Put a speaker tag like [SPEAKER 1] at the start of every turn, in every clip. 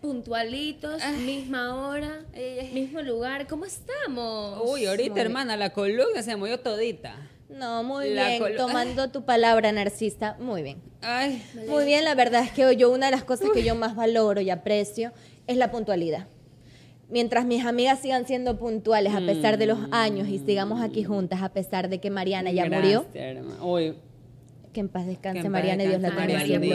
[SPEAKER 1] puntualitos, Ay. misma hora, Ay. mismo lugar. ¿Cómo estamos?
[SPEAKER 2] Uy, ahorita, muy hermana, la columna se movió todita.
[SPEAKER 3] No, muy la bien, tomando Ay. tu palabra, narcista, muy bien.
[SPEAKER 2] Ay.
[SPEAKER 3] Muy bien, la verdad es que yo una de las cosas Uy. que yo más valoro y aprecio es la puntualidad. Mientras mis amigas sigan siendo puntuales a pesar de los años y sigamos aquí juntas a pesar de que Mariana ya Mm. Gracias, murió.
[SPEAKER 2] Uy,
[SPEAKER 3] que en paz descanse en paz Mariana y Dios la tenga
[SPEAKER 1] siempre.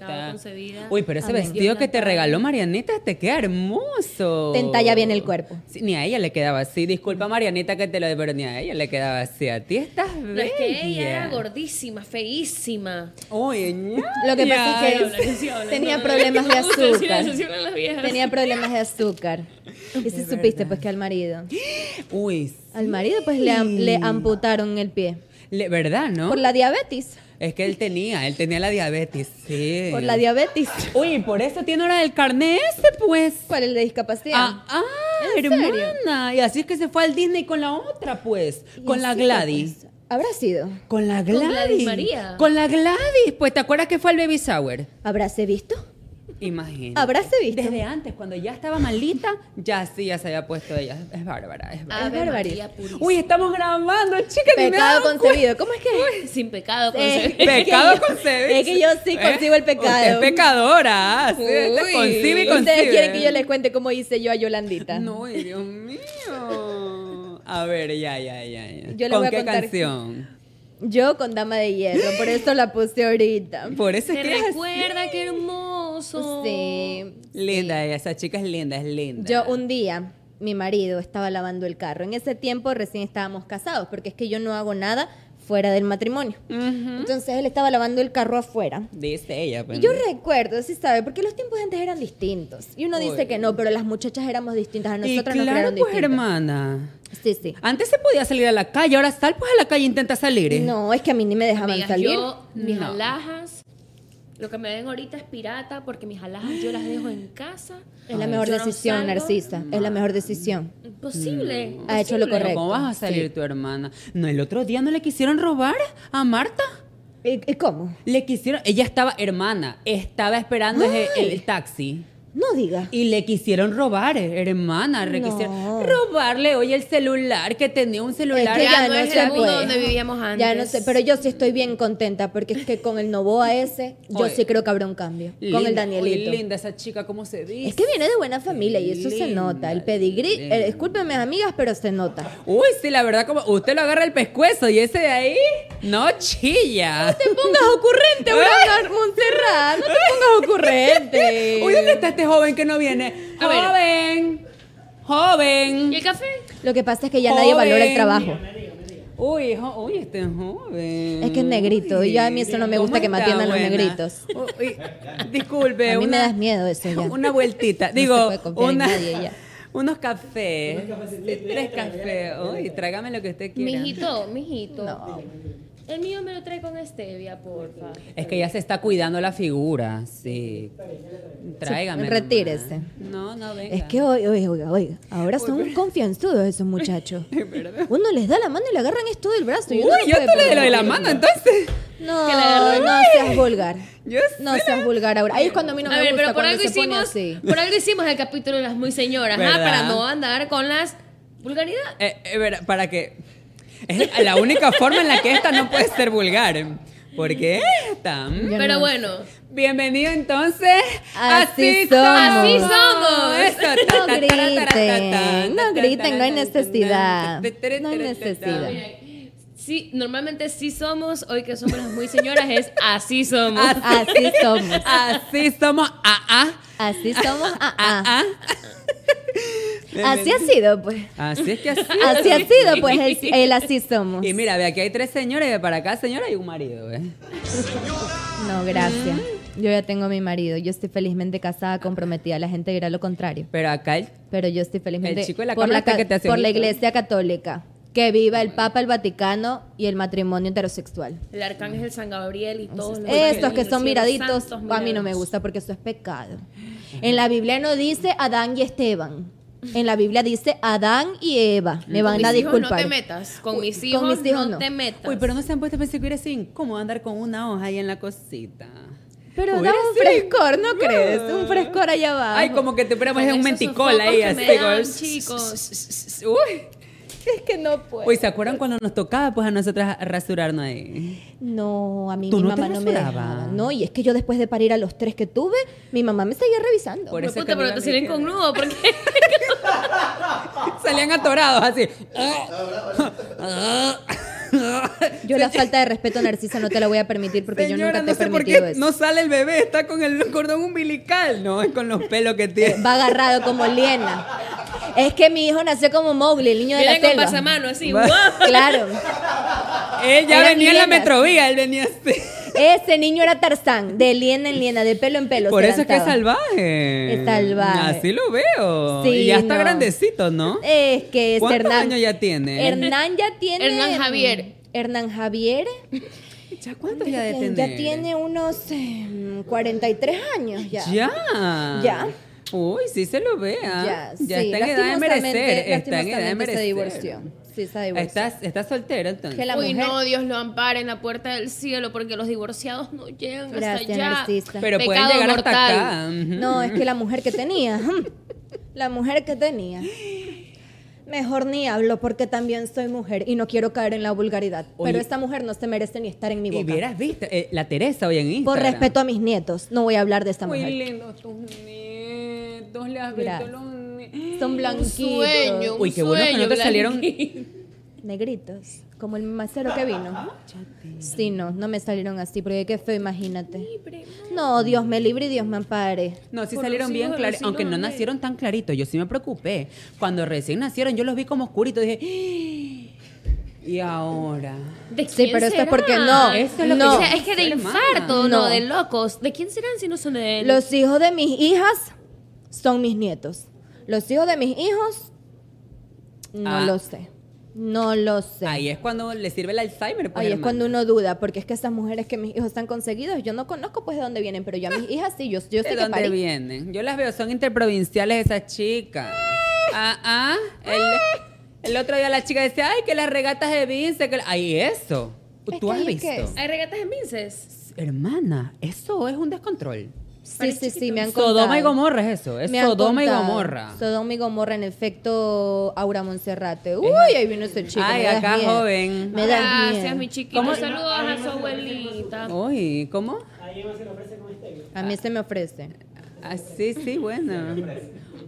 [SPEAKER 1] María
[SPEAKER 2] Uy, pero ese Amén. vestido que te regaló Marianita te queda hermoso.
[SPEAKER 3] Te entalla bien el cuerpo.
[SPEAKER 2] Sí, ni a ella le quedaba así. Disculpa Marianita que te lo pero ni a ella le quedaba así. A ti estás bella. No,
[SPEAKER 1] es que ella era gordísima, feísima.
[SPEAKER 2] Oye,
[SPEAKER 3] Lo que pasa es que tenía problemas de azúcar. Tenía problemas de azúcar. Y si supiste pues que al marido.
[SPEAKER 2] Uy.
[SPEAKER 3] Al marido pues le, le amputaron el pie.
[SPEAKER 2] Le, ¿Verdad, no?
[SPEAKER 3] Por la diabetes.
[SPEAKER 2] Es que él tenía, él tenía la diabetes, sí.
[SPEAKER 3] Por la diabetes.
[SPEAKER 2] Uy, por eso tiene hora del carnet ese, pues.
[SPEAKER 3] ¿Cuál es la discapacidad?
[SPEAKER 2] Ah, ah,
[SPEAKER 3] ¿En
[SPEAKER 2] hermana.
[SPEAKER 3] serio?
[SPEAKER 2] Y así es que se fue al Disney con la otra, pues.
[SPEAKER 3] Y
[SPEAKER 2] Con la
[SPEAKER 3] así,
[SPEAKER 2] Gladys.
[SPEAKER 3] pues, Habrá sido.
[SPEAKER 2] Con la Gladys.
[SPEAKER 4] Gladys María.
[SPEAKER 2] Con la Gladys. Pues, ¿te acuerdas que fue al Baby Shower?
[SPEAKER 3] ¿Habráse visto?
[SPEAKER 2] Imagínate.
[SPEAKER 3] ¿Habráse visto?
[SPEAKER 2] Desde antes, cuando ya estaba malita, ya sí, ya se había puesto ella. Es bárbara, es bárbara.
[SPEAKER 4] A ver,
[SPEAKER 3] barbaridad.
[SPEAKER 4] María Purísima.
[SPEAKER 2] Uy, estamos grabando, chicas. ni me he
[SPEAKER 3] Pecado
[SPEAKER 2] dado
[SPEAKER 3] concebido. ¿Cómo es que?
[SPEAKER 4] Sin pecado,
[SPEAKER 3] Eh,
[SPEAKER 4] concebido.
[SPEAKER 2] Pecado
[SPEAKER 3] es que yo-
[SPEAKER 2] concebido.
[SPEAKER 3] es que yo sí concibo el pecado.
[SPEAKER 2] Usted es pecadora. sí, usted
[SPEAKER 3] Uy, este
[SPEAKER 2] concibe y
[SPEAKER 3] Ustedes
[SPEAKER 2] concibe.
[SPEAKER 3] quieren que yo les cuente cómo hice yo a Yolandita.
[SPEAKER 2] eh. No, ay, Dios mío. A ver, ya, ya, ya. ya.
[SPEAKER 3] Yo les
[SPEAKER 2] ¿Con
[SPEAKER 3] voy a
[SPEAKER 2] qué
[SPEAKER 3] contar-
[SPEAKER 2] canción?
[SPEAKER 3] Yo con Dama de Hierro, por eso la puse ahorita.
[SPEAKER 2] Por eso es
[SPEAKER 4] Te
[SPEAKER 2] que es así.
[SPEAKER 4] recuerda qué hermoso.
[SPEAKER 3] Sí.
[SPEAKER 2] Linda, ella, esa chica es linda, es linda.
[SPEAKER 3] Yo un día, mi marido estaba lavando el carro. En ese tiempo recién estábamos casados, porque es que yo no hago nada fuera del matrimonio. Entonces él estaba lavando el carro afuera.
[SPEAKER 2] Dice ella, pues.
[SPEAKER 3] Y yo
[SPEAKER 2] ¿no?
[SPEAKER 3] recuerdo, sí sabe, porque los tiempos antes eran distintos. Y uno dice
[SPEAKER 2] Uy.
[SPEAKER 3] que no, pero las muchachas éramos distintas, a
[SPEAKER 2] Y
[SPEAKER 3] nosotras nos
[SPEAKER 2] claro,
[SPEAKER 3] crearon
[SPEAKER 2] pues,
[SPEAKER 3] distintas.
[SPEAKER 2] hermana.
[SPEAKER 3] Sí, sí.
[SPEAKER 2] Antes se podía salir a la calle, ahora sal pues a la calle e intenta salir. ¿eh?
[SPEAKER 3] No, es que a mí ni me dejaban
[SPEAKER 4] Amigas,
[SPEAKER 3] salir.
[SPEAKER 4] yo, mis
[SPEAKER 2] No.
[SPEAKER 4] alhajas, lo que me ven ahorita es pirata porque mis alhajas yo las dejo en casa.
[SPEAKER 3] Es la mejor
[SPEAKER 4] Yo no
[SPEAKER 3] decisión,
[SPEAKER 4] salgo.
[SPEAKER 3] Narcisa. Es
[SPEAKER 2] Mm.
[SPEAKER 3] la mejor decisión.
[SPEAKER 4] Imposible.
[SPEAKER 3] Ha hecho lo
[SPEAKER 4] imposible.
[SPEAKER 3] correcto.
[SPEAKER 2] ¿Cómo vas a salir
[SPEAKER 3] sí.
[SPEAKER 2] tu hermana? No, el otro día no le quisieron robar a Marta.
[SPEAKER 3] ¿Y y cómo?
[SPEAKER 2] Le quisieron, ella estaba hermana, estaba esperando ese- el, el taxi.
[SPEAKER 3] No diga.
[SPEAKER 2] Y le quisieron robar, eh, hermana, le
[SPEAKER 3] No.
[SPEAKER 2] quisieron robarle hoy el celular, que tenía un celular. Ah,
[SPEAKER 3] que
[SPEAKER 4] Ya,
[SPEAKER 3] ya
[SPEAKER 4] no
[SPEAKER 3] no
[SPEAKER 4] es
[SPEAKER 3] se
[SPEAKER 4] el mundo
[SPEAKER 3] puede.
[SPEAKER 4] donde vivíamos antes.
[SPEAKER 3] Ya no sé, pero yo sí estoy bien contenta porque es que con el Novoa ese, yo
[SPEAKER 2] Oye.
[SPEAKER 3] sí creo que habrá un cambio.
[SPEAKER 2] Linda,
[SPEAKER 3] con el
[SPEAKER 2] oye,
[SPEAKER 3] Danielito.
[SPEAKER 2] linda esa chica, ¿cómo se dice?
[SPEAKER 3] es que viene de buena familia y eso se
[SPEAKER 2] Linda,
[SPEAKER 3] nota. El pedigrí,
[SPEAKER 2] linda. ¿Eh?
[SPEAKER 3] eh, discúlpenme amigas, pero se nota.
[SPEAKER 2] Uy, sí, la verdad, como usted lo agarra el pescuezo y ese de ahí no chilla.
[SPEAKER 3] Te pongas ocurrente, Brandon Montserrat. No te pongas ocurrente.
[SPEAKER 2] Uy, ¿dónde está este joven que no viene?
[SPEAKER 4] A ver.
[SPEAKER 2] joven, joven.
[SPEAKER 4] ¿Y el café?
[SPEAKER 3] Lo que pasa es que ya nadie valora el
[SPEAKER 2] Joven.
[SPEAKER 3] trabajo.
[SPEAKER 2] Uy, jo- uy, este es joven.
[SPEAKER 3] Es que es negrito, y ya a mí eso no me
[SPEAKER 2] ¿Cómo
[SPEAKER 3] gusta que me
[SPEAKER 2] está,
[SPEAKER 3] atiendan los
[SPEAKER 2] buena?
[SPEAKER 3] negritos.
[SPEAKER 2] Uy, disculpe.
[SPEAKER 3] A mí me
[SPEAKER 2] una-
[SPEAKER 3] das miedo eso ya.
[SPEAKER 2] Una vueltita.
[SPEAKER 3] No
[SPEAKER 2] Digo,
[SPEAKER 3] se puede confiar en
[SPEAKER 2] una-
[SPEAKER 3] nadie ya.
[SPEAKER 2] unos cafés. Tres cafés. Uy, trágame lo que usted quiera.
[SPEAKER 4] Mijito, mijito.
[SPEAKER 3] No.
[SPEAKER 4] El mío me lo trae con stevia, porfa.
[SPEAKER 2] Es que ya se está cuidando la figura, sí. Tráigame.
[SPEAKER 3] Sí,
[SPEAKER 2] nomás.
[SPEAKER 3] retírese.
[SPEAKER 2] No, no, venga.
[SPEAKER 3] Es que, oiga, oiga, oiga, ahora son confianzudos esos muchachos. Uno les da la mano y le agarran esto del brazo. y
[SPEAKER 2] Uy,
[SPEAKER 3] uno no
[SPEAKER 2] yo
[SPEAKER 3] puede
[SPEAKER 2] te le doy lo
[SPEAKER 3] poner-
[SPEAKER 2] de la mano, entonces.
[SPEAKER 3] No,
[SPEAKER 4] Que le agarró-
[SPEAKER 3] no seas vulgar.
[SPEAKER 2] Yo
[SPEAKER 3] No seas vulgar ahora. Ahí es cuando a mí no
[SPEAKER 4] a
[SPEAKER 3] me
[SPEAKER 4] ver,
[SPEAKER 3] gusta
[SPEAKER 4] pero por
[SPEAKER 3] cuando
[SPEAKER 4] algo,
[SPEAKER 3] se pone
[SPEAKER 4] hicimos,
[SPEAKER 3] así.
[SPEAKER 4] por algo hicimos el capítulo de las muy señoras, ¿ah?
[SPEAKER 2] ¿Verdad?
[SPEAKER 4] para no andar con las vulgaridades.
[SPEAKER 2] Eh, eh, ver- para que. Es la única forma en la que esta no puede ser vulgar. Porque esta. mm,
[SPEAKER 3] Yo
[SPEAKER 4] Pero
[SPEAKER 3] no.
[SPEAKER 4] bueno,
[SPEAKER 2] Bienvenido entonces.
[SPEAKER 3] Así somos.
[SPEAKER 4] Así somos.
[SPEAKER 2] Eso, ta, ta,
[SPEAKER 3] No
[SPEAKER 2] ta, ta, ta, ta,
[SPEAKER 3] griten, no
[SPEAKER 2] ta,
[SPEAKER 3] griten, no hay
[SPEAKER 2] ta, ta,
[SPEAKER 3] necesidad.
[SPEAKER 2] ta, ta, ta,
[SPEAKER 3] No hay
[SPEAKER 2] ta, ta,
[SPEAKER 3] necesidad.
[SPEAKER 4] sí, normalmente sí somos, hoy que somos las muy señoras es así somos.
[SPEAKER 3] Así somos.
[SPEAKER 2] Así somos. Ah, ah.
[SPEAKER 3] Así somos. ah,
[SPEAKER 2] Ah,
[SPEAKER 3] ah.
[SPEAKER 2] ah.
[SPEAKER 4] ah.
[SPEAKER 3] Así ha sido, pues.
[SPEAKER 2] Así es que así.
[SPEAKER 3] Así ha sido, pues, el, el así somos.
[SPEAKER 2] Y mira, ve, aquí hay tres señores y de para cada señora hay un marido, ¿eh?
[SPEAKER 3] No, gracias.
[SPEAKER 4] Mm.
[SPEAKER 3] Yo ya tengo a mi marido. Yo estoy felizmente casada, comprometida. La gente dirá lo contrario.
[SPEAKER 2] Pero acá el
[SPEAKER 3] Pero yo estoy felizmente
[SPEAKER 2] El chico de la
[SPEAKER 3] por,
[SPEAKER 2] cámara
[SPEAKER 3] la,
[SPEAKER 2] está
[SPEAKER 3] ca-
[SPEAKER 2] que te hace
[SPEAKER 3] por la
[SPEAKER 2] rico.
[SPEAKER 3] iglesia católica. Que viva el Papa, el Vaticano y el matrimonio heterosexual.
[SPEAKER 4] El arcángel San Gabriel y todos los
[SPEAKER 3] Estos que
[SPEAKER 4] ángeles,
[SPEAKER 3] son
[SPEAKER 4] los
[SPEAKER 3] miraditos,
[SPEAKER 4] santos
[SPEAKER 3] a mí no
[SPEAKER 4] mirados.
[SPEAKER 3] me gusta porque eso es pecado. En la Biblia no dice Adán y Esteban. En la Biblia dice Adán y Eva. Me
[SPEAKER 4] Con
[SPEAKER 3] van
[SPEAKER 4] mis
[SPEAKER 3] a
[SPEAKER 4] hijos
[SPEAKER 3] disculpar.
[SPEAKER 4] No te metas. Con mis
[SPEAKER 3] con
[SPEAKER 4] hijos,
[SPEAKER 3] mis hijos
[SPEAKER 4] no,
[SPEAKER 3] no.
[SPEAKER 4] te metas.
[SPEAKER 2] Uy, pero no se han puesto a pensar que hubiera sido incómodo andar con una hoja ahí en la cosita.
[SPEAKER 3] Pero da
[SPEAKER 2] Hubiera
[SPEAKER 3] un
[SPEAKER 2] sido
[SPEAKER 3] frescor, ¿no
[SPEAKER 2] incómodo.
[SPEAKER 3] crees? Un frescor allá abajo.
[SPEAKER 2] Ay, como que te fuéramos
[SPEAKER 4] Con
[SPEAKER 2] en un
[SPEAKER 4] esos
[SPEAKER 2] menticol ahí,
[SPEAKER 4] sofocos que
[SPEAKER 2] así.
[SPEAKER 4] me
[SPEAKER 2] como-
[SPEAKER 4] dan, chicos.
[SPEAKER 2] Uy.
[SPEAKER 3] es que no puedo.
[SPEAKER 2] Uy, ¿se acuerdan cuando nos tocaba pues a nosotras rasurarnos ahí?
[SPEAKER 3] No, a mí
[SPEAKER 2] ¿Tú
[SPEAKER 3] mi
[SPEAKER 2] no te
[SPEAKER 3] mamá no me
[SPEAKER 2] rasurabas?
[SPEAKER 3] dejaba. No, y es que yo después de parir a los tres que tuve, mi mamá me seguía revisando.
[SPEAKER 2] Por
[SPEAKER 4] Me
[SPEAKER 2] eso es
[SPEAKER 4] puta,
[SPEAKER 2] que no
[SPEAKER 4] pero te
[SPEAKER 2] la
[SPEAKER 4] sirven
[SPEAKER 2] metieron.
[SPEAKER 4] con nudo, porque
[SPEAKER 2] Salían atorados así.
[SPEAKER 3] Yo la falta de respeto narcisa no te la voy a permitir porque yo
[SPEAKER 2] Señora,
[SPEAKER 3] nunca te
[SPEAKER 2] no
[SPEAKER 3] he
[SPEAKER 2] sé por
[SPEAKER 3] permitido
[SPEAKER 2] qué
[SPEAKER 3] eso.
[SPEAKER 2] no sale el bebé, está con el cordón umbilical, no, es con los pelos que tiene.
[SPEAKER 3] Va agarrado como liena. Es que mi hijo nació como Mowgli, el niño de
[SPEAKER 4] vienen
[SPEAKER 3] la
[SPEAKER 4] con
[SPEAKER 3] selva.
[SPEAKER 4] pasamano, así.
[SPEAKER 2] Va.
[SPEAKER 4] ¡guau!
[SPEAKER 3] Claro.
[SPEAKER 2] Él ya
[SPEAKER 3] Eran
[SPEAKER 2] venía en la
[SPEAKER 3] liendras.
[SPEAKER 2] metrovía, él venía así.
[SPEAKER 3] Ese niño era Tarzán, de liena en liena, de pelo en pelo.
[SPEAKER 2] Por
[SPEAKER 3] se
[SPEAKER 2] eso es que es
[SPEAKER 3] levantaba.
[SPEAKER 2] salvaje.
[SPEAKER 3] Es salvaje.
[SPEAKER 2] Así lo veo.
[SPEAKER 3] Sí,
[SPEAKER 2] y ya está
[SPEAKER 3] no. Eh,
[SPEAKER 2] grandecito, ¿no?
[SPEAKER 3] Es que es
[SPEAKER 2] ¿Cuántos
[SPEAKER 3] Hernán.
[SPEAKER 2] años ya tiene?
[SPEAKER 3] Hernán ya tiene.
[SPEAKER 4] Hernán Javier.
[SPEAKER 3] Hernán Javier.
[SPEAKER 2] ¿Ya cuántos ya de tener?
[SPEAKER 3] Ya tiene unos eh, 43 años ya.
[SPEAKER 2] Ya.
[SPEAKER 3] Ya.
[SPEAKER 2] Uy, sí se lo vea.
[SPEAKER 3] Ya,
[SPEAKER 2] Ya,
[SPEAKER 3] sí,
[SPEAKER 2] está en edad de
[SPEAKER 3] lastimosamente-
[SPEAKER 2] merecer. Está en edad de
[SPEAKER 3] lastimosamente
[SPEAKER 2] merecer.
[SPEAKER 3] se divorció. Sí, se divorció.
[SPEAKER 2] Estás, estás soltera entonces.
[SPEAKER 3] Que la
[SPEAKER 4] Uy,
[SPEAKER 3] mujer-
[SPEAKER 4] no, Dios lo ampare en la puerta del cielo porque los divorciados no llegan hasta
[SPEAKER 3] Gracias,
[SPEAKER 4] allá.
[SPEAKER 3] narcisista.
[SPEAKER 2] Pero pueden
[SPEAKER 4] Pecado
[SPEAKER 2] llegar hasta
[SPEAKER 4] mortal.
[SPEAKER 2] acá. ujú.
[SPEAKER 3] No, es que la mujer que tenía. ujú, La mujer que tenía. Mejor ni hablo porque también soy mujer y no quiero caer en la vulgaridad.
[SPEAKER 2] Oye.
[SPEAKER 3] pero esta mujer no se merece ni estar en mi
[SPEAKER 2] Y
[SPEAKER 3] boca.
[SPEAKER 2] vieras visto, eh, la Teresa hoy en
[SPEAKER 3] Por
[SPEAKER 2] Instagram.
[SPEAKER 3] respeto a mis nietos, no voy a hablar de esta
[SPEAKER 2] Muy
[SPEAKER 3] mujer.
[SPEAKER 2] lindos tus nietos, le has
[SPEAKER 3] Gracias.
[SPEAKER 2] visto los nietos.
[SPEAKER 3] Son
[SPEAKER 4] Un
[SPEAKER 3] blanquitos,
[SPEAKER 4] sueño, un
[SPEAKER 2] Uy, qué bueno que no
[SPEAKER 4] sueño,
[SPEAKER 2] te salieron-
[SPEAKER 4] Blanqui.
[SPEAKER 3] negritos, como el macero que vino.
[SPEAKER 4] Ah,
[SPEAKER 3] Sí, no, no me salieron así porque qué feo, imagínate. No, Dios me libre y Dios me ampare.
[SPEAKER 2] No, sí
[SPEAKER 4] Por
[SPEAKER 2] salieron
[SPEAKER 4] los
[SPEAKER 2] bien
[SPEAKER 4] hijos de
[SPEAKER 2] claros,
[SPEAKER 4] vecinos,
[SPEAKER 2] aunque no
[SPEAKER 4] hombre.
[SPEAKER 2] nacieron tan claritos. Yo sí me preocupé. Cuando recién nacieron, yo los vi como oscuritos. Dije, "¡Ah!" ¿y ahora?
[SPEAKER 4] ¿De
[SPEAKER 3] Sí,
[SPEAKER 4] quién
[SPEAKER 3] pero esto
[SPEAKER 4] será?
[SPEAKER 3] es porque no,
[SPEAKER 2] Eso es lo que
[SPEAKER 3] no.
[SPEAKER 4] O sea, es que de
[SPEAKER 2] Ser humana.
[SPEAKER 4] infarto, no.
[SPEAKER 3] No.
[SPEAKER 4] de locos. ¿De quién serán si no son de él?
[SPEAKER 3] Los hijos de mis hijas son mis nietos. Los hijos de mis hijos, no
[SPEAKER 2] Ah.
[SPEAKER 3] lo sé. No lo sé. Ahí,
[SPEAKER 2] Ahí es cuando le sirve el Alzheimer. Pues,
[SPEAKER 3] es
[SPEAKER 2] hermano.
[SPEAKER 3] cuando uno duda, porque es que esas mujeres que mis hijos están conseguidos, yo no conozco pues de dónde vienen, pero yo a mis hijas sí, yo, yo sé
[SPEAKER 2] ¿De
[SPEAKER 3] que
[SPEAKER 2] dónde
[SPEAKER 3] parí.
[SPEAKER 2] vienen? Yo las veo, son interprovinciales esas chicas. Ah, ah. El, el otro día la chica decía, ay, que las regatas de Vince. Que... la-". Ay, eso.
[SPEAKER 3] Es
[SPEAKER 2] ¿Tú
[SPEAKER 3] que
[SPEAKER 2] has
[SPEAKER 3] ahí es
[SPEAKER 2] visto?
[SPEAKER 3] que
[SPEAKER 4] ¿Hay regatas en Vinces?
[SPEAKER 2] Hermana, eso es un descontrol.
[SPEAKER 3] Sí,
[SPEAKER 4] París
[SPEAKER 3] sí, sí,
[SPEAKER 4] chiquito.
[SPEAKER 3] me han contado.
[SPEAKER 2] Sodoma y Gomorra es eso. Es
[SPEAKER 3] Me han
[SPEAKER 2] Sodoma y
[SPEAKER 3] contado.
[SPEAKER 2] Gomorra.
[SPEAKER 3] Sodoma y Gomorra, en efecto, Aura Monserrate. Uy, ahí vino ese chico.
[SPEAKER 2] Ay,
[SPEAKER 3] me das
[SPEAKER 2] acá,
[SPEAKER 3] miedo.
[SPEAKER 2] joven.
[SPEAKER 3] Me das miedo.
[SPEAKER 4] Gracias, mi chiquito. Saludos a su abuelita.
[SPEAKER 2] Uy, ¿cómo?
[SPEAKER 3] A mí se me ofrece.
[SPEAKER 2] Ah, sí, sí, bueno.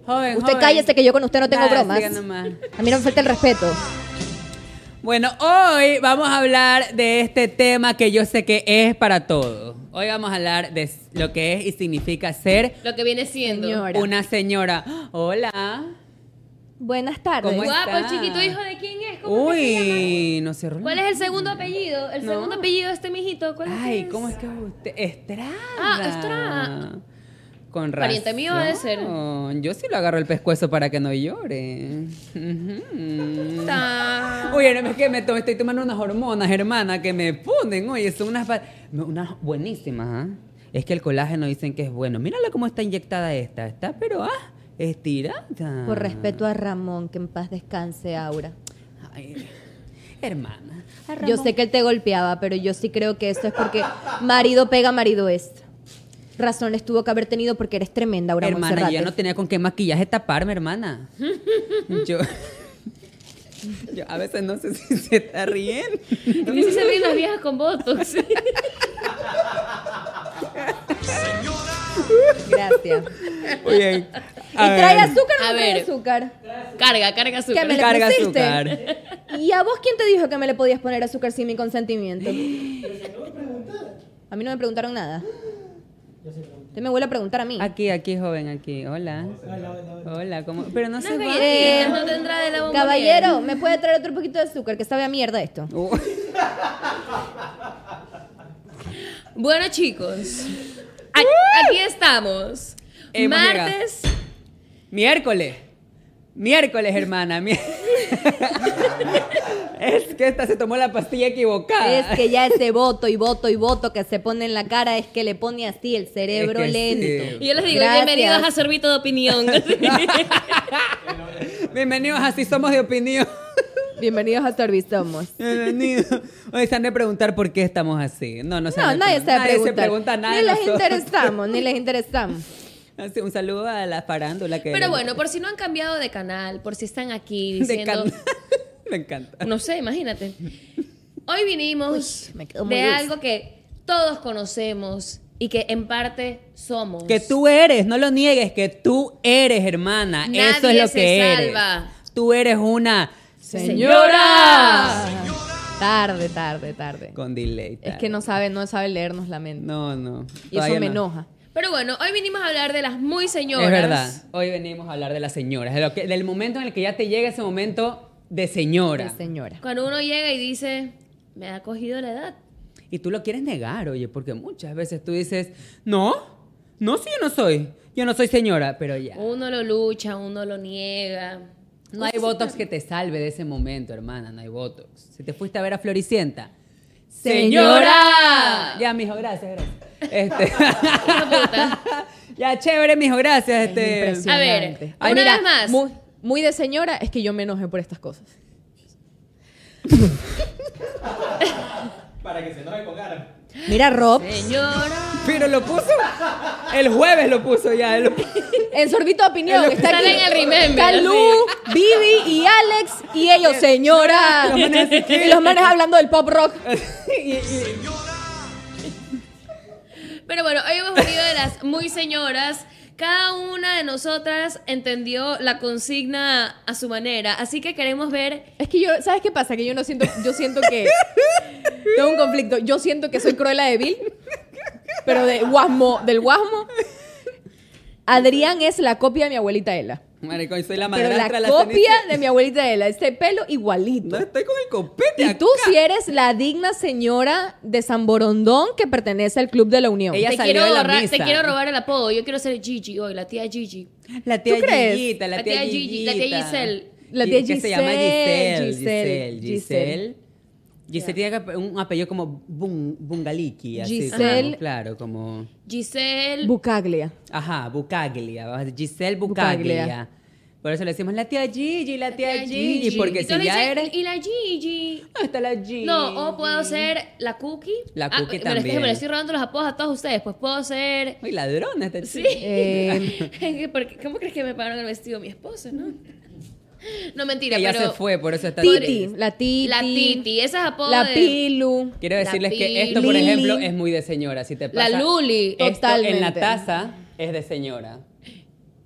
[SPEAKER 2] Joven,
[SPEAKER 3] Usted
[SPEAKER 2] joven.
[SPEAKER 3] cállese que yo con usted no tengo
[SPEAKER 2] Nada,
[SPEAKER 3] bromas.
[SPEAKER 2] siga nomás.
[SPEAKER 3] A mí no me falta el respeto.
[SPEAKER 2] Bueno, hoy vamos a hablar de este tema que yo sé que es para todos. Hoy vamos a hablar de s- lo que es y significa ser
[SPEAKER 4] Lo que viene siendo.
[SPEAKER 3] Señor. Ahora.
[SPEAKER 2] una señora. Hola.
[SPEAKER 3] Buenas tardes.
[SPEAKER 2] ¿Cómo
[SPEAKER 4] Guapo,
[SPEAKER 2] está?
[SPEAKER 4] chiquito, hijo de quién es? ¿Cómo es que se llama?
[SPEAKER 2] Uy, no cerró.
[SPEAKER 4] ¿Cuál es el segundo apellido? El
[SPEAKER 2] No.
[SPEAKER 4] segundo apellido de este mijito. ¿Cuál es?
[SPEAKER 2] Ay, ¿cómo es que es usted? Estrada.
[SPEAKER 4] Ah, Estrada.
[SPEAKER 2] Con razón.
[SPEAKER 4] Pariente mío ha de ser.
[SPEAKER 2] Yo sí lo agarro el pescuezo para que no llore. Ujú.
[SPEAKER 4] Está.
[SPEAKER 2] Oye, no, es que me to- estoy tomando unas hormonas, hermana, que me ponen, oye, son unas, pa- no, unas buenísimas, ¿ah? Es que el colágeno dicen que es bueno. Mírala cómo está inyectada esta, está, pero ah, estirada.
[SPEAKER 3] Por respeto a Ramón, que en paz descanse, Aura.
[SPEAKER 2] Ay, hermana. a
[SPEAKER 3] Yo
[SPEAKER 2] Ramón-
[SPEAKER 3] sé que él te golpeaba, pero yo sí creo que esto es porque marido pega, marido es. Razón les tuvo que haber tenido porque eres tremenda, Aura
[SPEAKER 2] hermana,
[SPEAKER 3] Monserrate.
[SPEAKER 2] yo ya no tenía con qué maquillaje taparme, hermana. Yo, yo a veces no sé si se está riendo.
[SPEAKER 4] Es que si se ríen las viejas con botox.
[SPEAKER 3] Gracias.
[SPEAKER 2] Oye,
[SPEAKER 3] ¿Y trae azúcar o
[SPEAKER 4] A
[SPEAKER 3] no trae
[SPEAKER 4] ver.
[SPEAKER 3] azúcar?
[SPEAKER 4] carga, carga azúcar.
[SPEAKER 3] Que me le
[SPEAKER 2] Carga
[SPEAKER 3] pusiste.
[SPEAKER 2] azúcar.
[SPEAKER 3] ¿Y a vos quién te dijo que me le podías poner azúcar sin mi consentimiento? A mí no me preguntaron nada. Usted me vuelve a preguntar a mí.
[SPEAKER 2] Aquí, aquí, joven, aquí. Hola. Hola, ¿cómo? Pero no
[SPEAKER 4] Unas
[SPEAKER 2] se va.
[SPEAKER 4] galletitas
[SPEAKER 3] Eh,
[SPEAKER 4] no tendrá de la bombonera.
[SPEAKER 3] Caballero, ¿me puede traer otro poquito de azúcar? Que sabe a mierda esto.
[SPEAKER 2] Uh.
[SPEAKER 4] Bueno, chicos. a- Aquí estamos.
[SPEAKER 2] Hemos
[SPEAKER 4] Martes.
[SPEAKER 2] Miércoles. Miércoles, hermana. mi- es que esta se tomó la pastilla equivocada.
[SPEAKER 3] Es que ya ese voto y voto y voto que se pone en la cara es que le pone así el cerebro
[SPEAKER 2] Es que
[SPEAKER 3] lento.
[SPEAKER 2] sí.
[SPEAKER 4] Y yo les digo,
[SPEAKER 3] Gracias.
[SPEAKER 4] bienvenidos a Sorbito de Opinión.
[SPEAKER 2] Bienvenidos, así somos de opinión.
[SPEAKER 3] Bienvenidos a Sorbisomos.
[SPEAKER 2] Bienvenidos. Hoy se han de preguntar por qué estamos así. No, no, se
[SPEAKER 3] No,
[SPEAKER 2] han de
[SPEAKER 3] nadie se
[SPEAKER 2] preguntar.
[SPEAKER 3] va a preguntar.
[SPEAKER 2] pregunta nada.
[SPEAKER 3] Ni
[SPEAKER 2] de
[SPEAKER 3] les
[SPEAKER 2] nosotros.
[SPEAKER 3] interesamos, ni les interesamos.
[SPEAKER 2] Así, un saludo a la farándula que.
[SPEAKER 4] Pero bueno, por si no han cambiado de canal, por si están aquí
[SPEAKER 2] De
[SPEAKER 4] diciendo.
[SPEAKER 2] can- Me encanta.
[SPEAKER 4] No sé, imagínate. Hoy vinimos
[SPEAKER 3] Uy, me quedo muy
[SPEAKER 4] de
[SPEAKER 3] dulce.
[SPEAKER 4] algo que todos conocemos y que en parte somos.
[SPEAKER 2] Que tú eres, no lo niegues, que tú eres, hermana.
[SPEAKER 4] Nadie
[SPEAKER 2] Eso es lo
[SPEAKER 4] se
[SPEAKER 2] que
[SPEAKER 4] salva.
[SPEAKER 2] eres. Tú eres una
[SPEAKER 4] Señora.
[SPEAKER 3] Tarde, tarde, tarde.
[SPEAKER 2] Con delay.
[SPEAKER 3] Es que
[SPEAKER 2] tal.
[SPEAKER 3] no sabe, no sabe leernos la mente.
[SPEAKER 2] No, no.
[SPEAKER 3] y eso
[SPEAKER 2] todavía
[SPEAKER 3] me
[SPEAKER 2] no.
[SPEAKER 3] enoja.
[SPEAKER 4] Pero bueno, hoy vinimos a hablar de las muy señoras.
[SPEAKER 2] Es verdad. Hoy venimos a hablar de las señoras, de lo que- del momento en el que ya te llega ese momento de señora.
[SPEAKER 3] Sí, señora.
[SPEAKER 4] Cuando uno llega y dice, me ha cogido la edad.
[SPEAKER 2] Y tú lo quieres negar, oye, porque muchas veces tú dices, no, no, si yo no soy, yo no soy señora, pero ya.
[SPEAKER 4] Uno lo lucha, uno lo niega.
[SPEAKER 2] No hay botox que te salve de ese momento, hermana, no hay botox. Si te fuiste a ver a Floricienta,
[SPEAKER 4] ¡Señora!
[SPEAKER 2] Ya, mijo, gracias, gracias. Este... ya, chévere, mijo, gracias. Este...
[SPEAKER 4] impresionante. A ver,
[SPEAKER 3] Ay,
[SPEAKER 4] una
[SPEAKER 3] mira,
[SPEAKER 4] vez más.
[SPEAKER 3] Muy, muy de señora es que yo me enoje por estas cosas.
[SPEAKER 5] Para que se enoje con Gara.
[SPEAKER 6] Mira, Rob.
[SPEAKER 4] Señora.
[SPEAKER 2] Pero lo puso. El jueves lo puso ya. él lo-
[SPEAKER 3] En sorbito de opinión,
[SPEAKER 2] Es lo
[SPEAKER 3] está
[SPEAKER 4] que-
[SPEAKER 3] aquí.
[SPEAKER 4] Sale en el Remember,
[SPEAKER 3] Calú, Vivi y Alex y ellos, señora.
[SPEAKER 2] Los manes así que-
[SPEAKER 3] y los manes hablando del pop rock.
[SPEAKER 2] y- y-
[SPEAKER 4] Pero bueno, hoy hemos venido de las muy señoras. Cada una de nosotras entendió la consigna a su manera, así que queremos ver.
[SPEAKER 3] Es que yo, ¿sabes qué pasa? Que yo no siento, yo siento que tengo un conflicto. Yo siento que soy Cruella de Vil, pero de guasmo, del guasmo. Adrián es la copia de mi abuelita Ela.
[SPEAKER 2] Maricón, soy la
[SPEAKER 3] Pero
[SPEAKER 2] madrastra. de
[SPEAKER 3] la,
[SPEAKER 2] la
[SPEAKER 3] copia
[SPEAKER 2] Cenicienta.
[SPEAKER 3] de mi abuelita Ela, este pelo
[SPEAKER 2] No,
[SPEAKER 3] igualito.
[SPEAKER 2] estoy con el copete
[SPEAKER 3] Y tú si eres la digna señora de San Borondón que pertenece al Club de la Unión.
[SPEAKER 2] Ella
[SPEAKER 4] te,
[SPEAKER 2] salió
[SPEAKER 4] quiero
[SPEAKER 2] de la
[SPEAKER 4] borrar-
[SPEAKER 2] misa.
[SPEAKER 4] te quiero robar el apodo. Yo quiero ser Gigi hoy, la tía Gigi.
[SPEAKER 2] La tía
[SPEAKER 3] ¿Tú crees?
[SPEAKER 2] Gigita, la
[SPEAKER 4] La
[SPEAKER 2] tía
[SPEAKER 4] tía Gigi, la tía
[SPEAKER 2] Gigita.
[SPEAKER 4] Giselle.
[SPEAKER 3] La tía
[SPEAKER 2] Gi- que se llama
[SPEAKER 3] Giselle,
[SPEAKER 2] Giselle. Giselle.
[SPEAKER 3] Giselle,
[SPEAKER 2] Giselle. Giselle tiene un apellido como Bung- Bungaliki, así
[SPEAKER 3] Giselle-
[SPEAKER 2] como, claro, como...
[SPEAKER 4] Giselle.
[SPEAKER 3] Bucaglia.
[SPEAKER 2] Ajá, Bucaglia, Giselle Bucaglia.
[SPEAKER 3] Bucaglia.
[SPEAKER 2] Por eso le decimos la tía Gigi, la tía,
[SPEAKER 4] tía
[SPEAKER 2] Gigi,
[SPEAKER 4] Gigi.
[SPEAKER 2] porque
[SPEAKER 4] Y
[SPEAKER 2] si
[SPEAKER 4] todos
[SPEAKER 2] ya
[SPEAKER 4] dicen,
[SPEAKER 2] eres...
[SPEAKER 4] Y la Gigi.
[SPEAKER 2] No, está la Gigi.
[SPEAKER 4] No, o puedo ser la Cookie.
[SPEAKER 2] La Cookie
[SPEAKER 4] pero es que
[SPEAKER 2] también.
[SPEAKER 4] me le estoy robando los apodos a todos ustedes. Pues puedo ser.
[SPEAKER 2] Uy, ladrona esta
[SPEAKER 4] Sí.
[SPEAKER 2] chica. Eh.
[SPEAKER 4] Porque- ¿Cómo crees que me pagaron el vestido mi esposo, no? No, mentira,
[SPEAKER 2] Que ya
[SPEAKER 4] pero.
[SPEAKER 2] se fue, por eso está...
[SPEAKER 3] Titi, la Titi.
[SPEAKER 4] La Titi, esas apodos.
[SPEAKER 3] La
[SPEAKER 4] de-
[SPEAKER 3] Pilu.
[SPEAKER 2] Quiero
[SPEAKER 4] La
[SPEAKER 2] decirles que
[SPEAKER 4] Pili.
[SPEAKER 2] esto, por
[SPEAKER 3] Lili.
[SPEAKER 2] ejemplo, es muy de señora, si te
[SPEAKER 4] La
[SPEAKER 2] pasa...
[SPEAKER 4] Luli.
[SPEAKER 3] Eh,
[SPEAKER 2] Esto en la
[SPEAKER 3] Totalmente.
[SPEAKER 2] taza es de señora.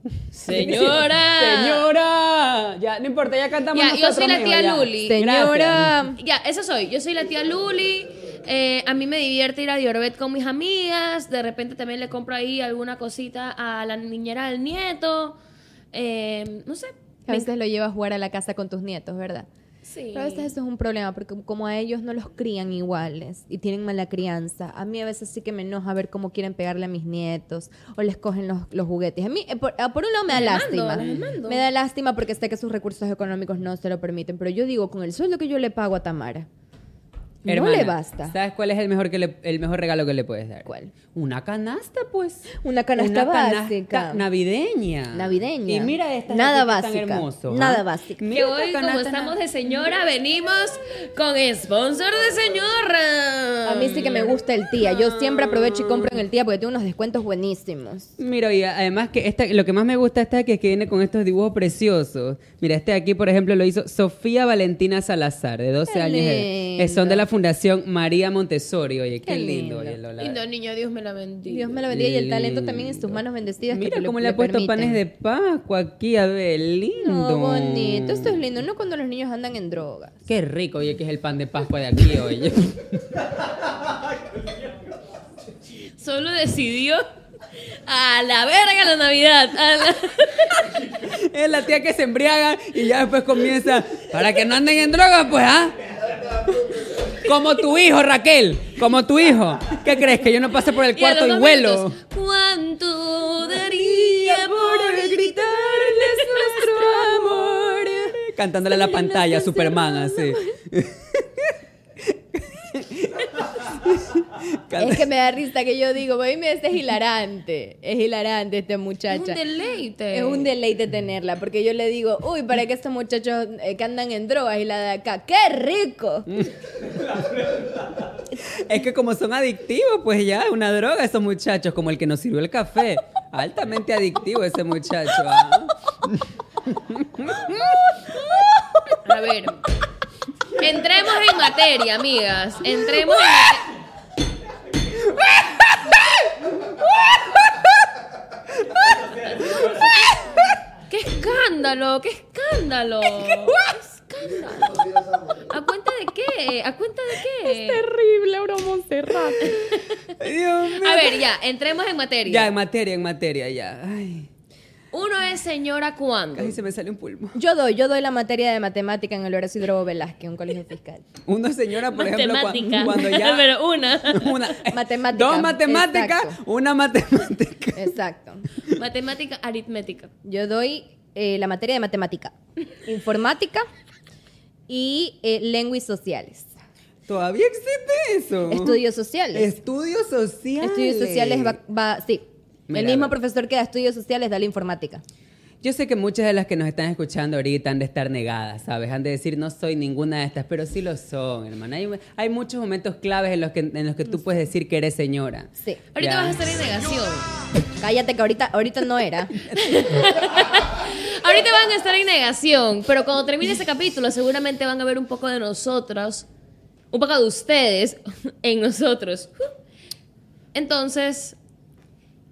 [SPEAKER 4] Señora.
[SPEAKER 2] Señora. Ya, no importa, ya cantamos
[SPEAKER 4] Ya, yo
[SPEAKER 2] nosotros,
[SPEAKER 4] soy la
[SPEAKER 2] mijo,
[SPEAKER 4] tía
[SPEAKER 2] ya.
[SPEAKER 4] Luli.
[SPEAKER 3] Señora.
[SPEAKER 4] Ya, esa soy. Yo soy la tía Luli. eh, a mí me divierte ir a Diorbet con mis amigas. De repente también le compro ahí alguna cosita a la niñera del nieto. Eh, no sé.
[SPEAKER 3] A veces lo llevas a jugar a la casa con tus nietos, ¿verdad?
[SPEAKER 4] Sí.
[SPEAKER 3] Pero a veces eso es un problema, porque como a ellos no los crían iguales y tienen mala crianza, a mí a veces sí que me enoja ver cómo quieren pegarle a mis nietos o les cogen los, los juguetes. A mí, eh, por, ah, por un lado me da
[SPEAKER 4] Las demando,
[SPEAKER 3] lástima.
[SPEAKER 4] las demando.
[SPEAKER 3] Me da lástima porque sé que sus recursos económicos no se lo permiten, pero yo digo, con el sueldo que yo le pago a Tamara, no
[SPEAKER 2] Hermana,
[SPEAKER 3] le basta.
[SPEAKER 2] ¿Sabes cuál es el mejor, que le- el mejor regalo que le puedes dar?
[SPEAKER 3] ¿Cuál?
[SPEAKER 2] Una canasta, pues.
[SPEAKER 3] Una canasta
[SPEAKER 2] Una canasta
[SPEAKER 3] básica.
[SPEAKER 2] navideña.
[SPEAKER 3] Navideña.
[SPEAKER 2] Y mira estas aquí
[SPEAKER 3] Nada
[SPEAKER 2] que están
[SPEAKER 3] básica,
[SPEAKER 2] hermoso, ¿ah?
[SPEAKER 3] nada básica.
[SPEAKER 4] Que
[SPEAKER 2] Mira
[SPEAKER 4] hoy,
[SPEAKER 2] esta
[SPEAKER 4] como
[SPEAKER 2] canasta
[SPEAKER 4] estamos
[SPEAKER 2] na-
[SPEAKER 4] de señora, venimos con sponsor de señora.
[SPEAKER 3] A mí sí que me gusta el tía. Yo siempre aprovecho y compro en el tía porque tiene unos descuentos buenísimos.
[SPEAKER 2] Mira, y además que esta, lo que más me gusta esta que, es que viene con estos dibujos preciosos. Mira, este de aquí, por ejemplo, lo hizo Sofía Valentina Salazar, de 12
[SPEAKER 3] Qué
[SPEAKER 2] años. eh. Eh, Son de la Fundación María Montessori. Oye, qué,
[SPEAKER 3] Qué
[SPEAKER 2] lindo.
[SPEAKER 3] lindo.
[SPEAKER 2] oye, Lola.
[SPEAKER 4] Lindo niño, Dios me la bendiga.
[SPEAKER 3] Dios me lo bendiga y el talento
[SPEAKER 2] Lindo.
[SPEAKER 3] también en tus manos bendecidas. que
[SPEAKER 2] Mira
[SPEAKER 3] te lo-
[SPEAKER 2] cómo le ha puesto panes de
[SPEAKER 3] permiten.
[SPEAKER 2] Pascua aquí, a ver, lindo.
[SPEAKER 3] No, bonito. Esto es lindo, no cuando los niños andan en drogas.
[SPEAKER 2] Qué rico, oye, que es el pan de Pascua de aquí, oye.
[SPEAKER 4] Solo decidió a la verga la Navidad. a la-
[SPEAKER 2] es la tía que se embriaga y ya después comienza. Para que no anden en drogas, pues, ¿ah? Como tu hijo, Raquel. Como tu hijo. ¿Qué crees? Que yo no pase por el
[SPEAKER 4] a los
[SPEAKER 2] cuarto y
[SPEAKER 4] dos
[SPEAKER 2] vuelo.
[SPEAKER 4] minutos, ¿Cuánto daría por gritar?
[SPEAKER 2] nuestro amor. Cantándole a la pantalla, Superman, así.
[SPEAKER 3] Es que me da risa que yo digo, mí me es hilarante. Es hilarante este
[SPEAKER 4] Es un
[SPEAKER 3] muchacha.
[SPEAKER 4] deleite.
[SPEAKER 3] Es un deleite tenerla, porque yo le digo, uy, para que estos muchachos eh, que andan en drogas y la de acá, ¡qué rico!
[SPEAKER 2] Mm. Es que como son adictivos, pues ya, es una droga esos muchachos, como el que nos sirvió el café. Altamente adictivo ese muchacho. ¿ah?
[SPEAKER 4] A ver. Entremos en materia, amigas. Entremos en materia. ¡Qué escándalo! ¡Qué escándalo! ¡Qué escándalo! ¿A cuenta de qué? ¿A cuenta de qué?
[SPEAKER 3] Terrible, bro, Montserrat.
[SPEAKER 2] Dios mío.
[SPEAKER 4] A ver, ya, entremos en materia.
[SPEAKER 2] Ya, en materia, en materia, ya. Ay,
[SPEAKER 4] Uno es señora cuando.
[SPEAKER 2] casi se me sale un pulmón.
[SPEAKER 3] Yo doy, yo doy la materia de matemática en el Horacio Hidrobo Velázquez, un colegio fiscal.
[SPEAKER 2] Una señora, por ejemplo, cua-
[SPEAKER 4] Matemática.
[SPEAKER 2] cuando ya...
[SPEAKER 4] Pero una.
[SPEAKER 2] una-
[SPEAKER 3] Matemática,
[SPEAKER 2] Dos matemáticas,
[SPEAKER 3] exacto.
[SPEAKER 2] una matemática.
[SPEAKER 3] Exacto.
[SPEAKER 4] Matemática aritmética.
[SPEAKER 3] Yo doy eh, la materia de matemática, informática y eh, lengua y sociales.
[SPEAKER 2] Todavía existe eso.
[SPEAKER 3] Estudios sociales.
[SPEAKER 2] Uh-huh. Estudios sociales.
[SPEAKER 3] Estudios sociales va, va- sí. el
[SPEAKER 2] Mira,
[SPEAKER 3] mismo
[SPEAKER 2] ve.
[SPEAKER 3] profesor que da estudios sociales da la informática.
[SPEAKER 2] Yo sé que muchas de las que nos están escuchando ahorita han de estar negadas, ¿sabes? Han de decir, no soy ninguna de estas, pero sí lo son, hermana. Hay, hay muchos momentos claves en los que, en los que tú puedes decir que eres señora.
[SPEAKER 3] Sí.
[SPEAKER 4] Ahorita
[SPEAKER 2] Ya.
[SPEAKER 4] vas a estar en negación.
[SPEAKER 3] Cállate que ahorita, ahorita no era.
[SPEAKER 4] Ahorita van a estar en negación, pero cuando termine ese capítulo seguramente van a ver un poco de nosotros, un poco de ustedes en nosotros. Entonces,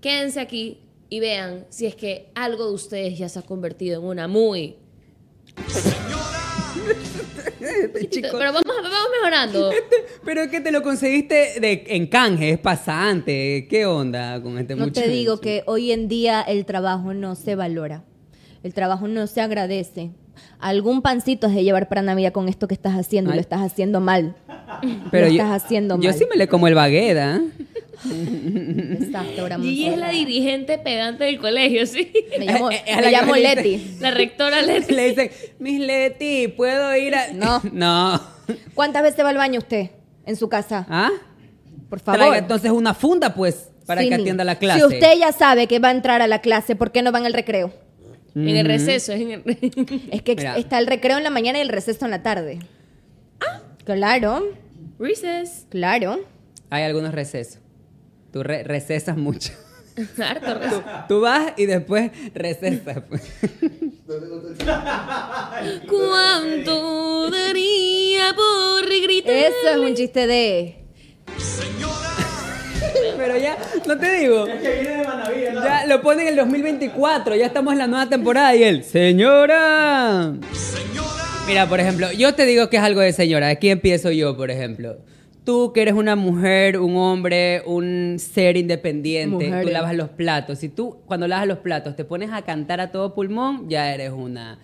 [SPEAKER 4] quédense aquí y vean si es que algo de ustedes ya se ha convertido en una muy... Pero vamos, vamos mejorando.
[SPEAKER 2] Pero que te lo conseguiste de, en canje, es pasante. ¿Qué onda con este
[SPEAKER 3] No
[SPEAKER 2] muchacho?
[SPEAKER 3] te digo que hoy en día el trabajo no se valora. El trabajo no se agradece. Algún pancito es de llevar para Navidad con esto que estás haciendo.
[SPEAKER 2] Ay.
[SPEAKER 3] Lo estás haciendo mal.
[SPEAKER 2] Pero
[SPEAKER 3] lo
[SPEAKER 2] yo-
[SPEAKER 3] estás haciendo
[SPEAKER 2] Yo
[SPEAKER 3] mal.
[SPEAKER 2] sí me le como el ¿ah? bagueda.
[SPEAKER 3] Exacto, ahora
[SPEAKER 4] Gigi es la dirigente pedante del colegio, ¿sí?
[SPEAKER 3] Me llamo,
[SPEAKER 2] Eh, eh,
[SPEAKER 3] me
[SPEAKER 2] a la que
[SPEAKER 3] llamo
[SPEAKER 2] me dice-
[SPEAKER 3] Leti.
[SPEAKER 4] La rectora les...
[SPEAKER 2] Le dicen, Miss Leti, ¿puedo ir a...?
[SPEAKER 3] No.
[SPEAKER 2] No.
[SPEAKER 3] ¿Cuántas veces va al baño usted en su casa?
[SPEAKER 2] ¿Ah?
[SPEAKER 3] Por favor.
[SPEAKER 2] Traiga entonces una funda, pues, para
[SPEAKER 3] Sí,
[SPEAKER 2] que
[SPEAKER 3] ni-
[SPEAKER 2] atienda la clase.
[SPEAKER 3] Si usted ya sabe que va a entrar a la clase, ¿por qué no va en el recreo?
[SPEAKER 4] En el receso, es en el...
[SPEAKER 3] Es que ex-
[SPEAKER 2] Mira.
[SPEAKER 3] está el recreo en la mañana y el receso en la tarde. Ah, claro,
[SPEAKER 4] Recess.
[SPEAKER 3] claro.
[SPEAKER 2] Hay algunos recesos. Tú re- recesas mucho.
[SPEAKER 4] Harto receso.
[SPEAKER 2] Tú vas y después recesas. pues.
[SPEAKER 4] ¿Cuánto daría por gritar?
[SPEAKER 3] Eso es un chiste de.
[SPEAKER 2] Pero ya, no te digo. Ya lo ponen en el 2024, ya estamos en la nueva temporada y él, señora. Mira, por ejemplo, yo te digo que es algo de señora. Aquí empiezo yo, por ejemplo. Tú que eres una mujer, un hombre, un ser independiente,
[SPEAKER 7] Mujer.
[SPEAKER 2] tú lavas los platos. Si tú cuando lavas los platos te pones a cantar a todo pulmón, ya eres una...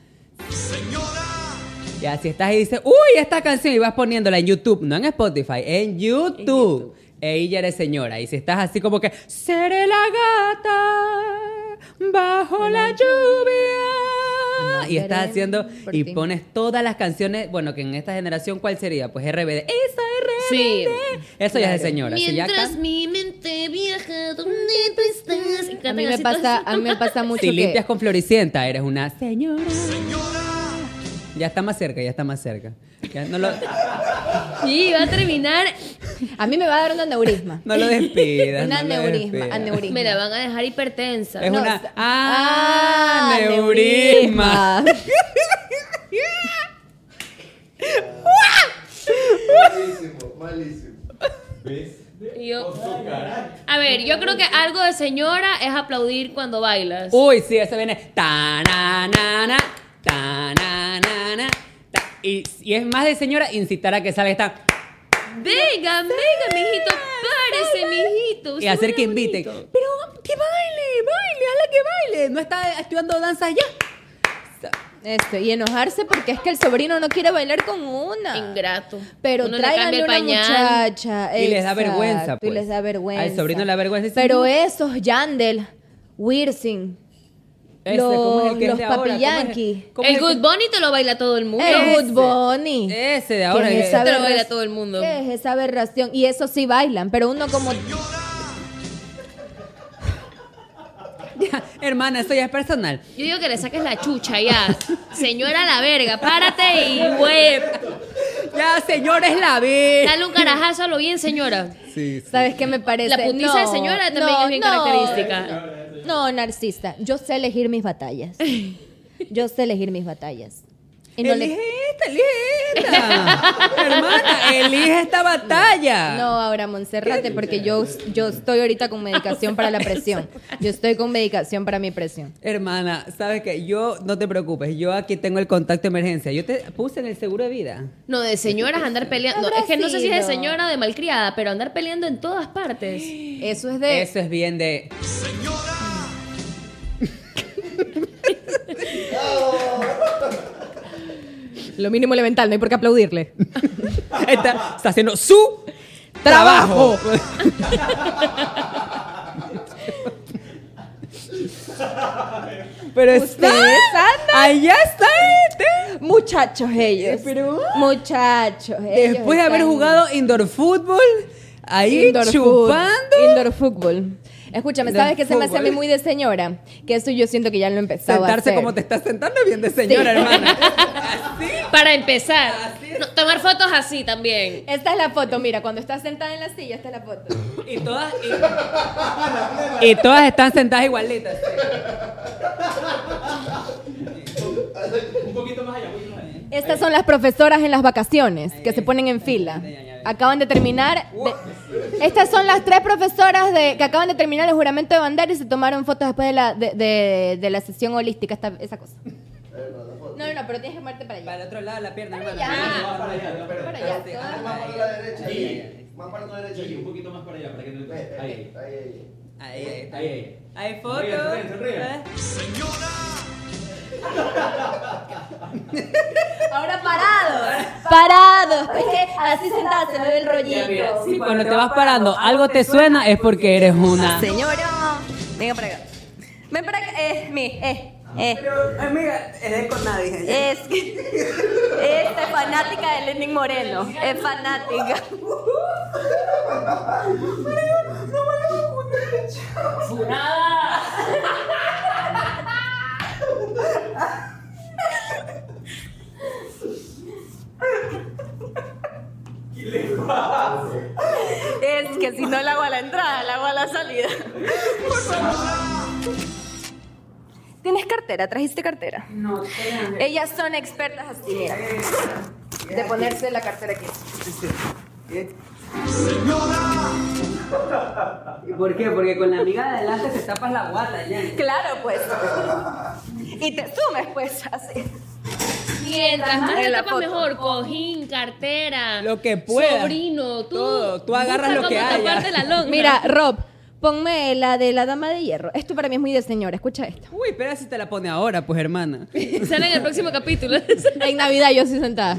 [SPEAKER 2] Ya, si estás y dices, uy, esta canción, y vas poniéndola en YouTube, no en Spotify, en YouTube. Ahí ya eres señora. Y si estás así como que, seré la gata bajo la lluvia.
[SPEAKER 3] No
[SPEAKER 2] y estás
[SPEAKER 3] seré
[SPEAKER 2] haciendo,
[SPEAKER 3] por
[SPEAKER 2] y
[SPEAKER 3] ti.
[SPEAKER 2] pones todas las canciones, bueno, que en esta generación, ¿cuál sería? Pues RBD. Esa RBD.
[SPEAKER 4] Sí.
[SPEAKER 2] Eso ya es de señora. Si ya
[SPEAKER 4] Mientras
[SPEAKER 2] can-
[SPEAKER 4] mi mente viaja donde tú estás. Y
[SPEAKER 3] A
[SPEAKER 4] cantan
[SPEAKER 3] mí me
[SPEAKER 4] así
[SPEAKER 3] pasa,
[SPEAKER 4] todas.
[SPEAKER 3] a mí me pasa mucho
[SPEAKER 2] si
[SPEAKER 3] que.
[SPEAKER 2] limpias con floricienta, eres una señora. Ya está más cerca, ya está más cerca. Ya no lo,
[SPEAKER 4] Y va a terminar.
[SPEAKER 3] A mí me va a dar un aneurisma.
[SPEAKER 2] no lo despidas.
[SPEAKER 3] Un
[SPEAKER 2] no lo
[SPEAKER 3] aneurisma,
[SPEAKER 2] despidas.
[SPEAKER 3] aneurisma.
[SPEAKER 4] Me la van a dejar hipertensa.
[SPEAKER 2] Es
[SPEAKER 3] No,
[SPEAKER 2] una
[SPEAKER 3] o sea-
[SPEAKER 2] ¡Ah,
[SPEAKER 3] aneurisma.
[SPEAKER 2] neurisma!
[SPEAKER 8] Malísimo, malísimo. ¿Ves?
[SPEAKER 4] Y yo- a ver, yo creo que algo de señora es aplaudir cuando bailas.
[SPEAKER 2] Uy, sí, ese viene. Tananana, tananana, ta- y, y es más de señora incitar a que salga esta.
[SPEAKER 4] Venga, venga, mijito. Párese, mijito.
[SPEAKER 2] Y hacer
[SPEAKER 4] Suena
[SPEAKER 2] que inviten. Pero
[SPEAKER 4] bonito.
[SPEAKER 2] que baile, baile, hazla que baile. No está estudiando danza ya.
[SPEAKER 3] Esto, y enojarse porque es que el sobrino no quiere bailar con una.
[SPEAKER 4] Ingrato.
[SPEAKER 3] Pero
[SPEAKER 4] Uno le
[SPEAKER 3] tráiganle
[SPEAKER 4] cambia el
[SPEAKER 3] una
[SPEAKER 4] pañal.
[SPEAKER 3] muchacha.
[SPEAKER 2] Y les da
[SPEAKER 3] exacto,
[SPEAKER 2] vergüenza,
[SPEAKER 3] Y
[SPEAKER 2] pues.
[SPEAKER 3] les da vergüenza.
[SPEAKER 2] Al sobrino le da vergüenza, dice,
[SPEAKER 3] Pero
[SPEAKER 2] "No".
[SPEAKER 3] esos Yandel, Wirsing, los, los
[SPEAKER 2] de ahora? ¿Cómo
[SPEAKER 3] papi
[SPEAKER 2] es-
[SPEAKER 3] Yankee,
[SPEAKER 2] cómo
[SPEAKER 4] El
[SPEAKER 2] es
[SPEAKER 4] Good Bunny te lo baila todo el mundo.
[SPEAKER 3] el
[SPEAKER 2] Ese.
[SPEAKER 3] Good Bunny.
[SPEAKER 2] Ese de ahora.
[SPEAKER 3] ¿Quién
[SPEAKER 2] que-
[SPEAKER 3] es esa
[SPEAKER 4] Te lo
[SPEAKER 3] aberra-
[SPEAKER 4] baila todo el mundo.
[SPEAKER 3] ¿Qué es esa aberración? Y eso sí bailan, pero uno como...
[SPEAKER 2] Ya, hermana, eso ya es personal.
[SPEAKER 4] Yo digo que le saques la chucha ya. Señora la verga, párate y güey.
[SPEAKER 2] Ya, señora, es la vida.
[SPEAKER 4] Dale un carajazo a lo bien, señora.
[SPEAKER 2] Sí, sí.
[SPEAKER 3] ¿Sabes qué me parece?
[SPEAKER 4] La putiza de señora también es bien característica.
[SPEAKER 3] Este, No, narcisista. Yo sé elegir mis batallas. Yo sé elegir mis batallas. Y no, le-
[SPEAKER 2] elige esta, elige esta. Hermana, elige esta batalla.
[SPEAKER 3] no ahora, Monserrate, porque yo, yo estoy ahorita con medicación para la presión. Yo estoy con medicación para mi presión.
[SPEAKER 2] Hermana, sabes que yo no te preocupes, yo aquí tengo el contacto de emergencia. Yo te puse en el seguro de vida.
[SPEAKER 4] No, de señoras andar peleando.
[SPEAKER 3] Habrá
[SPEAKER 4] es que no sé si es de
[SPEAKER 3] sido.
[SPEAKER 4] señora o de malcriada, pero andar peleando en todas partes.
[SPEAKER 3] Eso es de...
[SPEAKER 2] Eso es bien de.
[SPEAKER 7] Lo mínimo elemental, no hay por qué aplaudirle.
[SPEAKER 2] Está, está haciendo su
[SPEAKER 7] ¡Trabajo!
[SPEAKER 2] Pero
[SPEAKER 3] Ustedes
[SPEAKER 2] está.
[SPEAKER 3] andan.
[SPEAKER 2] Allá está este.
[SPEAKER 6] Muchachos ellos.
[SPEAKER 2] Pero-
[SPEAKER 3] ah.
[SPEAKER 6] Muchachos. ellos
[SPEAKER 2] Después de haber
[SPEAKER 6] están-
[SPEAKER 2] jugado indoor fútbol, ahí
[SPEAKER 3] Indoor food,
[SPEAKER 2] chupando.
[SPEAKER 3] indoor fútbol. Escúchame,
[SPEAKER 2] Indoor
[SPEAKER 3] ¿sabes qué se me hace a mí
[SPEAKER 2] fútbol.
[SPEAKER 3] muy de señora? Que eso yo siento que ya lo he empezado
[SPEAKER 2] Sentarse
[SPEAKER 3] a hacer.
[SPEAKER 2] como te estás sentando bien de señora,
[SPEAKER 3] Sí.
[SPEAKER 2] hermana.
[SPEAKER 4] Para empezar, No, tomar fotos así también.
[SPEAKER 3] Esta es la foto, mira, cuando estás sentada en la silla, esta es la foto.
[SPEAKER 2] Y todas, y, y todas están sentadas igualitas. Un poquito más allá,
[SPEAKER 3] Estas son las profesoras en las vacaciones que se ponen en fila. Acaban de terminar. de- estas son las tres profesoras de, que acaban de terminar el juramento de bandera y se tomaron fotos después de la, de, de- de la sesión holística, esta- esa cosa. No, no, no, pero tienes que moverte para allá.
[SPEAKER 2] Para el otro lado la pierna, hermana.
[SPEAKER 3] allá.
[SPEAKER 2] Para allá, este,
[SPEAKER 5] Pero,
[SPEAKER 3] Para
[SPEAKER 5] pero,
[SPEAKER 3] allá,
[SPEAKER 5] sí,
[SPEAKER 3] todo.
[SPEAKER 2] Ah,
[SPEAKER 5] ajá, Más para la derecha.
[SPEAKER 9] Ahí,
[SPEAKER 5] ahí,
[SPEAKER 9] ahí.
[SPEAKER 5] Más para la derecha.
[SPEAKER 9] Y un
[SPEAKER 5] ahí.
[SPEAKER 9] poquito más para allá, para que no
[SPEAKER 5] Ve, ve,
[SPEAKER 9] Ahí.
[SPEAKER 5] ve, ahí, ahí.
[SPEAKER 2] Ahí, ahí,
[SPEAKER 9] Ahí, ahí.
[SPEAKER 2] Hay
[SPEAKER 9] Sonríe,
[SPEAKER 2] fotos.
[SPEAKER 9] sonríe, sonríe.
[SPEAKER 2] ¿eh?
[SPEAKER 6] Ahora parados. Parados. Pues que así sentarse, se ve el rollito.
[SPEAKER 2] Sí, cuando te vas parando, algo te suena, es porque eres una.
[SPEAKER 6] Señora, venga para acá. Ven para acá. Eh, mi, eh, eh.
[SPEAKER 2] Amiga, eres con nadie.
[SPEAKER 6] Es que. Esta es fanática de Lenin Moreno. Es fanática.
[SPEAKER 3] Es que si no la hago a la entrada, la hago a la salida.
[SPEAKER 6] ¿Tienes cartera? ¿Trajiste cartera? No, Ellas son expertas así, mira.
[SPEAKER 3] De ponerse la cartera aquí.
[SPEAKER 2] ¿Y por qué? Porque con la amiga de adelante te tapas la guata ya.
[SPEAKER 6] Claro, pues. Y te sumes, pues, así.
[SPEAKER 4] Mientras más
[SPEAKER 6] En la
[SPEAKER 4] etapas
[SPEAKER 6] foto.
[SPEAKER 4] mejor, cojín, cartera,
[SPEAKER 2] Lo que puedas.
[SPEAKER 4] sobrino, tú,
[SPEAKER 2] Todo. Tú agarras
[SPEAKER 4] busca
[SPEAKER 2] lo que
[SPEAKER 4] cómo
[SPEAKER 2] haya.
[SPEAKER 4] taparte la lonja.
[SPEAKER 3] Mira, Rob, ponme la de la dama de hierro. Esto para mí es muy de señora, escucha esto.
[SPEAKER 2] Uy, espera si te la pone ahora, pues hermana.
[SPEAKER 4] sale en el próximo capítulo.
[SPEAKER 3] En Navidad yo estoy sentada.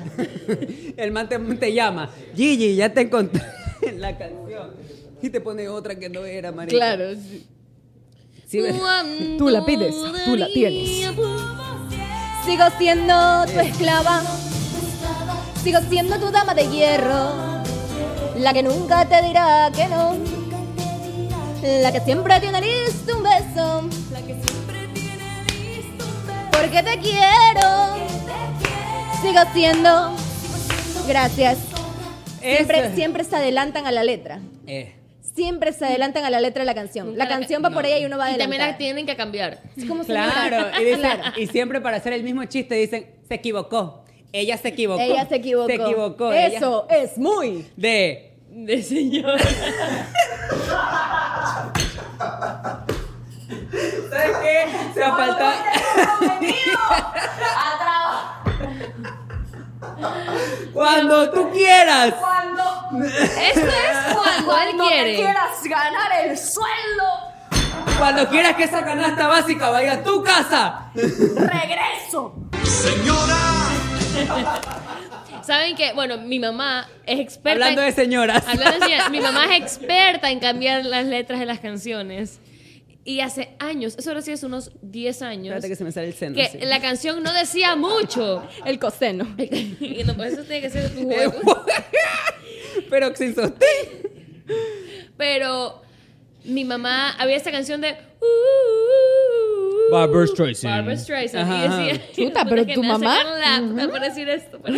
[SPEAKER 2] El man te, te llama. Gigi, ya te encontré en la canción. Y te pone otra que no era, marica.
[SPEAKER 3] Claro. sí.
[SPEAKER 2] Sí, ¿verdad?
[SPEAKER 4] Cuando
[SPEAKER 3] Tú la pides, tú la tienes.
[SPEAKER 6] Sigo siendo tu esclava. Sigo siendo tu dama de hierro. La que nunca te dirá que no. La que siempre tiene listo un beso. La que siempre tiene listo un beso. Porque te quiero. Sigo siendo. Gracias. Siempre,
[SPEAKER 2] Eso.
[SPEAKER 6] siempre se adelantan a la letra.
[SPEAKER 2] Eh,
[SPEAKER 6] Siempre se adelantan a la letra de la canción.
[SPEAKER 4] Nunca
[SPEAKER 6] La
[SPEAKER 4] la-
[SPEAKER 6] canción va por
[SPEAKER 2] no.
[SPEAKER 6] ahí y uno va
[SPEAKER 4] Y también
[SPEAKER 6] adelantar.
[SPEAKER 4] la tienen que cambiar.
[SPEAKER 6] Es como señora.
[SPEAKER 2] claro. Y, dicen- y siempre para hacer el mismo chiste dicen, se equivocó. Ella se equivocó.
[SPEAKER 6] Ella se equivocó.
[SPEAKER 2] Se equivocó. ella-
[SPEAKER 3] Eso es muy
[SPEAKER 2] De...
[SPEAKER 4] De señor.
[SPEAKER 2] ¿Sabes qué? Se ha faltado... Cuando tú quieras.
[SPEAKER 4] Eso es cuando él quiere.
[SPEAKER 6] ganar el sueldo,
[SPEAKER 2] Cuando quieras que esa canasta básica vaya a tu casa.
[SPEAKER 6] regreso.
[SPEAKER 4] Saben que, bueno, mi mamá es experta.
[SPEAKER 2] Hablando de
[SPEAKER 4] en-
[SPEAKER 2] señoras.
[SPEAKER 4] Hablando de señoras, Mi mamá es experta en cambiar las letras de las canciones. Y hace años, eso ahora sí es unos 10 años,
[SPEAKER 2] Espérate que se me sale el seno.
[SPEAKER 4] que
[SPEAKER 2] sí.
[SPEAKER 4] la canción no decía mucho.
[SPEAKER 3] el coseno.
[SPEAKER 4] Y no, pues eso tiene que ser tu
[SPEAKER 2] Eh,
[SPEAKER 4] juego.
[SPEAKER 2] Pero sin sostén.
[SPEAKER 4] Pero mi mamá había esta canción de. "Uh,
[SPEAKER 2] Barbra Streisand.
[SPEAKER 4] Barbra Streisand.
[SPEAKER 2] Ajá,
[SPEAKER 4] Y
[SPEAKER 2] ajá.
[SPEAKER 4] decía. "Puta,
[SPEAKER 3] Chuta, pero
[SPEAKER 4] que
[SPEAKER 3] tu
[SPEAKER 4] me va a
[SPEAKER 3] mamá-
[SPEAKER 4] sacar la puta por decir esto. pero-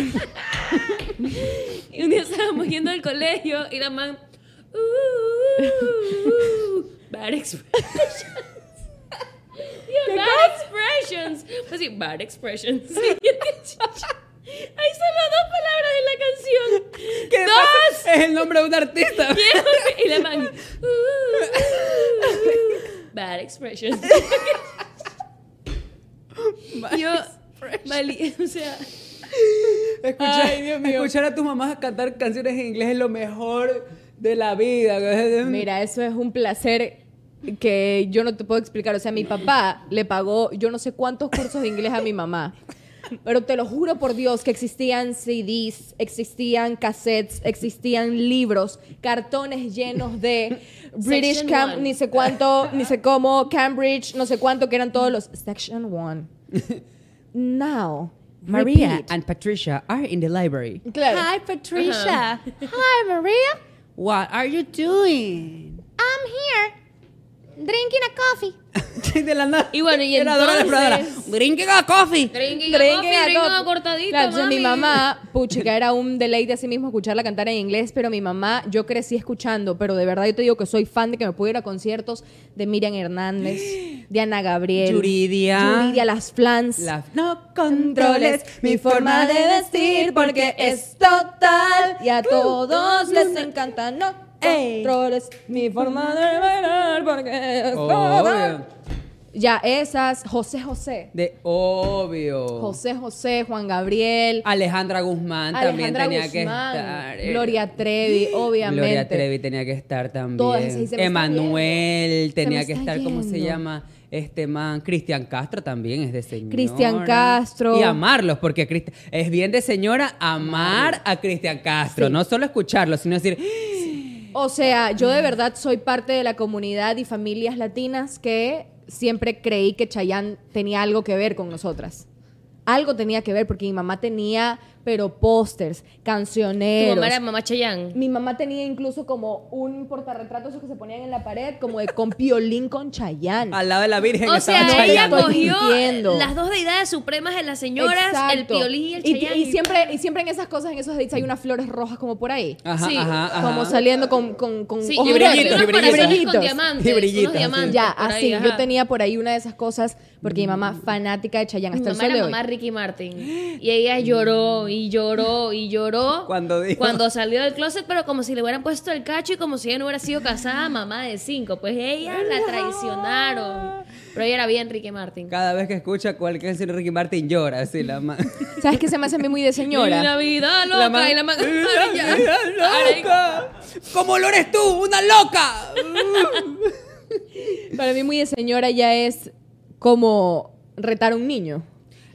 [SPEAKER 4] y un día estábamos yendo al colegio y la "Uh, mamá. uh, bad expressions. Yeah, bad expressions. Pues sí, bad expressions. Ahí solo dos palabras en la canción.
[SPEAKER 2] ¿Qué
[SPEAKER 4] dos.
[SPEAKER 2] pasa? Es el nombre de un artista.
[SPEAKER 4] Y la man. "Ooh, ooh, ooh, Bad expression. Yo. Mali, o sea.
[SPEAKER 2] Escuchar,
[SPEAKER 4] Ay, Dios mío.
[SPEAKER 2] escuchar a tus mamás cantar canciones en inglés es lo mejor de la vida.
[SPEAKER 3] Mira, eso es un placer que yo no te puedo explicar. O sea, mi papá le pagó yo no sé cuántos cursos de inglés a mi mamá. Pero te lo juro por Dios que existían CDs, existían cassettes, existían libros, cartones llenos de British
[SPEAKER 4] Section
[SPEAKER 3] Camp,
[SPEAKER 4] one.
[SPEAKER 3] ni sé cuánto, ni sé cómo, Cambridge, no sé cuánto, que eran todos los Section One. Now
[SPEAKER 2] Maria
[SPEAKER 6] Repeat.
[SPEAKER 2] and Patricia are in the library.
[SPEAKER 3] Claro.
[SPEAKER 2] Hi, Patricia. Hi, Maria. What are you doing?
[SPEAKER 6] I'm here drinking a coffee.
[SPEAKER 2] de la nada.
[SPEAKER 4] Y bueno, y
[SPEAKER 2] Era Dora la Exploradora.
[SPEAKER 4] entonces-
[SPEAKER 2] Drinking a coffee.
[SPEAKER 4] Drinking,
[SPEAKER 3] Drinking a
[SPEAKER 4] coffee, drinking
[SPEAKER 3] coffee.
[SPEAKER 4] a cortadito,
[SPEAKER 3] Claro, entonces mi
[SPEAKER 4] mami.
[SPEAKER 3] mamá, puchica, era un deleite a sí mismo escucharla cantar en inglés, pero mi mamá, yo crecí escuchando, pero de verdad yo te digo que soy fan de que me pudiera ir a conciertos de Miriam Hernández, de Ana Gabriel,
[SPEAKER 2] Yuridia.
[SPEAKER 3] Yuridia Las Flans.
[SPEAKER 2] La- no
[SPEAKER 3] controles mi forma de vestir porque es total y a todos les encanta Uh, no
[SPEAKER 2] Ey.
[SPEAKER 3] controles mi forma de bailar porque es
[SPEAKER 2] Obvio.
[SPEAKER 3] total. Ya esas, José José,
[SPEAKER 2] De obvio.
[SPEAKER 3] José José, Juan Gabriel,
[SPEAKER 2] Alejandra Guzmán también
[SPEAKER 3] Alejandra
[SPEAKER 2] tenía que
[SPEAKER 3] Guzmán,
[SPEAKER 2] estar. eh.
[SPEAKER 3] Gloria Trevi, obviamente.
[SPEAKER 2] Gloria Trevi tenía que estar también.
[SPEAKER 3] Todas esas, y se me está
[SPEAKER 2] Emanuel tenía
[SPEAKER 3] me
[SPEAKER 2] que
[SPEAKER 3] está
[SPEAKER 2] estar, ¿cómo se
[SPEAKER 3] yendo.
[SPEAKER 2] llama? Este man, Cristian Castro también es de señora.
[SPEAKER 3] Cristian Castro.
[SPEAKER 2] Y amarlos, porque Cristi- es bien de señora amar a Cristian Castro. No solo escucharlo, sino decir,
[SPEAKER 3] O sea, yo de verdad soy parte de la comunidad y familias latinas que siempre creí que Chayanne tenía algo que ver con nosotras. Algo tenía que ver porque mi mamá tenía, pero pósters,
[SPEAKER 4] Tu
[SPEAKER 3] cancioneros.
[SPEAKER 4] mamá era mamá Cheyenne.
[SPEAKER 3] Mi mamá tenía incluso como un portarretratos esos que se ponían en la pared, como de con piolín con Chayanne.
[SPEAKER 2] al lado de la Virgen
[SPEAKER 4] O
[SPEAKER 2] estaba
[SPEAKER 4] sea,
[SPEAKER 3] Chayanne.
[SPEAKER 4] ella
[SPEAKER 2] Chayanne.
[SPEAKER 3] Estoy
[SPEAKER 4] cogió
[SPEAKER 3] mintiendo.
[SPEAKER 4] las dos deidades supremas de las señoras, el
[SPEAKER 3] Exacto.
[SPEAKER 4] piolín y el
[SPEAKER 3] y,
[SPEAKER 4] Cheyenne.
[SPEAKER 3] y siempre, y siempre en esas cosas, en esos edits, hay unas flores rojas como por ahí.
[SPEAKER 2] Ajá,
[SPEAKER 4] Sí,
[SPEAKER 2] ajá, ajá.
[SPEAKER 3] Como saliendo con, con, con
[SPEAKER 4] Sí,
[SPEAKER 3] ojos
[SPEAKER 4] y
[SPEAKER 2] brillitos,
[SPEAKER 4] brillitos,
[SPEAKER 3] verdes.
[SPEAKER 2] y
[SPEAKER 4] y
[SPEAKER 2] brillitos.
[SPEAKER 4] brillitos. con
[SPEAKER 3] Brillitos.
[SPEAKER 4] diamantes,
[SPEAKER 2] Y brillitos,
[SPEAKER 4] unos
[SPEAKER 2] sí.
[SPEAKER 4] diamantes.
[SPEAKER 3] Ya,
[SPEAKER 4] por ahí,
[SPEAKER 3] así.
[SPEAKER 4] ajá. Mm.
[SPEAKER 3] Yo tenía por ahí una de esas cosas, porque mi mamá fanática de Chayanne
[SPEAKER 4] Mi
[SPEAKER 3] hasta el
[SPEAKER 4] mamá
[SPEAKER 3] sol de
[SPEAKER 4] era
[SPEAKER 3] hoy.
[SPEAKER 4] mamá Ricky Martin. Y ella lloró y lloró y lloró.
[SPEAKER 2] Cuando dijo-
[SPEAKER 4] Cuando salió del closet, pero como si le hubieran puesto el cacho y como si ella no hubiera sido casada, mamá de cinco. Pues ella la traicionaron. Pero ella era bien Ricky Martin.
[SPEAKER 2] Cada vez que escucha cualquier canción de Ricky Martin llora, así la man.
[SPEAKER 3] ¿Sabes qué se me hace a mí muy de
[SPEAKER 4] Y la
[SPEAKER 3] señora?
[SPEAKER 4] vida loca
[SPEAKER 2] man-
[SPEAKER 4] y la man-
[SPEAKER 2] La
[SPEAKER 4] Ya.
[SPEAKER 2] loca. Como lo eres tú, una loca.
[SPEAKER 3] Para mí muy de señora ya es como retar a un niño.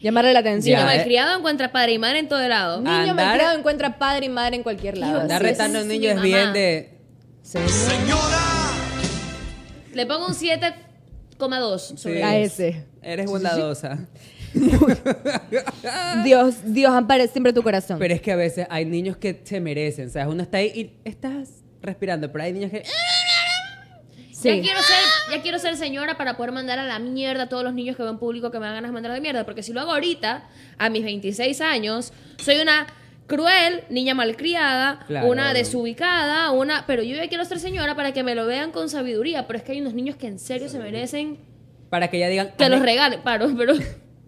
[SPEAKER 3] Llamarle la atención.
[SPEAKER 4] Niño
[SPEAKER 2] Ya, eh.
[SPEAKER 4] malcriado encuentra padre y madre en todo lado.
[SPEAKER 3] Niño
[SPEAKER 2] Andar-
[SPEAKER 3] malcriado encuentra padre y madre en cualquier lado.
[SPEAKER 2] Andar
[SPEAKER 3] así es.
[SPEAKER 2] retando a un
[SPEAKER 4] sí,
[SPEAKER 2] niño es
[SPEAKER 4] mamá.
[SPEAKER 2] bien de.
[SPEAKER 4] Le pongo un 7,2 sobre
[SPEAKER 2] Sí.
[SPEAKER 3] A ese.
[SPEAKER 2] Eres bondadosa.
[SPEAKER 3] Dios, Dios, ampare siempre tu corazón.
[SPEAKER 2] Pero es que a veces hay niños que se merecen. ¿Sabes? Uno está ahí y estás respirando, pero hay niños que.
[SPEAKER 4] Ya,
[SPEAKER 3] Sí.
[SPEAKER 4] quiero ser, ya quiero ser señora para poder mandar a la mierda a todos los niños que veo en público que me dan ganas de mandar a la mierda. Porque si lo hago ahorita, a mis 26 años, soy una cruel niña malcriada,
[SPEAKER 2] Claro.
[SPEAKER 4] una desubicada, una... Pero yo ya quiero ser señora para que me lo vean con sabiduría. Pero es que hay unos niños que en serio se merecen
[SPEAKER 2] Para que ella digan.
[SPEAKER 4] que los
[SPEAKER 2] "Hazle-
[SPEAKER 4] regalen. Paro, pero...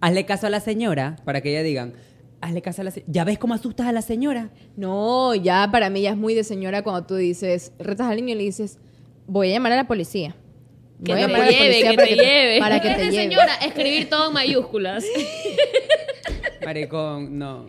[SPEAKER 2] Hazle caso a la señora. Para que ella digan. Hazle caso a la señora. ¿Ya ves cómo asustas a la señora?
[SPEAKER 3] No, ya para mí ya es muy de señora cuando tú dices, retas al niño y le dices, voy a llamar a la policía.
[SPEAKER 4] Que
[SPEAKER 3] Voy a
[SPEAKER 4] te
[SPEAKER 3] llamar a la
[SPEAKER 4] lleve,
[SPEAKER 3] policía
[SPEAKER 4] que
[SPEAKER 3] para
[SPEAKER 4] te
[SPEAKER 3] que
[SPEAKER 4] lleve.
[SPEAKER 3] Para que
[SPEAKER 4] Es
[SPEAKER 3] te
[SPEAKER 4] de
[SPEAKER 3] lleve.
[SPEAKER 4] señora, escribir todo en mayúsculas.
[SPEAKER 2] Maricón, no.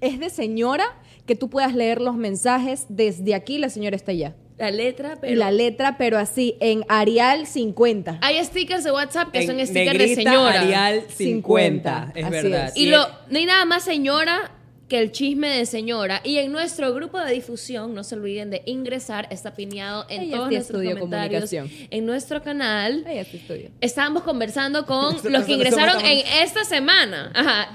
[SPEAKER 3] Es de señora que tú puedas leer los mensajes desde aquí, la señora está allá.
[SPEAKER 4] La letra, pero...
[SPEAKER 3] Y la letra, pero así, en Arial 50.
[SPEAKER 4] Hay stickers de WhatsApp que son
[SPEAKER 2] En
[SPEAKER 4] stickers de
[SPEAKER 2] negrita,
[SPEAKER 4] señora.
[SPEAKER 2] Arial 50.
[SPEAKER 3] 50,
[SPEAKER 2] Es
[SPEAKER 3] así
[SPEAKER 2] verdad.
[SPEAKER 3] es.
[SPEAKER 4] Y
[SPEAKER 2] Sí,
[SPEAKER 4] lo, no hay nada más señora que el chisme de señora. Y en nuestro grupo de difusión, no se olviden de ingresar, está pineado en
[SPEAKER 3] Ella
[SPEAKER 4] todos
[SPEAKER 3] sí
[SPEAKER 4] nuestros
[SPEAKER 3] estudió
[SPEAKER 4] comentarios,
[SPEAKER 3] comunicación.
[SPEAKER 4] en nuestro canal.
[SPEAKER 3] Ahí está, estoy yo.
[SPEAKER 4] Estábamos conversando con
[SPEAKER 2] Nosotros
[SPEAKER 4] los que
[SPEAKER 2] no
[SPEAKER 4] ingresaron
[SPEAKER 2] somos
[SPEAKER 4] en esta semana. Ajá.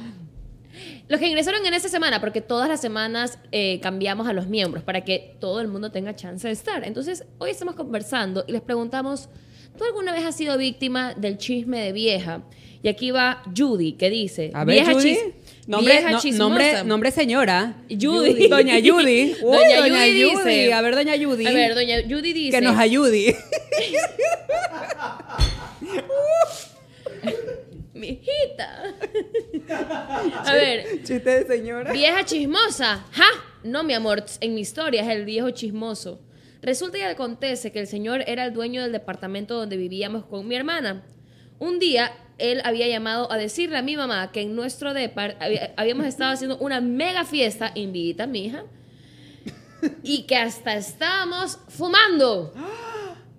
[SPEAKER 4] Los que ingresaron en esta semana, porque todas las semanas eh, cambiamos a los miembros para que todo el mundo tenga chance de estar. Entonces, hoy estamos conversando y les preguntamos, ¿tú alguna vez has sido víctima del chisme de vieja? Y aquí va Judy, que dice,
[SPEAKER 2] A ver,
[SPEAKER 4] vieja
[SPEAKER 2] Judy.
[SPEAKER 4] chis-
[SPEAKER 2] Nombre,
[SPEAKER 4] vieja
[SPEAKER 2] no-
[SPEAKER 4] chismosa".
[SPEAKER 2] nombre, nombre señora.
[SPEAKER 4] Judy.
[SPEAKER 2] Doña Judy. Uy,
[SPEAKER 4] Doña
[SPEAKER 2] doña,
[SPEAKER 4] Judy
[SPEAKER 2] Judy.
[SPEAKER 4] dice.
[SPEAKER 2] A ver, doña Judy.
[SPEAKER 4] A ver, doña Judy dice,
[SPEAKER 2] que nos ayude.
[SPEAKER 4] mi hijita. a ver,
[SPEAKER 2] Chiste de señora.
[SPEAKER 4] Vieja chismosa. ¡Ja! No, mi amor, tss, en mi historia es el viejo chismoso. Resulta y acontece que el señor era el dueño del departamento donde vivíamos con mi hermana. Un día él había llamado a decirle a mi mamá que en nuestro depar había- habíamos estado haciendo una mega fiesta, invita a mi hija, y que hasta estábamos fumando.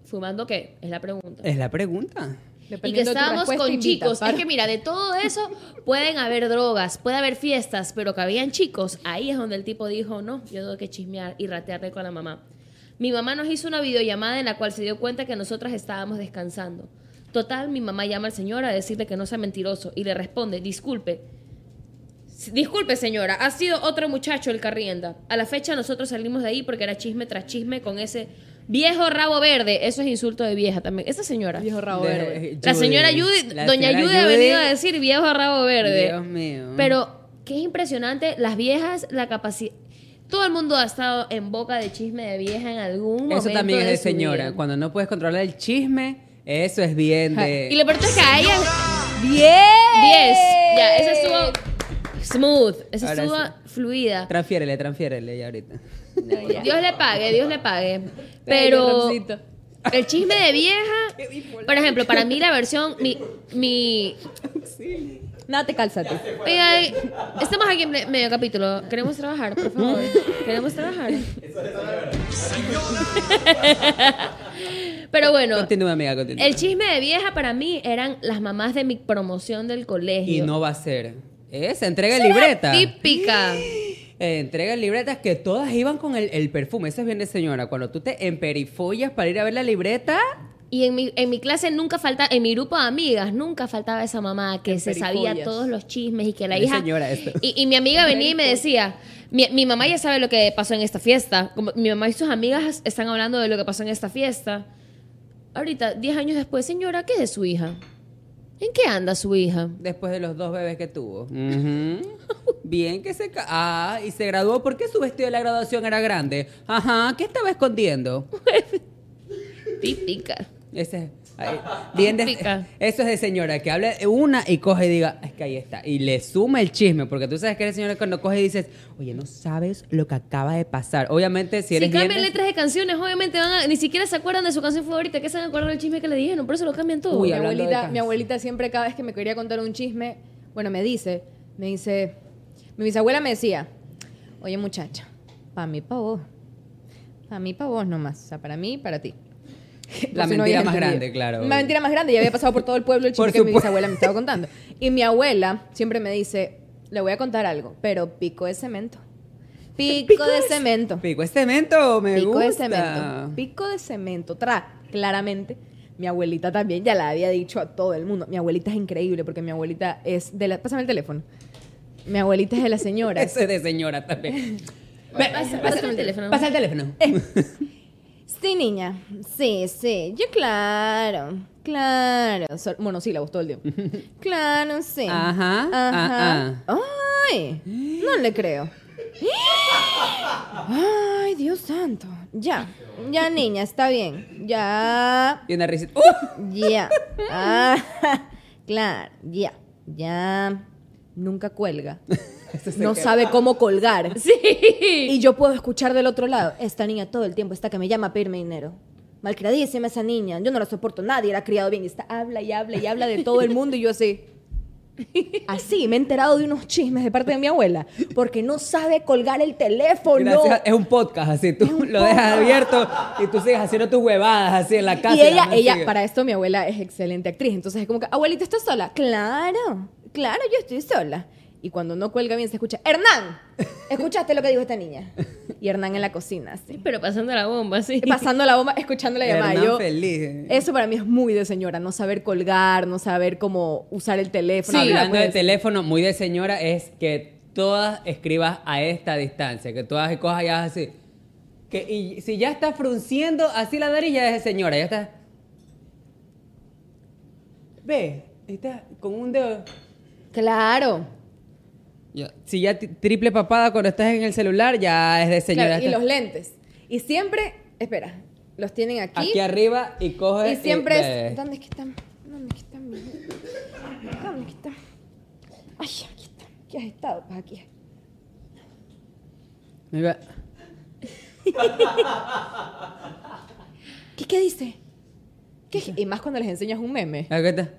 [SPEAKER 4] ¿Fumando qué? Es la pregunta.
[SPEAKER 2] Es la pregunta.
[SPEAKER 4] Y que
[SPEAKER 3] Dependiendo de tu
[SPEAKER 4] estábamos
[SPEAKER 3] respuesta,
[SPEAKER 4] con
[SPEAKER 3] invita,
[SPEAKER 4] chicos.
[SPEAKER 3] para.
[SPEAKER 4] Es que mira, de todo eso pueden haber drogas, puede haber fiestas, pero que habían chicos. Ahí es donde el tipo dijo, no, yo tengo que chismear y ratearle con la mamá. Mi mamá nos hizo una videollamada en la cual se dio cuenta que nosotras estábamos descansando. Total, mi mamá llama al señor a decirle que no sea mentiroso y le responde, disculpe, Disculpe, señora, ha sido otro muchacho el que arrienda. A la fecha nosotros salimos de ahí porque era chisme tras chisme con ese viejo rabo verde. Eso es insulto de vieja también. Esa señora.
[SPEAKER 3] Viejo rabo
[SPEAKER 2] De- eh,
[SPEAKER 3] verde.
[SPEAKER 4] La señora Judy, doña Judy ha venido a decir viejo rabo verde.
[SPEAKER 2] Dios mío.
[SPEAKER 4] Pero que es impresionante, las viejas, la capacidad... Todo el mundo ha estado en boca de chisme de vieja en algún momento.
[SPEAKER 2] Eso también es de
[SPEAKER 4] su
[SPEAKER 2] señora.
[SPEAKER 4] vida.
[SPEAKER 2] Cuando no puedes controlar el chisme, eso es bien de.
[SPEAKER 4] Y lo peor es que a ella...
[SPEAKER 3] ¡Bien!
[SPEAKER 4] 10. Ya, esa estuvo smooth. Esa
[SPEAKER 2] Ahora
[SPEAKER 4] estuvo fluida.
[SPEAKER 2] Transfiérele, transfiérele ya ahorita.
[SPEAKER 4] Dios le pague, Dios le pague.
[SPEAKER 3] Pero...
[SPEAKER 4] Pero el chisme de vieja, por ejemplo, para mí la versión, mi, mi,
[SPEAKER 3] Nada, te cálzate.
[SPEAKER 4] Oiga, estamos aquí en ple- medio capítulo. Queremos trabajar, por favor. Queremos trabajar. Pero bueno,
[SPEAKER 2] Continúa, amiga, continúa.
[SPEAKER 4] el chisme de vieja para mí eran las mamás de mi promoción del
[SPEAKER 2] Y
[SPEAKER 4] colegio.
[SPEAKER 2] no va a ser. Esa, entrega libreta.
[SPEAKER 4] Típica.
[SPEAKER 2] Eh, entrega libretas que todas iban con el, el perfume. Eso es bien de señora. Cuando tú te emperifollas para ir a ver la libreta,
[SPEAKER 4] Y en mi, en mi clase nunca faltaba, en mi grupo de amigas, nunca faltaba esa mamá que se sabía
[SPEAKER 3] perifollas.
[SPEAKER 4] todos los chismes y que la
[SPEAKER 2] Pero
[SPEAKER 4] hija.
[SPEAKER 2] señora, esto.
[SPEAKER 4] Y, y mi amiga venía y me decía. Mi, mi mamá ya sabe lo que pasó en esta fiesta. Como mi mamá y sus amigas están hablando de lo que pasó en esta fiesta. Ahorita, 10 años después, señora, ¿qué es de su hija? ¿En qué anda su hija?
[SPEAKER 2] después de los dos bebés que tuvo. Ujú. Bien que se... ca- Ah, y se graduó. ¿Por qué su vestido de la graduación era grande? Ajá, ¿qué estaba escondiendo?
[SPEAKER 4] Típica.
[SPEAKER 2] Ese, ahí. bien de-
[SPEAKER 4] Pica.
[SPEAKER 2] eso es de señora, que hable una y coge y diga, es que ahí está. Y le suma el chisme, porque tú sabes que eres señora cuando coge y dices, oye, no sabes lo que acaba de pasar. Obviamente, si
[SPEAKER 4] Si,
[SPEAKER 2] eres
[SPEAKER 4] cambian
[SPEAKER 2] bien-
[SPEAKER 4] letras de canciones, obviamente van a- ni siquiera se acuerdan de su canción favorita. ¿Qué se van a acordar del chisme que le dijeron? Por eso lo cambian todo.
[SPEAKER 2] Uy,
[SPEAKER 3] mi,
[SPEAKER 2] hablando de
[SPEAKER 3] abuelita,
[SPEAKER 2] cáncer.
[SPEAKER 3] mi abuelita siempre, cada vez que me quería contar un chisme, bueno, me dice, me dice, mi bisabuela me decía, oye muchacha, para mí, para vos, para mí, para vos nomás, o sea, para mí, para ti. Por
[SPEAKER 2] La
[SPEAKER 3] si no
[SPEAKER 2] mentira
[SPEAKER 3] habías
[SPEAKER 2] más
[SPEAKER 3] entendido.
[SPEAKER 2] grande, claro.
[SPEAKER 3] La mentira más grande, ya había pasado por todo el pueblo el chisme
[SPEAKER 2] Por
[SPEAKER 3] que mi
[SPEAKER 2] supuesto.
[SPEAKER 3] bisabuela me estaba contando. Y mi abuela siempre me dice, le voy a contar algo, pero pico de cemento. Pico, de cemento.
[SPEAKER 2] Pico es cemento, me
[SPEAKER 3] Pico
[SPEAKER 2] gusta.
[SPEAKER 3] de cemento. Pico de cemento. Tra, claramente. Mi abuelita también ya la había dicho a todo el mundo. Mi abuelita es increíble porque mi abuelita es de la. Pásame el teléfono. Mi abuelita es de las señoras.
[SPEAKER 2] Eso es de señora también.
[SPEAKER 4] Pasa- Pásame el teléfono.
[SPEAKER 2] Pasa el teléfono.
[SPEAKER 3] sí, niña. Sí, sí. Yo, claro. Claro. Sol- monosílabos todo el día. Claro, sí.
[SPEAKER 2] Ajá,
[SPEAKER 3] Ajá. Ay. No le creo. Ay, Dios santo. Ya. Ya, niña, está bien. Ya.
[SPEAKER 2] Y una risita. ¡Uh!
[SPEAKER 3] Ya. Ah, claro, ya. Ya. Nunca cuelga.
[SPEAKER 2] Eso se
[SPEAKER 3] No
[SPEAKER 2] queda.
[SPEAKER 3] sabe cómo colgar.
[SPEAKER 4] Sí.
[SPEAKER 3] Y yo puedo escuchar del otro lado. Esta niña todo el tiempo está que me llama a pedirme dinero. Malcriadísima esa niña. Yo no la soporto. Nadie la ha criado bien. Y está, habla y habla y habla de todo el mundo. Y yo así. Así, me he enterado de unos chismes de parte de mi abuela. Porque no sabe colgar el teléfono.
[SPEAKER 2] Gracias. Es un podcast, así tú lo dejas abierto y tú sigues haciendo tus huevadas así en la casa.
[SPEAKER 3] Y ella,
[SPEAKER 2] además
[SPEAKER 3] ella,
[SPEAKER 2] sigue.
[SPEAKER 3] para esto mi abuela es excelente actriz, entonces es como que, abuelita, ¿estás sola? Claro, claro, yo estoy sola. Y cuando no cuelga bien se escucha, Hernán, ¿escuchaste lo que dijo esta niña? Y Hernán en la cocina, así.
[SPEAKER 4] Pero pasando la bomba, sí.
[SPEAKER 3] Pasando la bomba, escuchando la llamada.
[SPEAKER 2] Hernán
[SPEAKER 3] Yo,
[SPEAKER 2] feliz.
[SPEAKER 3] Eso para mí es muy de señora, no saber colgar, no saber cómo usar el teléfono.
[SPEAKER 2] Bueno, hablando
[SPEAKER 3] pues.
[SPEAKER 2] de teléfono, muy de señora es que todas escribas a esta distancia, que todas cojas y hagas así. Que, y si ya está frunciendo así la nariz, ya es de señora, ya está. Ve, ahí está con un dedo.
[SPEAKER 3] Claro.
[SPEAKER 2] Ya. Si ya ti- triple papada cuando estás en el celular, ya es de señora.
[SPEAKER 3] Claro,
[SPEAKER 2] ya
[SPEAKER 3] Y
[SPEAKER 2] está.
[SPEAKER 3] los lentes. Y siempre, espera, los tienen
[SPEAKER 2] Aquí arriba y coges.
[SPEAKER 3] Y siempre
[SPEAKER 2] ve.
[SPEAKER 3] es. ¿Dónde es que están? ¿Dónde es que están? mis- ¿Dónde es que están? Ay, aquí están. ¿Qué has estado? Pues aquí.
[SPEAKER 2] Ahí va.
[SPEAKER 3] ¿Qué, qué dice? ¿Qué? Y más cuando les enseñas un meme.
[SPEAKER 2] Ahí está.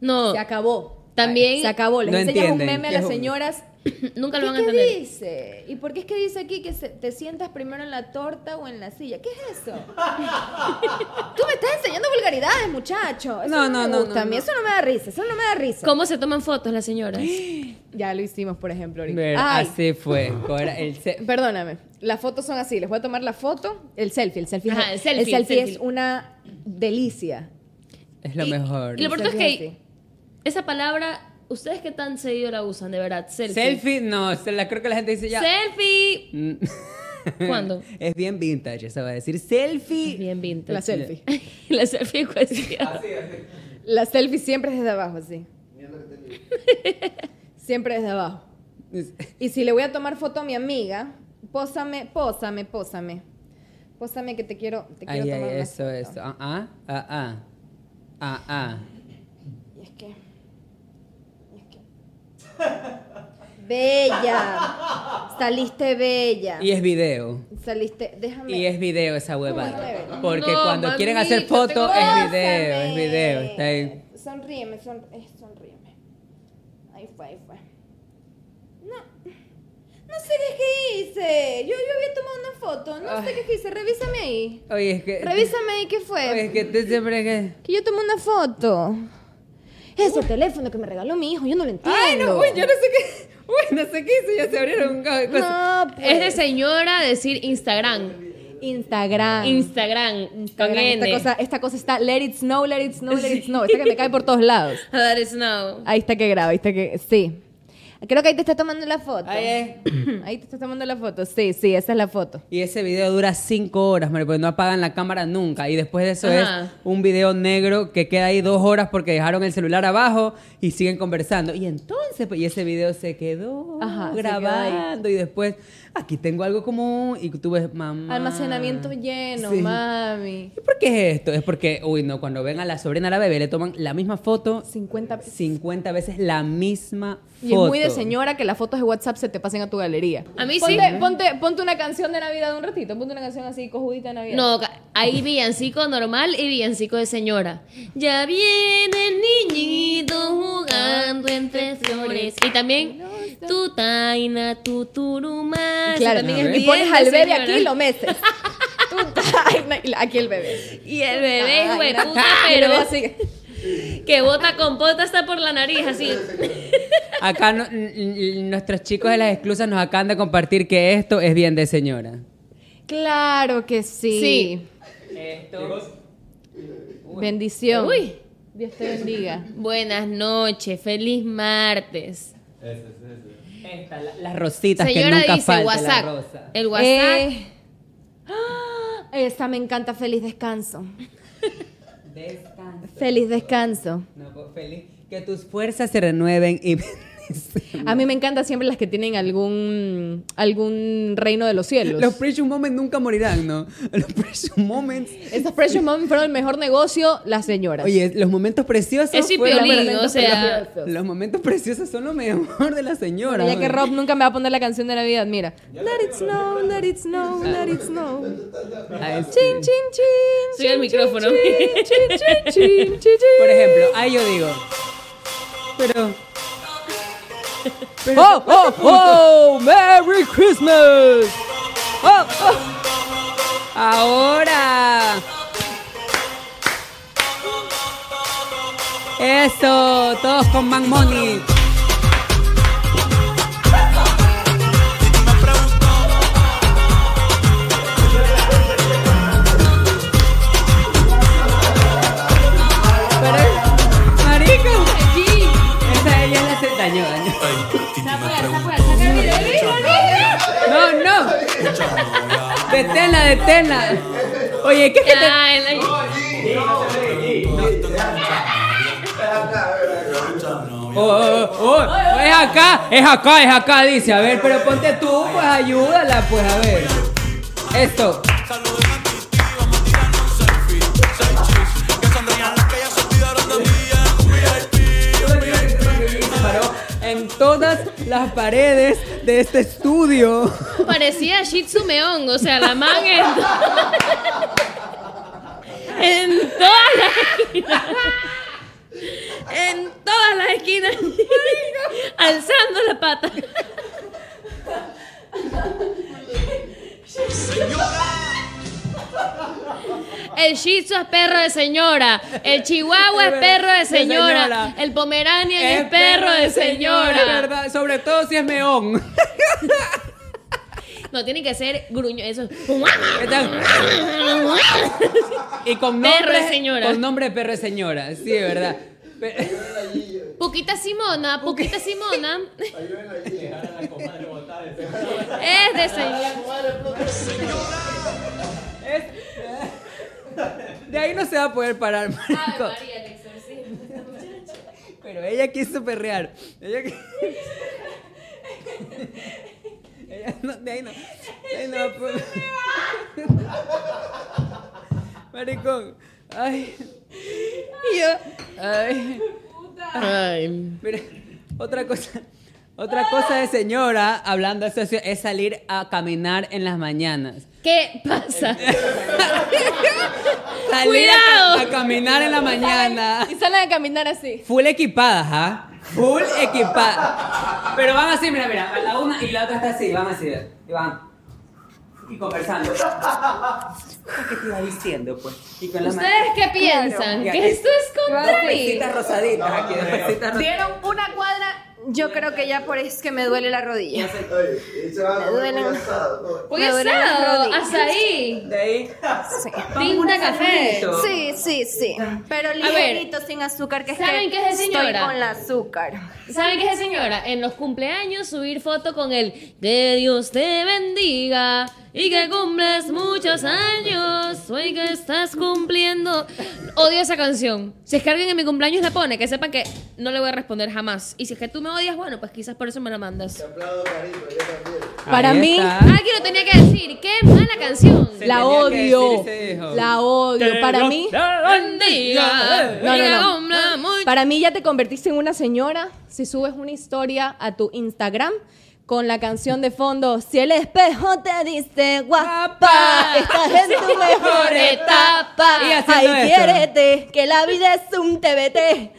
[SPEAKER 4] No,
[SPEAKER 3] Se acabó.
[SPEAKER 4] También-
[SPEAKER 3] Se acabó. Les
[SPEAKER 2] No
[SPEAKER 3] enseñas
[SPEAKER 2] entienden.
[SPEAKER 3] un meme a
[SPEAKER 2] ¿Qué
[SPEAKER 3] las
[SPEAKER 2] es un-
[SPEAKER 3] señoras.
[SPEAKER 4] nunca
[SPEAKER 3] ¿Qué,
[SPEAKER 4] lo van a
[SPEAKER 3] qué
[SPEAKER 4] entender.
[SPEAKER 3] dice? ¿Y por qué es que dice aquí que se- te sientas primero en la torta o en la silla? ¿Qué es eso? Tú me estás enseñando vulgaridades, muchacho. Eso
[SPEAKER 2] No, no,
[SPEAKER 3] no, me
[SPEAKER 2] no,
[SPEAKER 3] gusta
[SPEAKER 2] no,
[SPEAKER 3] a mí.
[SPEAKER 2] no.
[SPEAKER 3] Eso no me da risa. Eso no me da risa.
[SPEAKER 4] ¿Cómo se toman fotos las señoras?
[SPEAKER 3] Ya lo hicimos, por ejemplo, ahorita.
[SPEAKER 2] Ver,
[SPEAKER 3] Ay,
[SPEAKER 2] así fue. Cobra el ce-
[SPEAKER 3] Perdóname, las fotos son así. Les voy a tomar la foto, el selfie. El selfie,
[SPEAKER 4] Ajá, el
[SPEAKER 3] es,
[SPEAKER 4] selfie, el selfie.
[SPEAKER 3] es una delicia.
[SPEAKER 2] Es lo
[SPEAKER 4] Y-
[SPEAKER 2] mejor.
[SPEAKER 4] Y lo peor es
[SPEAKER 3] Selfie.
[SPEAKER 4] que esa palabra ¿Ustedes qué tan seguido la usan, de verdad? Selfie.
[SPEAKER 2] Selfie, no, se la, creo que la gente dice ya.
[SPEAKER 4] Selfie.
[SPEAKER 2] Mm.
[SPEAKER 4] ¿Cuándo?
[SPEAKER 2] es bien vintage, eso va a decir. Selfie.
[SPEAKER 4] Bien vintage.
[SPEAKER 3] La selfie.
[SPEAKER 4] la selfie en cuestión.
[SPEAKER 3] La selfie siempre es desde abajo, así. Siempre desde abajo. Y si le voy a tomar foto a mi amiga, pósame, pósame, pósame. Pósame que te quiero, te quiero
[SPEAKER 2] Ay, ay,
[SPEAKER 3] tomar una
[SPEAKER 2] eso,
[SPEAKER 3] foto.
[SPEAKER 2] eso. Ah, ah, ah, ah. Ah, ah.
[SPEAKER 3] Y es que, y es que-
[SPEAKER 6] Bella. Saliste bella.
[SPEAKER 2] Y es video.
[SPEAKER 6] Saliste. Déjame.
[SPEAKER 2] Y es video esa huevada. Porque
[SPEAKER 4] No,
[SPEAKER 2] cuando quieren
[SPEAKER 4] mamita,
[SPEAKER 2] hacer foto
[SPEAKER 4] tengo-
[SPEAKER 2] es video, es video. Está ahí.
[SPEAKER 3] Sonríeme, son- eh, sonríeme. Ahí fue, ahí fue.
[SPEAKER 6] No sé qué hice. Yo, yo había tomado una foto. No sé qué hice. Revísame ahí.
[SPEAKER 2] Oye, es que.
[SPEAKER 6] Revísame ahí qué fue.
[SPEAKER 2] Oye, es que tú siempre que.
[SPEAKER 6] Que yo tomé una foto. Ese teléfono que me regaló mi hijo, yo no lo entiendo.
[SPEAKER 2] Ay, no, uy, yo no sé qué. Uy, no sé qué hice, ya se abrieron co- cosas.
[SPEAKER 6] No,
[SPEAKER 4] Es de
[SPEAKER 6] pues,
[SPEAKER 4] señora decir Instagram.
[SPEAKER 3] Instagram.
[SPEAKER 4] Instagram. Con
[SPEAKER 3] Ah. Instagram,
[SPEAKER 4] N.
[SPEAKER 3] Esta cosa, esta cosa está let it snow, let it snow, let it snow. Esta que me cae por todos lados.
[SPEAKER 4] That is now.
[SPEAKER 3] Ahí está que graba, ahí está que. Sí.
[SPEAKER 6] creo que ahí te está tomando la foto.
[SPEAKER 2] Ay, eh. ay.
[SPEAKER 3] Ahí te estás tomando la foto. Sí, sí, esa es la foto.
[SPEAKER 2] Y ese video dura cinco horas, Mario, porque no apagan la cámara nunca. Y después de eso es
[SPEAKER 4] Ajá.
[SPEAKER 2] un video negro que queda ahí dos horas porque dejaron el celular abajo y siguen conversando. Y entonces, pues, y ese video se quedó
[SPEAKER 3] Ajá, se quedó ahí.
[SPEAKER 2] grabando. y después, aquí tengo algo como. Y tú ves, mamá.
[SPEAKER 4] Ah.
[SPEAKER 3] Almacenamiento lleno,
[SPEAKER 2] Sí.
[SPEAKER 3] mami.
[SPEAKER 2] ¿Y por qué es esto? Es porque, uy, no, cuando ven a la sobrina, a la bebé, le toman la misma foto
[SPEAKER 3] 50 veces.
[SPEAKER 2] 50 veces la misma foto.
[SPEAKER 3] Y es muy de señora que las fotos de WhatsApp se te pasen a tu galería.
[SPEAKER 4] A mí sí.
[SPEAKER 3] ponte, ponte, ponte una canción de Navidad un ratito. Ponte una canción así, cojudita de Navidad.
[SPEAKER 4] No, ca- hay villancico normal y villancico de señora. Ya viene el niñito jugando entre flores. Y también tu taina, tu turumá.
[SPEAKER 3] Y claro,
[SPEAKER 4] Eso también
[SPEAKER 2] a
[SPEAKER 4] es
[SPEAKER 2] ver.
[SPEAKER 3] y
[SPEAKER 4] bien
[SPEAKER 3] pones
[SPEAKER 4] de
[SPEAKER 3] al bebé
[SPEAKER 4] señora.
[SPEAKER 3] aquí y lo metes. Tú, ay, no, y la- aquí el bebé.
[SPEAKER 4] Y el bebé, hijo de puta,
[SPEAKER 3] Y el
[SPEAKER 4] pero
[SPEAKER 3] bebé así.
[SPEAKER 4] que bota compota hasta por la nariz, así.
[SPEAKER 2] Acá no- n- n- nuestros chicos de las exclusas nos acaban de compartir que esto es bien de señora.
[SPEAKER 3] Claro que sí.
[SPEAKER 4] Sí.
[SPEAKER 3] Bendición.
[SPEAKER 4] Uy.
[SPEAKER 3] Dios te bendiga.
[SPEAKER 4] Buenas noches, feliz martes.
[SPEAKER 5] Ese, ese, ese.
[SPEAKER 2] Las rositas
[SPEAKER 4] Señora
[SPEAKER 2] que nunca
[SPEAKER 4] dice
[SPEAKER 2] falta,
[SPEAKER 4] WhatsApp.
[SPEAKER 2] la rosa.
[SPEAKER 4] El WhatsApp.
[SPEAKER 3] Eh, ¡ah! esa me encanta. Feliz descanso. Feliz descanso.
[SPEAKER 2] No, pues, feliz. Que tus fuerzas se renueven y...
[SPEAKER 3] A mí me encanta siempre las que tienen algún algún reino de los cielos.
[SPEAKER 2] Los precious moments nunca morirán, ¿no? Los precious moments...
[SPEAKER 3] Esos Precious Moments fueron el mejor negocio, las señoras.
[SPEAKER 2] Oye, los momentos preciosos...
[SPEAKER 4] Es y
[SPEAKER 2] fueron-
[SPEAKER 4] Piolín, o sea.
[SPEAKER 3] preciosos.
[SPEAKER 2] Los momentos preciosos son lo mejor de la señora.
[SPEAKER 3] ya que
[SPEAKER 2] man.
[SPEAKER 3] Rob nunca me va a poner la canción de Navidad, mira. Let it snow, let it snow, let it snow.
[SPEAKER 2] Ay, sí.
[SPEAKER 3] Chin, chin, chin.
[SPEAKER 4] Soy el
[SPEAKER 3] chin,
[SPEAKER 4] micrófono.
[SPEAKER 3] Chin, chin, chin, chin, chin, chin.
[SPEAKER 2] Por ejemplo, ahí yo digo. Pero. pero
[SPEAKER 3] ¡Oh, oh, oh! ¡Merry Christmas! ¡Oh, oh!
[SPEAKER 2] ¡Ahora! Eso, todos con Man Money. Pero, marico, esa ella la hace daño, daño. No, no. Deténla, deténla. Oye, ¿qué es que te...
[SPEAKER 4] Ya, en la-
[SPEAKER 2] Oh, oh, oh, oh, es acá, es acá, es acá, dice. A ver, pero ponte tú, pues ayúdala, pues a ver. Esto. Paró En todas las paredes de este estudio.
[SPEAKER 4] Parecía Shih Tzu Meón, o sea, la man en, en todas las esquinas. En todas las esquinas. Alzando la pata. El Shih Tzu es perro de señora. El Chihuahua es perro de señora. El Pomeranian es, perro de
[SPEAKER 2] de
[SPEAKER 4] señora.
[SPEAKER 2] verdad, sobre todo si es meón.
[SPEAKER 4] No, tiene que ser gruño. Eso.
[SPEAKER 2] Y con
[SPEAKER 4] Perro de
[SPEAKER 2] nombre,
[SPEAKER 4] señora.
[SPEAKER 2] Con nombre de perro de señora, sí, de verdad.
[SPEAKER 5] Ayúdenla allí. eh.
[SPEAKER 4] Puquita Simona, Puquita Simona.
[SPEAKER 5] Ayúdenla allí.
[SPEAKER 9] Dejar a la comadre botada de
[SPEAKER 4] Es de señor.
[SPEAKER 5] Comadre, pronto.
[SPEAKER 2] De ahí no se va a poder parar, marico.
[SPEAKER 4] el
[SPEAKER 2] Pero ella quiso perrear. Ella, qui- Ella no, de ahí no. De ahí no va a poder. Maricón. Ay.
[SPEAKER 3] Y yo,
[SPEAKER 2] Ay. Mira, otra cosa. Otra cosa de señora, hablando de eso, es salir a caminar en las mañanas.
[SPEAKER 4] ¿Qué pasa?
[SPEAKER 2] Salir a ca-
[SPEAKER 4] Cuidado.
[SPEAKER 2] a caminar en la mañana.
[SPEAKER 3] y salen a caminar así.
[SPEAKER 2] Full equipadas, ¿ah? Full equipadas. Pero van así, mira, mira, a la una y la otra está así, van así, y van. Y conversando. ¿Qué te iba diciendo, pues? Y con las manos-
[SPEAKER 4] ¿Ustedes qué piensan?
[SPEAKER 2] Claro.
[SPEAKER 4] Que esto es
[SPEAKER 2] Dos
[SPEAKER 4] contrario.
[SPEAKER 2] pesitas rosaditas aquí, dos pesitas ros-
[SPEAKER 6] Dieron una cuadra, yo creo que ya por eso es que me duele la rodilla.
[SPEAKER 5] Oye, y se va a
[SPEAKER 6] Me
[SPEAKER 5] comer
[SPEAKER 6] duelen.
[SPEAKER 5] un asado.
[SPEAKER 4] Hoy
[SPEAKER 6] Me duelen las
[SPEAKER 4] asado,
[SPEAKER 6] rodillas.
[SPEAKER 4] azaí,
[SPEAKER 2] De ahí.
[SPEAKER 4] tinta café.
[SPEAKER 6] Sí, sí, sí. Pero ligerito, sin azúcar, que es
[SPEAKER 4] ¿saben
[SPEAKER 6] que
[SPEAKER 4] qué es de señora?
[SPEAKER 6] estoy con la azúcar.
[SPEAKER 4] ¿Saben qué es, señora? En los cumpleaños subir foto con el que Dios te bendiga y que cumples muchos años. Hoy que estás cumpliendo. Odio esa canción. Si es que alguien en mi cumpleaños la pone, que sepan que no le voy a responder jamás. Y si es que tú me odias, bueno, pues quizás por eso me la mandas.
[SPEAKER 5] Te aplaudo, carito, yo también.
[SPEAKER 3] Para
[SPEAKER 2] Ahí
[SPEAKER 3] mí,
[SPEAKER 2] está.
[SPEAKER 4] Alguien lo tenía que decir. ¡Qué mala canción!
[SPEAKER 2] Se tenía
[SPEAKER 3] la
[SPEAKER 2] que
[SPEAKER 3] odio.
[SPEAKER 2] decir y se dijo.
[SPEAKER 3] La odio. Para mí,
[SPEAKER 4] bendiga.
[SPEAKER 3] No, no,
[SPEAKER 4] y que
[SPEAKER 3] no.
[SPEAKER 4] cumpla mucho-
[SPEAKER 3] para mí ya te convertiste en una señora si subes una historia a tu Instagram con la canción de fondo Si el espejo te dice guapa, estás en tu mejor etapa.
[SPEAKER 2] Y haciendo
[SPEAKER 3] Ay,
[SPEAKER 2] esto.
[SPEAKER 3] quiérete, que la vida es un TBT.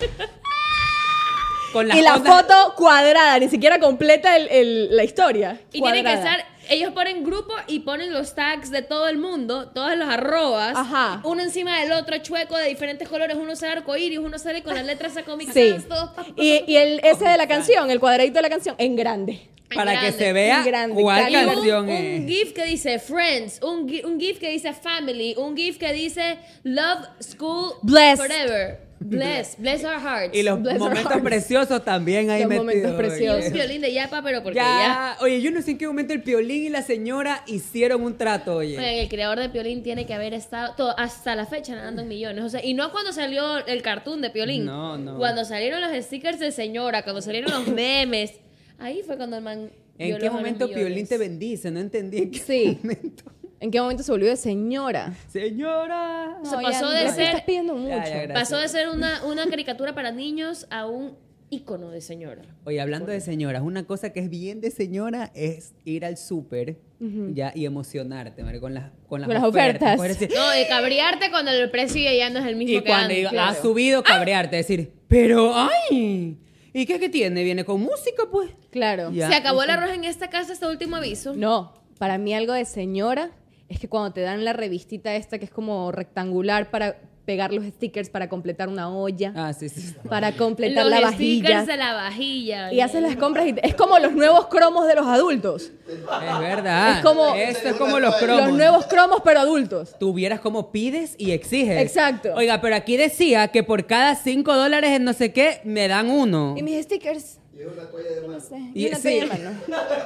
[SPEAKER 2] Con las
[SPEAKER 3] y la
[SPEAKER 2] ondas-
[SPEAKER 3] foto cuadrada, ni siquiera completa el- el- la historia.
[SPEAKER 4] Y tiene que
[SPEAKER 3] Cuadrada.
[SPEAKER 4] estar, ellos ponen grupo y ponen los tags de todo el mundo, todos los arrobas,
[SPEAKER 3] Ajá.
[SPEAKER 4] uno encima del otro, chueco, de diferentes colores, uno sale arcoíris, uno sale con las letras esa Comic
[SPEAKER 3] Sí.
[SPEAKER 4] Sans, todo pa-
[SPEAKER 3] Y, y el ese de la canción, el cuadradito de la canción, en grande.
[SPEAKER 2] Para
[SPEAKER 4] grande.
[SPEAKER 2] que se vea
[SPEAKER 3] Grande,
[SPEAKER 2] cuál
[SPEAKER 4] Y un-
[SPEAKER 3] grande.
[SPEAKER 2] canción
[SPEAKER 4] un,
[SPEAKER 2] es.
[SPEAKER 4] GIF que dice Friends, un, gi- un GIF que dice Family, un GIF que dice Love, School,
[SPEAKER 3] Blessed.
[SPEAKER 4] Forever, Bless, Bless Our Hearts.
[SPEAKER 2] Y los
[SPEAKER 3] Bless our
[SPEAKER 2] momentos
[SPEAKER 3] hearts.
[SPEAKER 2] preciosos también ahí
[SPEAKER 3] Los
[SPEAKER 2] metidos.
[SPEAKER 3] momentos
[SPEAKER 4] Y
[SPEAKER 3] preciosos.
[SPEAKER 4] un violín de Yapa, pero porque ya.
[SPEAKER 2] Ya. Oye, yo no sé en qué momento el piolín y la señora hicieron un trato, oye.
[SPEAKER 4] Oigan, el creador de Piolín tiene que haber estado todo- hasta la fecha nadando en millones. O sea, y no cuando salió el cartoon de Piolín.
[SPEAKER 2] No, no.
[SPEAKER 4] Cuando salieron los stickers de señora, cuando salieron los memes. Ahí fue cuando el man.
[SPEAKER 2] ¿En qué momento Piolín te
[SPEAKER 4] vendió?
[SPEAKER 2] bendice? No entendí en qué
[SPEAKER 3] Sí.
[SPEAKER 2] momento.
[SPEAKER 3] ¿En qué momento se volvió de señora?
[SPEAKER 2] Señora.
[SPEAKER 4] Se pasó de
[SPEAKER 3] Andrea,
[SPEAKER 4] ser-
[SPEAKER 3] Estás pidiendo mucho.
[SPEAKER 2] Ya, ya, gracias.
[SPEAKER 4] Pasó de ser una, una caricatura para niños a un ícono de señora.
[SPEAKER 2] Oye, hablando de señoras, una cosa que es bien de señora es ir al súper ya y emocionarte, Mario, con las, con las,
[SPEAKER 3] Con las ofertas.
[SPEAKER 2] Poder decir,
[SPEAKER 4] No, de cabrearte cuando el precio ya no es el mismo
[SPEAKER 2] Y
[SPEAKER 4] que
[SPEAKER 2] cuando "Ah,
[SPEAKER 4] antes.
[SPEAKER 2] diga, ha subido, cabrearte, decir, pero ay, ¿y qué que tiene? ¿Viene con música, pues?
[SPEAKER 3] Claro.
[SPEAKER 2] Ya,
[SPEAKER 4] Se acabó el
[SPEAKER 2] eso.
[SPEAKER 4] arroz en esta casa, este último aviso.
[SPEAKER 3] No, para mí algo de señora es que cuando te dan la revistita esta que es como rectangular para pegar los stickers, para completar una olla,
[SPEAKER 2] Ah, sí, sí.
[SPEAKER 3] para completar
[SPEAKER 4] Los
[SPEAKER 3] la vajilla.
[SPEAKER 4] stickers de la vajilla.
[SPEAKER 3] Y haces las compras y te- es como los nuevos cromos de los adultos.
[SPEAKER 2] Es verdad.
[SPEAKER 3] Es como-
[SPEAKER 2] Esto es como los cromos.
[SPEAKER 3] Los nuevos cromos, pero adultos.
[SPEAKER 2] Tuvieras como pides y exiges.
[SPEAKER 3] Exacto.
[SPEAKER 2] Oiga, pero aquí decía que por cada 5 dólares en no sé qué, me dan uno.
[SPEAKER 3] Y mis stickers.
[SPEAKER 5] Y es una toalla de mano.
[SPEAKER 3] Y,
[SPEAKER 2] Y-
[SPEAKER 3] una
[SPEAKER 2] sí.
[SPEAKER 3] toalla en mano.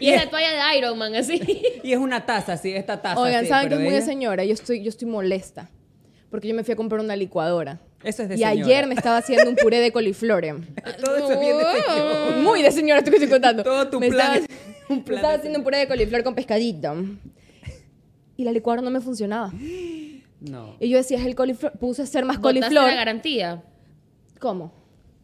[SPEAKER 4] Y es la toalla de Iron Man, así.
[SPEAKER 2] Y es una taza, sí, esta taza.
[SPEAKER 3] Oigan,
[SPEAKER 2] Ah, sí,
[SPEAKER 3] ¿saben que
[SPEAKER 2] pero
[SPEAKER 3] es muy de
[SPEAKER 2] ella-
[SPEAKER 3] señora? Yo estoy, yo estoy molesta. Porque yo me fui a comprar una licuadora.
[SPEAKER 2] Eso es de
[SPEAKER 3] Y
[SPEAKER 2] señora.
[SPEAKER 3] ayer me estaba haciendo un puré de coliflor.
[SPEAKER 2] Todo eso viene de señora.
[SPEAKER 3] Muy de señora esto que estoy contando.
[SPEAKER 2] Todo tu
[SPEAKER 3] me
[SPEAKER 2] plan
[SPEAKER 3] Estaba,
[SPEAKER 2] es- un plan
[SPEAKER 3] me estaba
[SPEAKER 2] de
[SPEAKER 3] haciendo un puré de coliflor con pescadito. Y la licuadora no me funcionaba.
[SPEAKER 2] No.
[SPEAKER 3] Y yo decía, es el coliflor. Puse a hacer más
[SPEAKER 4] ¿Botaste
[SPEAKER 3] coliflor.
[SPEAKER 4] la garantía.
[SPEAKER 3] ¿Cómo?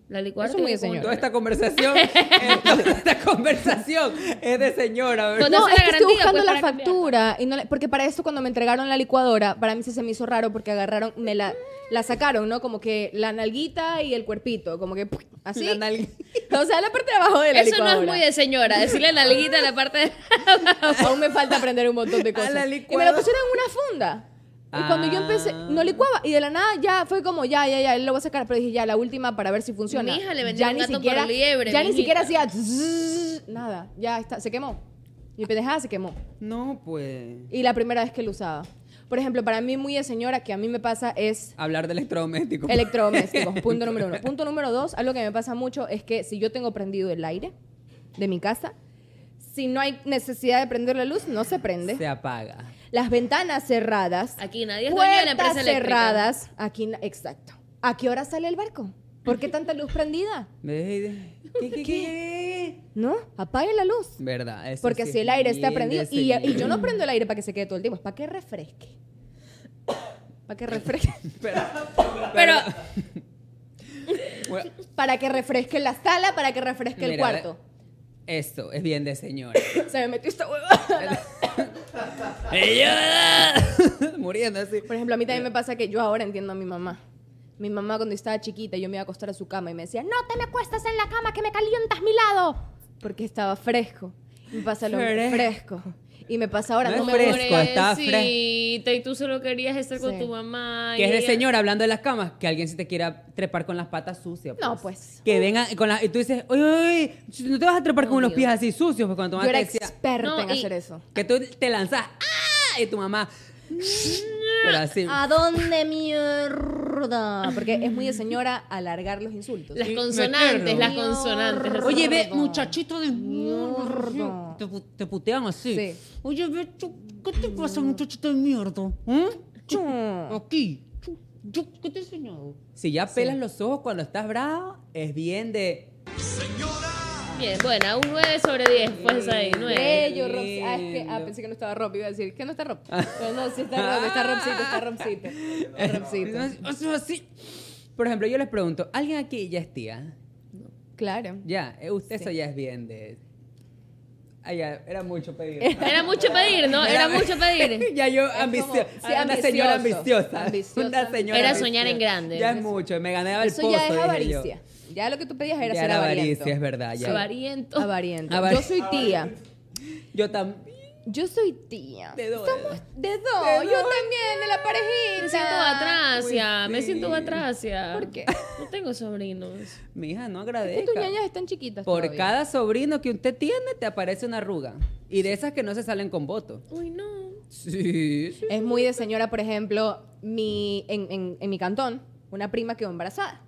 [SPEAKER 4] La licuadora.
[SPEAKER 3] Eso es muy
[SPEAKER 4] tiene
[SPEAKER 3] de
[SPEAKER 4] como-
[SPEAKER 2] Toda
[SPEAKER 3] señora.
[SPEAKER 2] esta conversación, eh, toda esta conversación es de señora. ¿verdad?
[SPEAKER 4] Entonces,
[SPEAKER 3] No, es
[SPEAKER 4] la
[SPEAKER 3] que estoy
[SPEAKER 4] garantía,
[SPEAKER 3] buscando
[SPEAKER 4] pues,
[SPEAKER 3] la
[SPEAKER 4] para cambiar.
[SPEAKER 3] factura. Y no le- porque para esto, cuando me entregaron la licuadora, para mí sí se me hizo raro porque agarraron, me la, la sacaron, ¿no? Como que la nalguita y el cuerpito, como que ¡pum! así.
[SPEAKER 2] La nalga.
[SPEAKER 3] O sea, la parte de abajo de la
[SPEAKER 4] Eso no
[SPEAKER 3] licuadora.
[SPEAKER 4] es muy de señora. Decirle la liguita a la parte de.
[SPEAKER 3] Aún me falta aprender un montón de cosas.
[SPEAKER 2] la
[SPEAKER 3] y me
[SPEAKER 2] licuadora.
[SPEAKER 3] lo pusieron en una funda. Y cuando yo empecé,
[SPEAKER 2] Ah.
[SPEAKER 3] no licuaba. Y de la nada ya fue como, ya, ya, ya, lo voy a sacar. Pero dije, ya, la última para ver si funciona.
[SPEAKER 4] Mija, le
[SPEAKER 3] ya
[SPEAKER 4] vendieron
[SPEAKER 3] ni
[SPEAKER 4] gato por
[SPEAKER 3] siquiera,
[SPEAKER 4] liebre,
[SPEAKER 3] Ya ni
[SPEAKER 4] mijita.
[SPEAKER 3] siquiera hacía zzzz, nada. Ya está, se quemó. Mi pendejada se quemó.
[SPEAKER 2] No, pues.
[SPEAKER 3] Y la primera vez que lo usaba. Por ejemplo, para mí, muy de señora, que a mí me pasa es
[SPEAKER 2] Hablar de electrodomésticos.
[SPEAKER 3] Electrodomésticos, punto número uno. Punto número dos, algo que me pasa mucho es que si yo tengo prendido el aire de mi casa, si no hay necesidad de prender la luz, no se prende.
[SPEAKER 2] Se apaga.
[SPEAKER 3] Las ventanas cerradas.
[SPEAKER 4] Aquí nadie es dueño de la empresa
[SPEAKER 3] puertas
[SPEAKER 4] eléctrica.
[SPEAKER 3] cerradas. Aquí, na- exacto. ¿A qué hora sale el barco? ¿Por qué tanta luz prendida?
[SPEAKER 2] ¿Qué, qué, qué, qué?
[SPEAKER 3] ¿no Apague la luz.
[SPEAKER 2] Verdad. eso
[SPEAKER 3] Porque
[SPEAKER 2] sí
[SPEAKER 3] si
[SPEAKER 2] es
[SPEAKER 3] el aire está
[SPEAKER 2] bien
[SPEAKER 3] prendido.
[SPEAKER 2] de
[SPEAKER 3] Y, y yo
[SPEAKER 2] señor.
[SPEAKER 3] no prendo el aire para que se quede todo el tiempo, es para que refresque. Para que refresque.
[SPEAKER 4] Pero,
[SPEAKER 2] Bueno,
[SPEAKER 3] para que refresque la sala, para que refresque el
[SPEAKER 2] mira,
[SPEAKER 3] cuarto.
[SPEAKER 2] Esto es bien de señora.
[SPEAKER 3] Se me metió esta huevada.
[SPEAKER 2] ¡Ella! Muriendo así.
[SPEAKER 3] Por ejemplo, a mí también me pasa que yo ahora entiendo a mi mamá. Mi mamá cuando estaba chiquita, yo me iba a acostar a su cama y me decía, no te me acuestas en la cama que me calientas mi lado. Porque estaba fresco. Me pasa lo mismo,
[SPEAKER 2] Fresco.
[SPEAKER 3] fresco. Y me pasa ahora,
[SPEAKER 2] No
[SPEAKER 3] no,
[SPEAKER 2] es
[SPEAKER 3] me
[SPEAKER 2] fresco.
[SPEAKER 3] aburre.
[SPEAKER 2] está fresco.
[SPEAKER 4] pobrecita, y tú solo querías estar con
[SPEAKER 3] Sí.
[SPEAKER 4] tu mamá.
[SPEAKER 2] Que
[SPEAKER 4] y
[SPEAKER 2] es de
[SPEAKER 4] ella-
[SPEAKER 2] señora, hablando de las camas, que alguien se te quiera trepar con las patas sucias.
[SPEAKER 3] No, pues.
[SPEAKER 2] Que venga con las. Y tú dices, oye, oye, oye, no te vas a trepar con unos pies así sucios. Porque cuando tu
[SPEAKER 3] Yo
[SPEAKER 2] mamá
[SPEAKER 3] era
[SPEAKER 2] te decía.
[SPEAKER 3] experta
[SPEAKER 4] No,
[SPEAKER 3] en
[SPEAKER 4] y-
[SPEAKER 3] hacer eso.
[SPEAKER 2] Que tú te lanzas. ¡Ah! Y tu mamá. Pero así.
[SPEAKER 3] Ah,
[SPEAKER 6] ¿A dónde mierda?
[SPEAKER 3] Porque es muy de señora alargar los insultos.
[SPEAKER 4] Las
[SPEAKER 2] Sí, me
[SPEAKER 4] consonantes,
[SPEAKER 2] acuerdo.
[SPEAKER 4] las consonantes. resulta
[SPEAKER 2] Oye, ve,
[SPEAKER 4] que-
[SPEAKER 2] muchachito de
[SPEAKER 3] Mierda.
[SPEAKER 2] Te, pu- te putean así.
[SPEAKER 3] Sí.
[SPEAKER 2] Oye, ve, chu, ¿qué te pasa, muchachito de mierda? ¿Mm? Chu, Aquí. Chu, yo, ¿Qué te he enseñado? Si ya pelas los ojos cuando estás bravo, es bien de.
[SPEAKER 4] Bien, bueno, un 9 sobre 10, pues ahí, 9.
[SPEAKER 3] Bello, Rob. Ah, es que, ah, pensé que no estaba Rob. Iba a decir, que no está Rob. Pero no, sí está Rob, está Robcito, está Robcito. Está Robcito.
[SPEAKER 2] Eso es así. Por ejemplo, yo les pregunto, ¿alguien aquí ya es tía?
[SPEAKER 3] Claro.
[SPEAKER 2] Ya, eh, usted eso ya es bien de. Ah, ya, era mucho pedir.
[SPEAKER 4] Era mucho pedir, ¿no? Era mucho pedir.
[SPEAKER 2] ya yo
[SPEAKER 3] como-
[SPEAKER 2] ambiciosa.
[SPEAKER 3] sí,
[SPEAKER 2] una señora
[SPEAKER 3] ambicioso.
[SPEAKER 2] ambiciosa.
[SPEAKER 3] Ambiciosa.
[SPEAKER 2] Una señora
[SPEAKER 4] Era soñar
[SPEAKER 2] ambiciosa.
[SPEAKER 4] en grande.
[SPEAKER 2] Ya es mucho, me ganaba el
[SPEAKER 3] Eso
[SPEAKER 2] pozo.
[SPEAKER 3] ya es
[SPEAKER 2] dije yo.
[SPEAKER 3] avaricia. Ya lo que tú pedías era
[SPEAKER 2] Ya
[SPEAKER 3] ser
[SPEAKER 2] era
[SPEAKER 3] avariento.
[SPEAKER 2] avaricia, es verdad. ya.
[SPEAKER 4] Avariento.
[SPEAKER 3] Avariento.
[SPEAKER 2] Avari-
[SPEAKER 3] Yo soy tía.
[SPEAKER 2] Yo también.
[SPEAKER 3] Yo soy tía.
[SPEAKER 2] De dos.
[SPEAKER 3] Somos de dos.
[SPEAKER 2] De
[SPEAKER 3] Yo
[SPEAKER 2] dos.
[SPEAKER 3] también, de la parejita.
[SPEAKER 4] Me siento batracia,
[SPEAKER 2] Uy,
[SPEAKER 4] me
[SPEAKER 2] Pues sí.
[SPEAKER 4] siento batracia.
[SPEAKER 3] ¿Por qué?
[SPEAKER 4] No tengo sobrinos.
[SPEAKER 2] Mi hija, no
[SPEAKER 3] Es que
[SPEAKER 2] agradezca.
[SPEAKER 3] tus ñañas están chiquitas
[SPEAKER 2] Por
[SPEAKER 3] todavía.
[SPEAKER 2] cada sobrino que usted tiene, te aparece una arruga. Y de esas que no se salen con voto.
[SPEAKER 4] Uy, no.
[SPEAKER 2] Sí, sí.
[SPEAKER 3] Es muy de señora, por ejemplo, mi, en, en- en mi cantón, una prima quedó embarazada.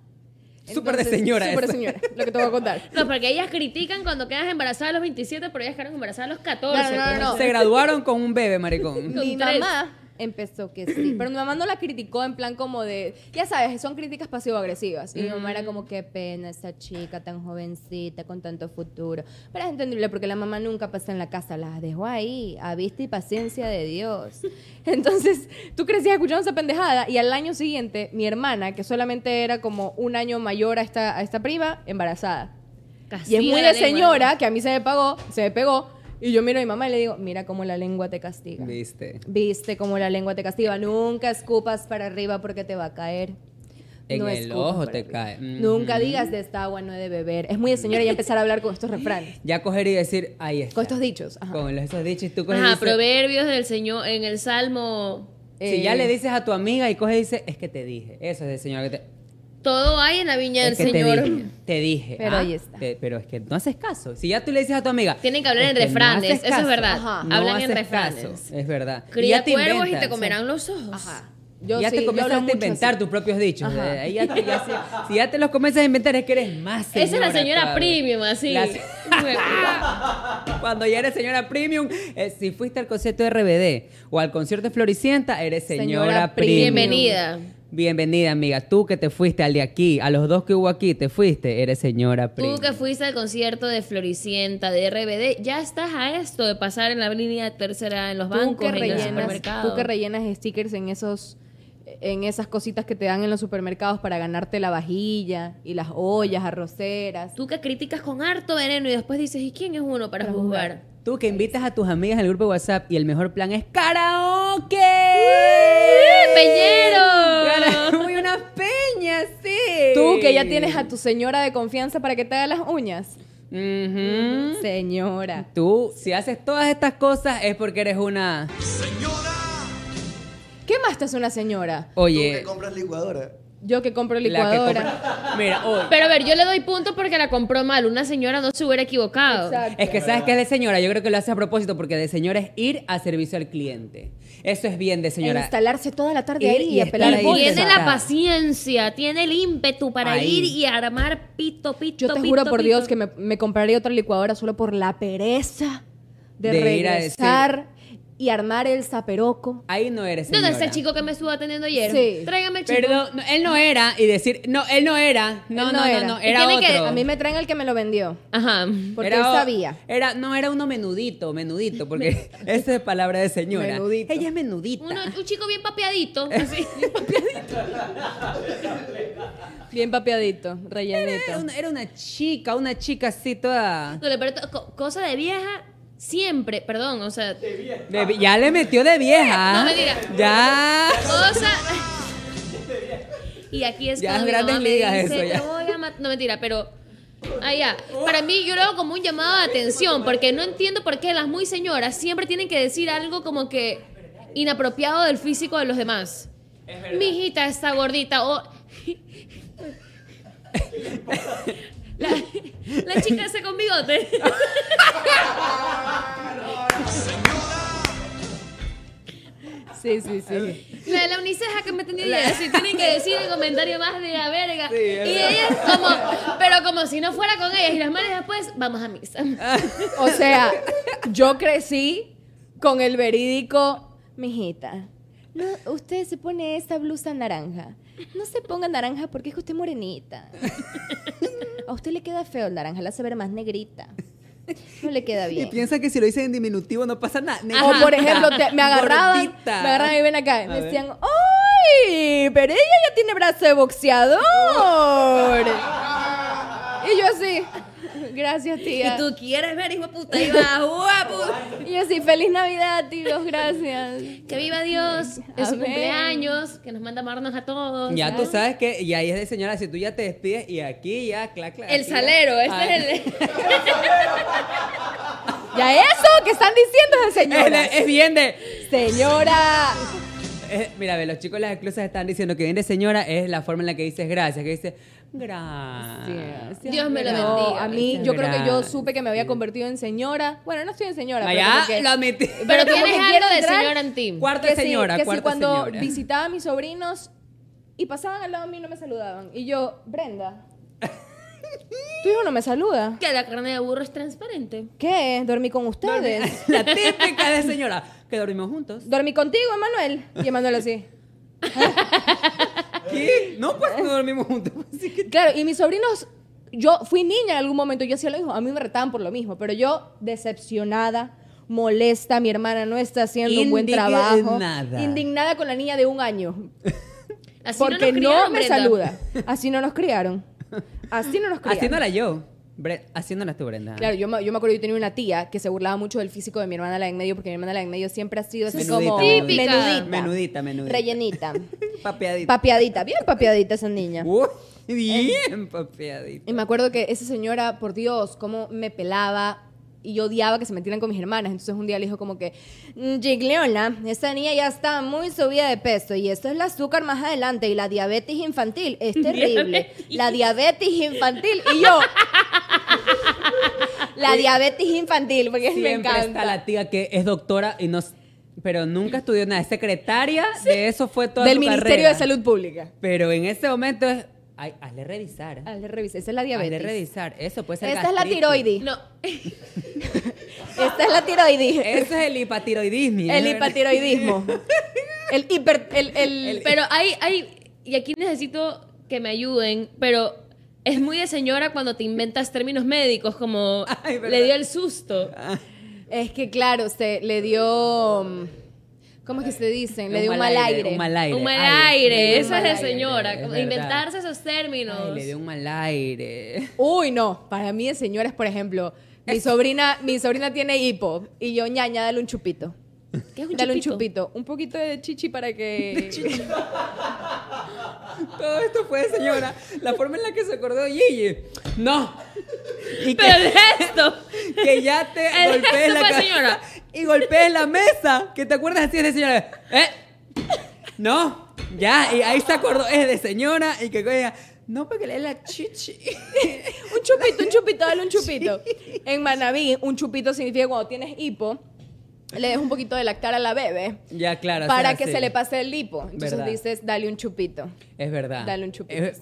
[SPEAKER 2] Súper de señora
[SPEAKER 3] Súper de
[SPEAKER 2] eso.
[SPEAKER 3] señora, lo que te voy a contar.
[SPEAKER 4] No, porque ellas critican cuando quedas embarazada a los 27, pero ellas quedaron embarazadas a los pues. 14.
[SPEAKER 3] No, no, no, no.
[SPEAKER 2] Se graduaron con un bebé, maricón.
[SPEAKER 4] Con
[SPEAKER 3] mi
[SPEAKER 4] tres.
[SPEAKER 3] mamá empezó que sí, pero mi mamá no la criticó en plan como de, ya sabes, son críticas pasivo-agresivas. Y mi mamá era
[SPEAKER 4] Mm.
[SPEAKER 3] como, qué pena esta chica tan jovencita, con tanto futuro. Pero es entendible porque la mamá nunca pasa en la casa, las dejó ahí, a vista y paciencia de Dios. Entonces, tú crecías escuchando esa pendejada y al año siguiente, mi hermana, que solamente era como un año mayor a esta, a esta prima, embarazada. Y
[SPEAKER 4] Castiga
[SPEAKER 3] es muy
[SPEAKER 4] la
[SPEAKER 3] de
[SPEAKER 4] lengua,
[SPEAKER 3] señora, que a mí se me pagó, se me pegó. Y yo miro a mi mamá y le digo, mira cómo la lengua te castiga.
[SPEAKER 2] Viste.
[SPEAKER 3] Viste cómo la lengua te castiga. Nunca escupas para arriba porque te va a caer.
[SPEAKER 2] En el
[SPEAKER 3] escupas
[SPEAKER 2] ojo
[SPEAKER 3] para
[SPEAKER 2] te
[SPEAKER 3] arriba.
[SPEAKER 2] cae. Mm.
[SPEAKER 3] Nunca digas de esta agua no he de beber. Es muy de señora ya empezar a hablar con estos refranes,
[SPEAKER 2] Ya coger y decir, ahí está.
[SPEAKER 3] con estos dichos. Ajá.
[SPEAKER 2] Con los- esos dichos. Tú
[SPEAKER 4] ¿no?
[SPEAKER 2] coges y
[SPEAKER 4] Ajá,
[SPEAKER 2] dices-
[SPEAKER 4] proverbios del Señor en el Salmo.
[SPEAKER 2] Si ya
[SPEAKER 3] Eh,
[SPEAKER 2] le dices a tu amiga y coges y dices, es que te dije. Eso es de señora que te.
[SPEAKER 4] Todo hay en la viña
[SPEAKER 2] Es
[SPEAKER 4] del
[SPEAKER 2] que Te
[SPEAKER 4] Señor.
[SPEAKER 2] dije. te dije,
[SPEAKER 3] Pero
[SPEAKER 2] ah,
[SPEAKER 3] ahí está.
[SPEAKER 2] te- pero es que no haces caso. Si ya tú le dices a tu amiga.
[SPEAKER 4] Tienen que hablar
[SPEAKER 2] es
[SPEAKER 4] en
[SPEAKER 2] no
[SPEAKER 4] refranes,
[SPEAKER 2] haces
[SPEAKER 4] eso es verdad.
[SPEAKER 3] Ajá.
[SPEAKER 2] no
[SPEAKER 4] Hablan en
[SPEAKER 2] haces
[SPEAKER 4] refranes.
[SPEAKER 2] caso, es verdad. Y
[SPEAKER 4] Cría
[SPEAKER 2] ya te
[SPEAKER 4] cuervos y
[SPEAKER 2] inventas,
[SPEAKER 4] te comerán los ojos.
[SPEAKER 3] Ajá.
[SPEAKER 2] Yo
[SPEAKER 3] Yo
[SPEAKER 2] ya
[SPEAKER 3] sí,
[SPEAKER 2] te
[SPEAKER 3] yo hablo
[SPEAKER 2] comienzas a
[SPEAKER 3] mucho
[SPEAKER 2] inventar
[SPEAKER 3] así.
[SPEAKER 2] tus propios dichos.
[SPEAKER 3] Ajá.
[SPEAKER 2] eh, ahí ya te- ya se- si ya te los comienzas a inventar es que eres más señora.
[SPEAKER 4] Esa es la señora
[SPEAKER 2] todavía.
[SPEAKER 4] premium, así.
[SPEAKER 2] La se- Cuando ya eres señora premium, eh, si fuiste al concierto de RBD o al concierto de Floricienta, eres señora,
[SPEAKER 3] Señora
[SPEAKER 2] premium.
[SPEAKER 3] premium.
[SPEAKER 4] Bienvenida.
[SPEAKER 2] Bienvenida, amiga. Tú que te fuiste al de aquí, a los dos que hubo aquí, te fuiste, eres señora premium.
[SPEAKER 4] Tú que fuiste al concierto de Floricienta, de RBD, ya estás a esto de pasar en la línea tercera en los
[SPEAKER 3] Tú
[SPEAKER 4] bancos,
[SPEAKER 3] que,
[SPEAKER 4] en el
[SPEAKER 3] rellenas,
[SPEAKER 4] supermercado.
[SPEAKER 3] tú que rellenas stickers en esos en esas cositas que te dan en los supermercados para ganarte la vajilla y las ollas arroceras.
[SPEAKER 4] Tú que criticas con harto veneno y después dices, ¿y quién es uno para, juzgar?
[SPEAKER 2] Tú que invitas a tus amigas al grupo de WhatsApp y el mejor plan es karaoke.
[SPEAKER 4] ¡Peñero!
[SPEAKER 2] Muy unas peñas, sí.
[SPEAKER 3] Tú que ya tienes a tu señora de confianza para que te haga las uñas.
[SPEAKER 2] Ujú.
[SPEAKER 3] Señora.
[SPEAKER 2] Tú, si haces todas estas cosas es porque eres una...
[SPEAKER 3] ¿Qué más te hace una señora?
[SPEAKER 5] Tú que
[SPEAKER 2] Oye,
[SPEAKER 5] compras licuadora.
[SPEAKER 3] Yo que compro
[SPEAKER 2] La que
[SPEAKER 3] licuadora.
[SPEAKER 2] compra- Mira, hoy.
[SPEAKER 4] Pero a ver, yo le doy punto porque la compró mal. Una señora no se hubiera equivocado.
[SPEAKER 3] Exacto.
[SPEAKER 2] Es que sabes que es de señora, yo creo que lo hace a propósito porque de señora es ir a servicio al cliente. Eso es bien de
[SPEAKER 3] E
[SPEAKER 2] señora.
[SPEAKER 3] instalarse toda la tarde
[SPEAKER 2] Ir
[SPEAKER 3] ahí
[SPEAKER 2] y
[SPEAKER 3] y a
[SPEAKER 2] estar
[SPEAKER 3] pelar
[SPEAKER 2] ahí.
[SPEAKER 3] bolas.
[SPEAKER 2] Bien.
[SPEAKER 4] Tiene la
[SPEAKER 2] Exacto.
[SPEAKER 4] paciencia, tiene el ímpetu para
[SPEAKER 2] Ahí.
[SPEAKER 4] ir y armar pito, pito,
[SPEAKER 3] Yo te
[SPEAKER 4] pito,
[SPEAKER 3] juro por
[SPEAKER 4] pito.
[SPEAKER 3] Dios que me, me compraría otra licuadora solo por la pereza de,
[SPEAKER 2] De ir a
[SPEAKER 3] regresar y armar el zaperoco.
[SPEAKER 2] Ahí no eres señora.
[SPEAKER 4] ¿Dónde está el chico que me estuvo atendiendo ayer?
[SPEAKER 3] Sí.
[SPEAKER 4] Tráigame el chico.
[SPEAKER 2] Perdón, no, él no era y decir, no, él no era. No, no,
[SPEAKER 3] Él
[SPEAKER 2] no, no,
[SPEAKER 3] Y
[SPEAKER 2] era
[SPEAKER 3] tiene
[SPEAKER 2] otro.
[SPEAKER 3] que- a mí me traen el que me lo vendió.
[SPEAKER 4] Ajá.
[SPEAKER 3] Porque
[SPEAKER 2] Era
[SPEAKER 3] él
[SPEAKER 2] o-
[SPEAKER 3] sabía.
[SPEAKER 2] Era, no, era uno menudito, menudito, porque esa es palabra de señora.
[SPEAKER 3] Menudito.
[SPEAKER 2] Ella es menudita.
[SPEAKER 4] Uno- un chico bien papeadito. así.
[SPEAKER 3] Bien papeadito, rellenito.
[SPEAKER 2] Era una, era una chica, una chica así toda.
[SPEAKER 4] No, le parece- co- cosa de vieja, siempre. Perdón, o sea.
[SPEAKER 2] de- ya le metió de vieja.
[SPEAKER 4] No me digas.
[SPEAKER 2] Ya.
[SPEAKER 4] Cosa. Y aquí es
[SPEAKER 2] Ya es
[SPEAKER 4] cuando mi
[SPEAKER 2] grandes
[SPEAKER 4] mamá me
[SPEAKER 2] ligas
[SPEAKER 4] dice,
[SPEAKER 2] eso, ya.
[SPEAKER 4] "Te voy a mat-". No, mentira, pero... Ah, ya. Para mí yo lo hago como un llamado de atención, porque no entiendo por qué las muy señoras siempre tienen que decir algo como que inapropiado del físico de los demás. Mi hijita está gordita o... La, la chica esa con bigote.
[SPEAKER 3] Sí, sí, sí.
[SPEAKER 4] La de la uniceja que me tenía idea, si tienen que decir el comentario más de la verga.
[SPEAKER 2] Sí,
[SPEAKER 4] y
[SPEAKER 2] es verdad.
[SPEAKER 4] ella es como, pero como si no fuera con ellas. Y las manes después, vamos a misa.
[SPEAKER 3] O sea, yo crecí con el verídico.
[SPEAKER 6] Mijita, no, usted se pone esa blusa naranja. No se ponga naranja porque es que usted es morenita. A usted le queda feo el naranja, la hace ver más negrita. No le queda bien.
[SPEAKER 2] que si lo dicen en diminutivo no pasa nada.
[SPEAKER 3] O por ejemplo, te- me agarraban,
[SPEAKER 2] Gordita.
[SPEAKER 3] me agarraban y ven acá, y
[SPEAKER 2] A
[SPEAKER 3] me
[SPEAKER 2] ver.
[SPEAKER 3] decían, ¡ay! Pero ella ya tiene brazo de boxeador. Y yo así, gracias tía.
[SPEAKER 4] Y tú quieres ver, hijo de puta, y vas, guapo.
[SPEAKER 3] Y yo así, feliz Navidad, tíos, gracias.
[SPEAKER 4] Que viva Dios en su
[SPEAKER 3] Amén.
[SPEAKER 4] cumpleaños, que nos manda a amarnos a todos.
[SPEAKER 2] Ya tú sabes que, y ahí es de señora, si tú ya te despides y aquí ya, clac, clac.
[SPEAKER 4] El
[SPEAKER 2] aquí ya.
[SPEAKER 4] salero,
[SPEAKER 2] Ah,
[SPEAKER 4] este es el...
[SPEAKER 3] Ya eso que están diciendo es de
[SPEAKER 2] es,
[SPEAKER 3] señora.
[SPEAKER 2] de- Ah, es bien de.
[SPEAKER 3] Señora.
[SPEAKER 2] es- Eh, mira, ve, los chicos de las esclusas están diciendo que bien de señora es la forma en la que dices gracias, que dices gracias.
[SPEAKER 4] Dios me lo
[SPEAKER 3] No,
[SPEAKER 4] bendiga.
[SPEAKER 3] a mí,
[SPEAKER 2] Gracias.
[SPEAKER 3] yo creo que yo supe que me había convertido en señora. Bueno, no estoy en señora, pero
[SPEAKER 2] Vaya,
[SPEAKER 3] como que-
[SPEAKER 2] lo admití.
[SPEAKER 4] Pero
[SPEAKER 3] como
[SPEAKER 4] tienes
[SPEAKER 3] que
[SPEAKER 4] algo
[SPEAKER 3] quiero
[SPEAKER 4] de
[SPEAKER 3] entrar-
[SPEAKER 4] señora en ti.
[SPEAKER 2] Cuarta
[SPEAKER 3] que sí,
[SPEAKER 2] señora,
[SPEAKER 3] que sí,
[SPEAKER 2] cuarta
[SPEAKER 3] cuando
[SPEAKER 2] señora.
[SPEAKER 3] visitaba a mis sobrinos y pasaban al lado mío y no me saludaban. Y yo, Brenda, tu hijo no me saluda.
[SPEAKER 4] Que la carne de burro es transparente.
[SPEAKER 3] ¿Qué? Dormí con ustedes.
[SPEAKER 2] La típica de señora, que dormimos juntos.
[SPEAKER 3] Dormí contigo, Emanuel. Y Emanuel así.
[SPEAKER 2] ¿Qué? No, pues no dormimos juntos. Así que...
[SPEAKER 3] Claro, y mis sobrinos, yo fui niña en algún momento, yo hacía lo mismo, a mí me retaban por lo mismo, pero yo decepcionada, molesta, mi hermana no está haciendo un buen trabajo,
[SPEAKER 2] Indignada.
[SPEAKER 3] indignada con la niña de un año,
[SPEAKER 4] Así
[SPEAKER 3] porque
[SPEAKER 4] nos
[SPEAKER 3] no,
[SPEAKER 4] criaron,
[SPEAKER 3] me
[SPEAKER 4] Brenda.
[SPEAKER 3] saluda, así no nos criaron, así no nos criaron.
[SPEAKER 2] Haciéndola yo. Bre- haciéndola tú, Brenda.
[SPEAKER 3] Claro, yo me, yo me acuerdo, yo tenía una tía que se burlaba mucho del físico de mi hermana la de en medio, porque mi hermana la de en medio siempre ha sido así
[SPEAKER 2] Menudita,
[SPEAKER 3] como
[SPEAKER 4] Típica.
[SPEAKER 3] menudita,
[SPEAKER 2] Menudita, menudita.
[SPEAKER 6] Rellenita.
[SPEAKER 2] Papeadita.
[SPEAKER 6] Papeadita, bien papeadita esa niña.
[SPEAKER 2] Uy, bien papeadita.
[SPEAKER 3] Y me acuerdo que esa señora, por Dios, cómo me pelaba y yo odiaba que se metieran con mis hermanas. Entonces un día le dijo como que, "Mm, Gigliona, esa niña ya está muy subida de peso y esto es el azúcar más adelante y la diabetes infantil es terrible. La diabetes infantil y yo... La diabetes infantil, porque me
[SPEAKER 2] Siempre está
[SPEAKER 3] encanta.
[SPEAKER 2] la tía que es doctora y no... s- Pero nunca estudió nada. Es secretaria, de eso fue toda
[SPEAKER 3] Del
[SPEAKER 2] su
[SPEAKER 3] Ministerio
[SPEAKER 2] carrera.
[SPEAKER 3] de Salud Pública.
[SPEAKER 2] Pero en ese momento es... Ay, hazle revisar.
[SPEAKER 3] Hazle revisar, esa es la
[SPEAKER 2] Hazle
[SPEAKER 3] diabetes.
[SPEAKER 2] revisar. Eso puede ser
[SPEAKER 3] Esta es la
[SPEAKER 2] gastritis.
[SPEAKER 3] tiroides.
[SPEAKER 4] No,
[SPEAKER 3] Esta es la tiroides.
[SPEAKER 2] Eso es el hipatiroidismo.
[SPEAKER 3] El hipatiroidismo. El hiper... El, el,
[SPEAKER 4] Pero hay, hay, y aquí necesito que me ayuden, pero es muy de señora cuando te inventas términos médicos, como
[SPEAKER 2] Ay, ¿verdad?
[SPEAKER 4] le dio el susto.
[SPEAKER 3] Es que claro, se le dio mm, ¿cómo es que se dicen? Le dio un mal aire.
[SPEAKER 2] Un mal aire.
[SPEAKER 4] Un mal
[SPEAKER 2] Ay, le
[SPEAKER 4] aire,
[SPEAKER 2] dio
[SPEAKER 4] eso
[SPEAKER 2] un
[SPEAKER 4] es
[SPEAKER 2] mal
[SPEAKER 4] de
[SPEAKER 2] aire,
[SPEAKER 4] señora,
[SPEAKER 2] es
[SPEAKER 4] como
[SPEAKER 2] verdad.
[SPEAKER 4] inventarse esos términos.
[SPEAKER 2] Ay, le dio un mal aire.
[SPEAKER 3] Uy, no, para mí de señoras, por ejemplo, mi sobrina, mi sobrina tiene hipo y yo ñaña, dale un chupito.
[SPEAKER 4] ¿Qué es un chupito?
[SPEAKER 3] dale un chupito, un poquito de chichi para que
[SPEAKER 2] Todo esto fue de señora. La forma en la que se acordó Gigi. No. Y
[SPEAKER 4] Pero
[SPEAKER 2] que,
[SPEAKER 4] el gesto.
[SPEAKER 2] que ya te
[SPEAKER 4] El
[SPEAKER 2] golpees
[SPEAKER 4] gesto
[SPEAKER 2] la
[SPEAKER 4] fue
[SPEAKER 2] cabeza
[SPEAKER 4] señora.
[SPEAKER 2] y golpees la mesa. Que te acuerdas así de señora. ¿Eh? No. Ya, y ahí se acordó, es de señora, y que coña, no, porque le da la chichi.
[SPEAKER 3] Un chupito, un chupito, dale un chupito. En Manaví, un chupito significa cuando tienes hipo, le des un poquito de lactar a la bebé
[SPEAKER 2] Ya, claro. o
[SPEAKER 3] para
[SPEAKER 2] sea,
[SPEAKER 3] que
[SPEAKER 2] sí.
[SPEAKER 3] se le pase el hipo. Entonces
[SPEAKER 2] Verdad.
[SPEAKER 3] dices, dale un chupito.
[SPEAKER 2] Es verdad.
[SPEAKER 3] Dale un chupito.
[SPEAKER 2] Es-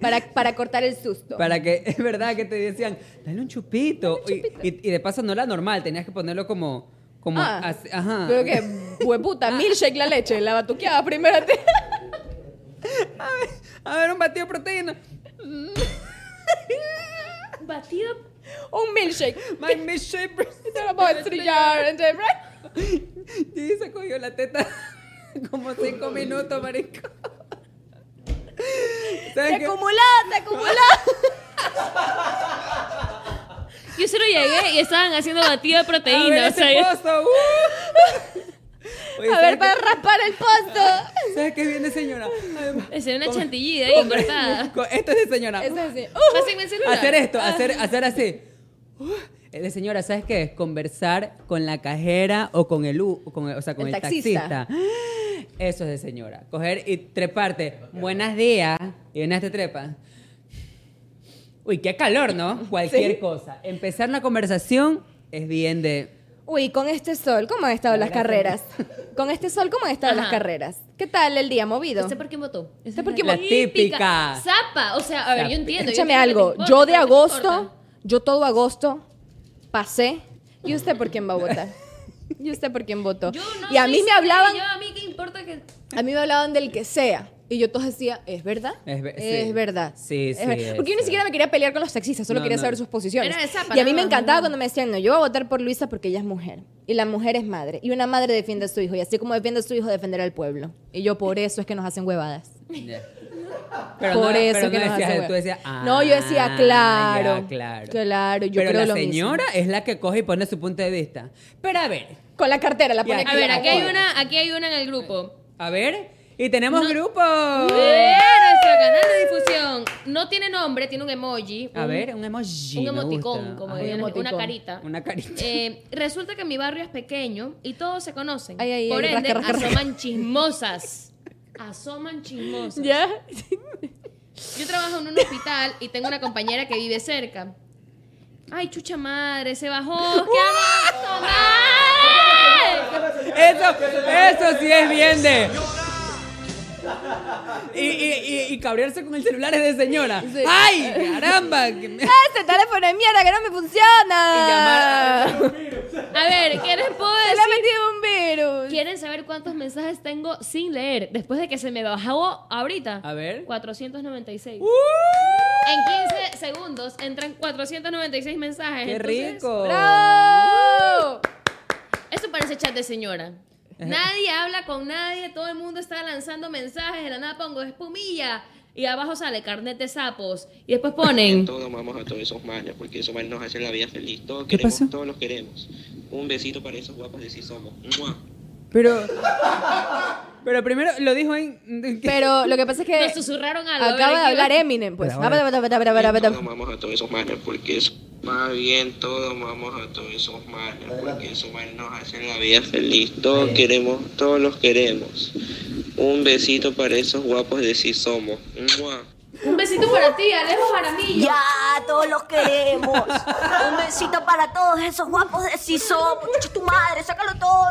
[SPEAKER 3] Para, para cortar el susto.
[SPEAKER 2] Para que, es verdad que te decían, dale un chupito. Y- Y, y de paso no era normal, tenías que ponerlo como. como
[SPEAKER 3] Ah,
[SPEAKER 2] así, ajá.
[SPEAKER 3] Creo que, hueputa, milkshake la leche, la batuqueaba primero. te-
[SPEAKER 2] A ver, un batido de proteína.
[SPEAKER 4] Batido.
[SPEAKER 3] un milkshake.
[SPEAKER 2] My milkshake.
[SPEAKER 3] Y te lo voy a estrellar. entonces,
[SPEAKER 2] Y se cogió la teta como cinco minutos, marico.
[SPEAKER 3] Se
[SPEAKER 2] ¿Sabes qué?
[SPEAKER 3] acumula, se acumula.
[SPEAKER 4] Yo solo llegué y estaban haciendo batido de
[SPEAKER 2] A
[SPEAKER 4] proteína.
[SPEAKER 2] ver, ¿este
[SPEAKER 4] o sea,
[SPEAKER 2] ese
[SPEAKER 4] yo-
[SPEAKER 2] pozo, uh. Oye,
[SPEAKER 3] A
[SPEAKER 2] ¿sabes
[SPEAKER 3] ver, para
[SPEAKER 2] qué?
[SPEAKER 3] raspar el pozo.
[SPEAKER 2] ¿Sabes qué viene, señora?
[SPEAKER 4] es una
[SPEAKER 2] Come.
[SPEAKER 4] chantilly ahí, cortada.
[SPEAKER 2] Co- Esto es de señora.
[SPEAKER 3] Eso es así.
[SPEAKER 4] Pásenme el celular.
[SPEAKER 2] Uh, Hacer esto,
[SPEAKER 3] Ah.
[SPEAKER 2] hacer, hacer así. Eh, de señora, ¿sabes qué? es? Conversar con la cajera o con el, u- o con el- o sea, con
[SPEAKER 3] El
[SPEAKER 2] el,
[SPEAKER 3] taxista.
[SPEAKER 2] taxista. Ah, Eso es de señora. Coger y treparte. Buenas días. Y en este trepa. Uy, qué calor, ¿no? Cualquier cosa. Empezar la conversación es bien de...
[SPEAKER 3] Uy, con este sol, ¿cómo han estado las carreras? Con este sol, ¿cómo han estado las
[SPEAKER 4] Ajá.
[SPEAKER 3] carreras? ¿É tal el día movido?
[SPEAKER 4] ¿Usted ¿Este por quién votó?
[SPEAKER 3] ¿Usted por quién
[SPEAKER 2] La
[SPEAKER 4] votó?
[SPEAKER 2] típica.
[SPEAKER 4] Zapa. O sea, a ver,
[SPEAKER 2] Zapa.
[SPEAKER 4] yo entiendo. yo
[SPEAKER 3] Escúchame
[SPEAKER 4] entiendo
[SPEAKER 3] algo.
[SPEAKER 4] que te importa,
[SPEAKER 3] Yo de
[SPEAKER 4] pero no te
[SPEAKER 3] agosto,
[SPEAKER 4] importa.
[SPEAKER 3] yo todo agosto pasé. ¿Y usted por quién va a votar? ¿Y usted por quién votó?
[SPEAKER 4] Yo no
[SPEAKER 3] y a
[SPEAKER 4] soy
[SPEAKER 3] mí me
[SPEAKER 4] seria,
[SPEAKER 3] hablaban,
[SPEAKER 4] yo a mí qué importa que.
[SPEAKER 3] a mí me hablaban del que sea. Y yo todos decía, ¿es verdad?
[SPEAKER 2] Es ve- sí.
[SPEAKER 3] verdad.
[SPEAKER 2] Sí,
[SPEAKER 3] Es
[SPEAKER 2] sí,
[SPEAKER 3] verdad".
[SPEAKER 2] es
[SPEAKER 3] Porque yo ni
[SPEAKER 2] verdad.
[SPEAKER 3] siquiera me quería pelear con los taxistas, solo
[SPEAKER 2] No,
[SPEAKER 3] quería
[SPEAKER 2] no.
[SPEAKER 3] saber sus posiciones.
[SPEAKER 4] Era esa,
[SPEAKER 3] y a mí me
[SPEAKER 4] nada más,
[SPEAKER 3] encantaba
[SPEAKER 4] nada
[SPEAKER 3] cuando me decían, no, yo voy a votar por Luisa porque ella es mujer. Y la mujer es madre. Y una madre defiende a su hijo. Y así como defiende a su hijo, defenderá al pueblo. Y yo por eso es que nos hacen huevadas.
[SPEAKER 2] Ya.
[SPEAKER 3] Por
[SPEAKER 2] no-
[SPEAKER 3] eso
[SPEAKER 2] pero
[SPEAKER 3] que
[SPEAKER 2] no
[SPEAKER 3] nos hace
[SPEAKER 2] decías,
[SPEAKER 3] huevo.
[SPEAKER 2] tú decías, "Ah,
[SPEAKER 3] No, yo decía,
[SPEAKER 2] ya,
[SPEAKER 3] claro,
[SPEAKER 2] claro.
[SPEAKER 3] claro, yo
[SPEAKER 2] pero
[SPEAKER 3] creo
[SPEAKER 2] la
[SPEAKER 3] lo mismo.
[SPEAKER 2] señora es la que coge y pone su punto de vista. Pero a ver,
[SPEAKER 3] Con la cartera la
[SPEAKER 2] Ya, a
[SPEAKER 3] pone
[SPEAKER 4] A
[SPEAKER 3] aquí.
[SPEAKER 4] ver, aquí hay
[SPEAKER 2] Ahora.
[SPEAKER 4] una, aquí hay una en el grupo.
[SPEAKER 2] a ver, y tenemos
[SPEAKER 4] No.
[SPEAKER 2] grupo.
[SPEAKER 4] Eh, Nuestro canal de difusión no tiene nombre, tiene un emoji.
[SPEAKER 2] A
[SPEAKER 4] un-
[SPEAKER 2] ver, un emoji.
[SPEAKER 4] Un
[SPEAKER 2] me
[SPEAKER 4] emoticón,
[SPEAKER 2] gusta.
[SPEAKER 4] como
[SPEAKER 2] A
[SPEAKER 4] dirían,
[SPEAKER 2] ver,
[SPEAKER 4] una
[SPEAKER 3] emoticón.
[SPEAKER 4] carita.
[SPEAKER 2] Una carita.
[SPEAKER 4] Eh, resulta que mi barrio es pequeño y todos se conocen.
[SPEAKER 3] Ay, ay,
[SPEAKER 4] Por
[SPEAKER 3] ay,
[SPEAKER 4] ende,
[SPEAKER 3] rasca, rasca, rasca.
[SPEAKER 4] asoman chismosas. Asoman chismosas.
[SPEAKER 3] ¿Ya?
[SPEAKER 4] Yo trabajo en un hospital y tengo una compañera que vive cerca. Ay, chucha madre, se bajó. ¿Qué hago?
[SPEAKER 3] Uh.
[SPEAKER 4] ¡Madre!
[SPEAKER 2] Eso, eso sí es bien de. Y, y, y, y cabrearse con el celular es de señora. ¡Ay, caramba! que me-
[SPEAKER 3] ¡Este teléfono de mierda que no me
[SPEAKER 2] Y llamar
[SPEAKER 4] Ah.
[SPEAKER 3] funciona!
[SPEAKER 4] A ver, ¿qué les puedo
[SPEAKER 3] ¡Se la Ah, ha
[SPEAKER 4] decir?
[SPEAKER 3] metido un virus!
[SPEAKER 4] ¿Quieren saber cuántos mensajes tengo sin leer después de que se me bajó ahorita?
[SPEAKER 2] A ver.
[SPEAKER 4] 496.
[SPEAKER 2] ¡Uh!
[SPEAKER 4] En 15 segundos entran 496 mensajes.
[SPEAKER 2] ¡Qué
[SPEAKER 4] entonces,
[SPEAKER 2] rico!
[SPEAKER 3] ¡Bravo!
[SPEAKER 4] Eso parece chat de señora. Nadie habla con nadie, todo el mundo está lanzando mensajes, de la nada pongo espumilla y abajo sale carnet de sapos y después ponen...
[SPEAKER 9] Todos amamos a todos esos manes, porque esos manes nos hacen la vida feliz. Todos queremos,
[SPEAKER 2] pasó?
[SPEAKER 9] todos los queremos. Un besito para esos guapos de si somos. ¡Mua!
[SPEAKER 2] Pero. Pero primero lo dijo en.
[SPEAKER 3] Pero lo que pasa es
[SPEAKER 4] Nos
[SPEAKER 3] que
[SPEAKER 4] susurraron algo. a ver,
[SPEAKER 3] acaba de
[SPEAKER 4] aquí va.
[SPEAKER 3] hablar Eminem, pues.
[SPEAKER 2] Pero ahora-
[SPEAKER 9] Todos amamos a todos esos manes, porque eso más bien todos amamos a todos esos manes, porque esos manes nos hacen la vida feliz. Todos queremos, todos los queremos. Un besito para esos guapos de si somos. ¡Mua!
[SPEAKER 4] Un besito para ti, Alejo Jaramillo.
[SPEAKER 1] Ya, todos los queremos. Un besito para todos esos guapos de Siso. Muchacho, tu madre, sácalo todo.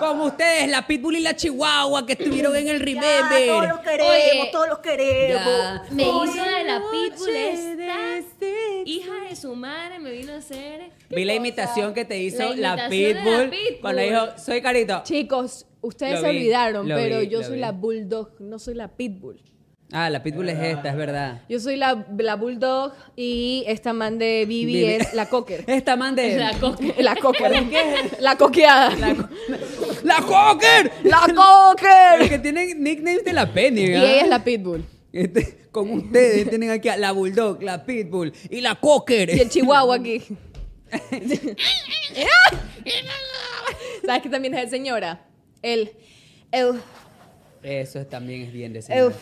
[SPEAKER 2] Como ustedes, la Pitbull y la Chihuahua que estuvieron en el
[SPEAKER 1] Ya,
[SPEAKER 2] Remember.
[SPEAKER 1] todos los queremos,
[SPEAKER 4] Oye.
[SPEAKER 1] todos los queremos.
[SPEAKER 2] Ya.
[SPEAKER 4] Me hizo de la
[SPEAKER 2] Noche
[SPEAKER 4] pitbull
[SPEAKER 2] de este
[SPEAKER 4] esta
[SPEAKER 2] sexo.
[SPEAKER 4] hija de su madre, me vino a hacer...
[SPEAKER 2] Vi la imitación que te hizo la,
[SPEAKER 4] imitación de la
[SPEAKER 2] pitbull,
[SPEAKER 4] Pitbull.
[SPEAKER 2] cuando dijo, soy carito.
[SPEAKER 3] Chicos, ustedes
[SPEAKER 2] Lo
[SPEAKER 3] se
[SPEAKER 2] vi,
[SPEAKER 3] olvidaron,
[SPEAKER 2] lo
[SPEAKER 3] pero
[SPEAKER 2] vi,
[SPEAKER 3] yo
[SPEAKER 2] lo
[SPEAKER 3] soy
[SPEAKER 2] vi.
[SPEAKER 3] la Bulldog, no soy la Pitbull.
[SPEAKER 2] Ah, la pitbull es esta, es verdad.
[SPEAKER 3] Yo soy la, la Bulldog y esta man de Bibi
[SPEAKER 2] Bibi.
[SPEAKER 3] es la Cocker.
[SPEAKER 2] Esta man de...
[SPEAKER 4] La coca.
[SPEAKER 3] La Cocker. La coqueada. La,
[SPEAKER 2] ¡La Cocker!
[SPEAKER 3] Cocker.
[SPEAKER 2] que tienen nicknames de la Penny,
[SPEAKER 3] Y
[SPEAKER 2] ¿verdad?
[SPEAKER 3] ella es la Pitbull.
[SPEAKER 2] Este, con ustedes tienen aquí a la Bulldog, la Pitbull y la Cocker.
[SPEAKER 3] Y el Chihuahua aquí. ¿Sabes que también es de señora? El.
[SPEAKER 6] Eu,
[SPEAKER 2] Eso también es bien de
[SPEAKER 6] eu,
[SPEAKER 2] señora.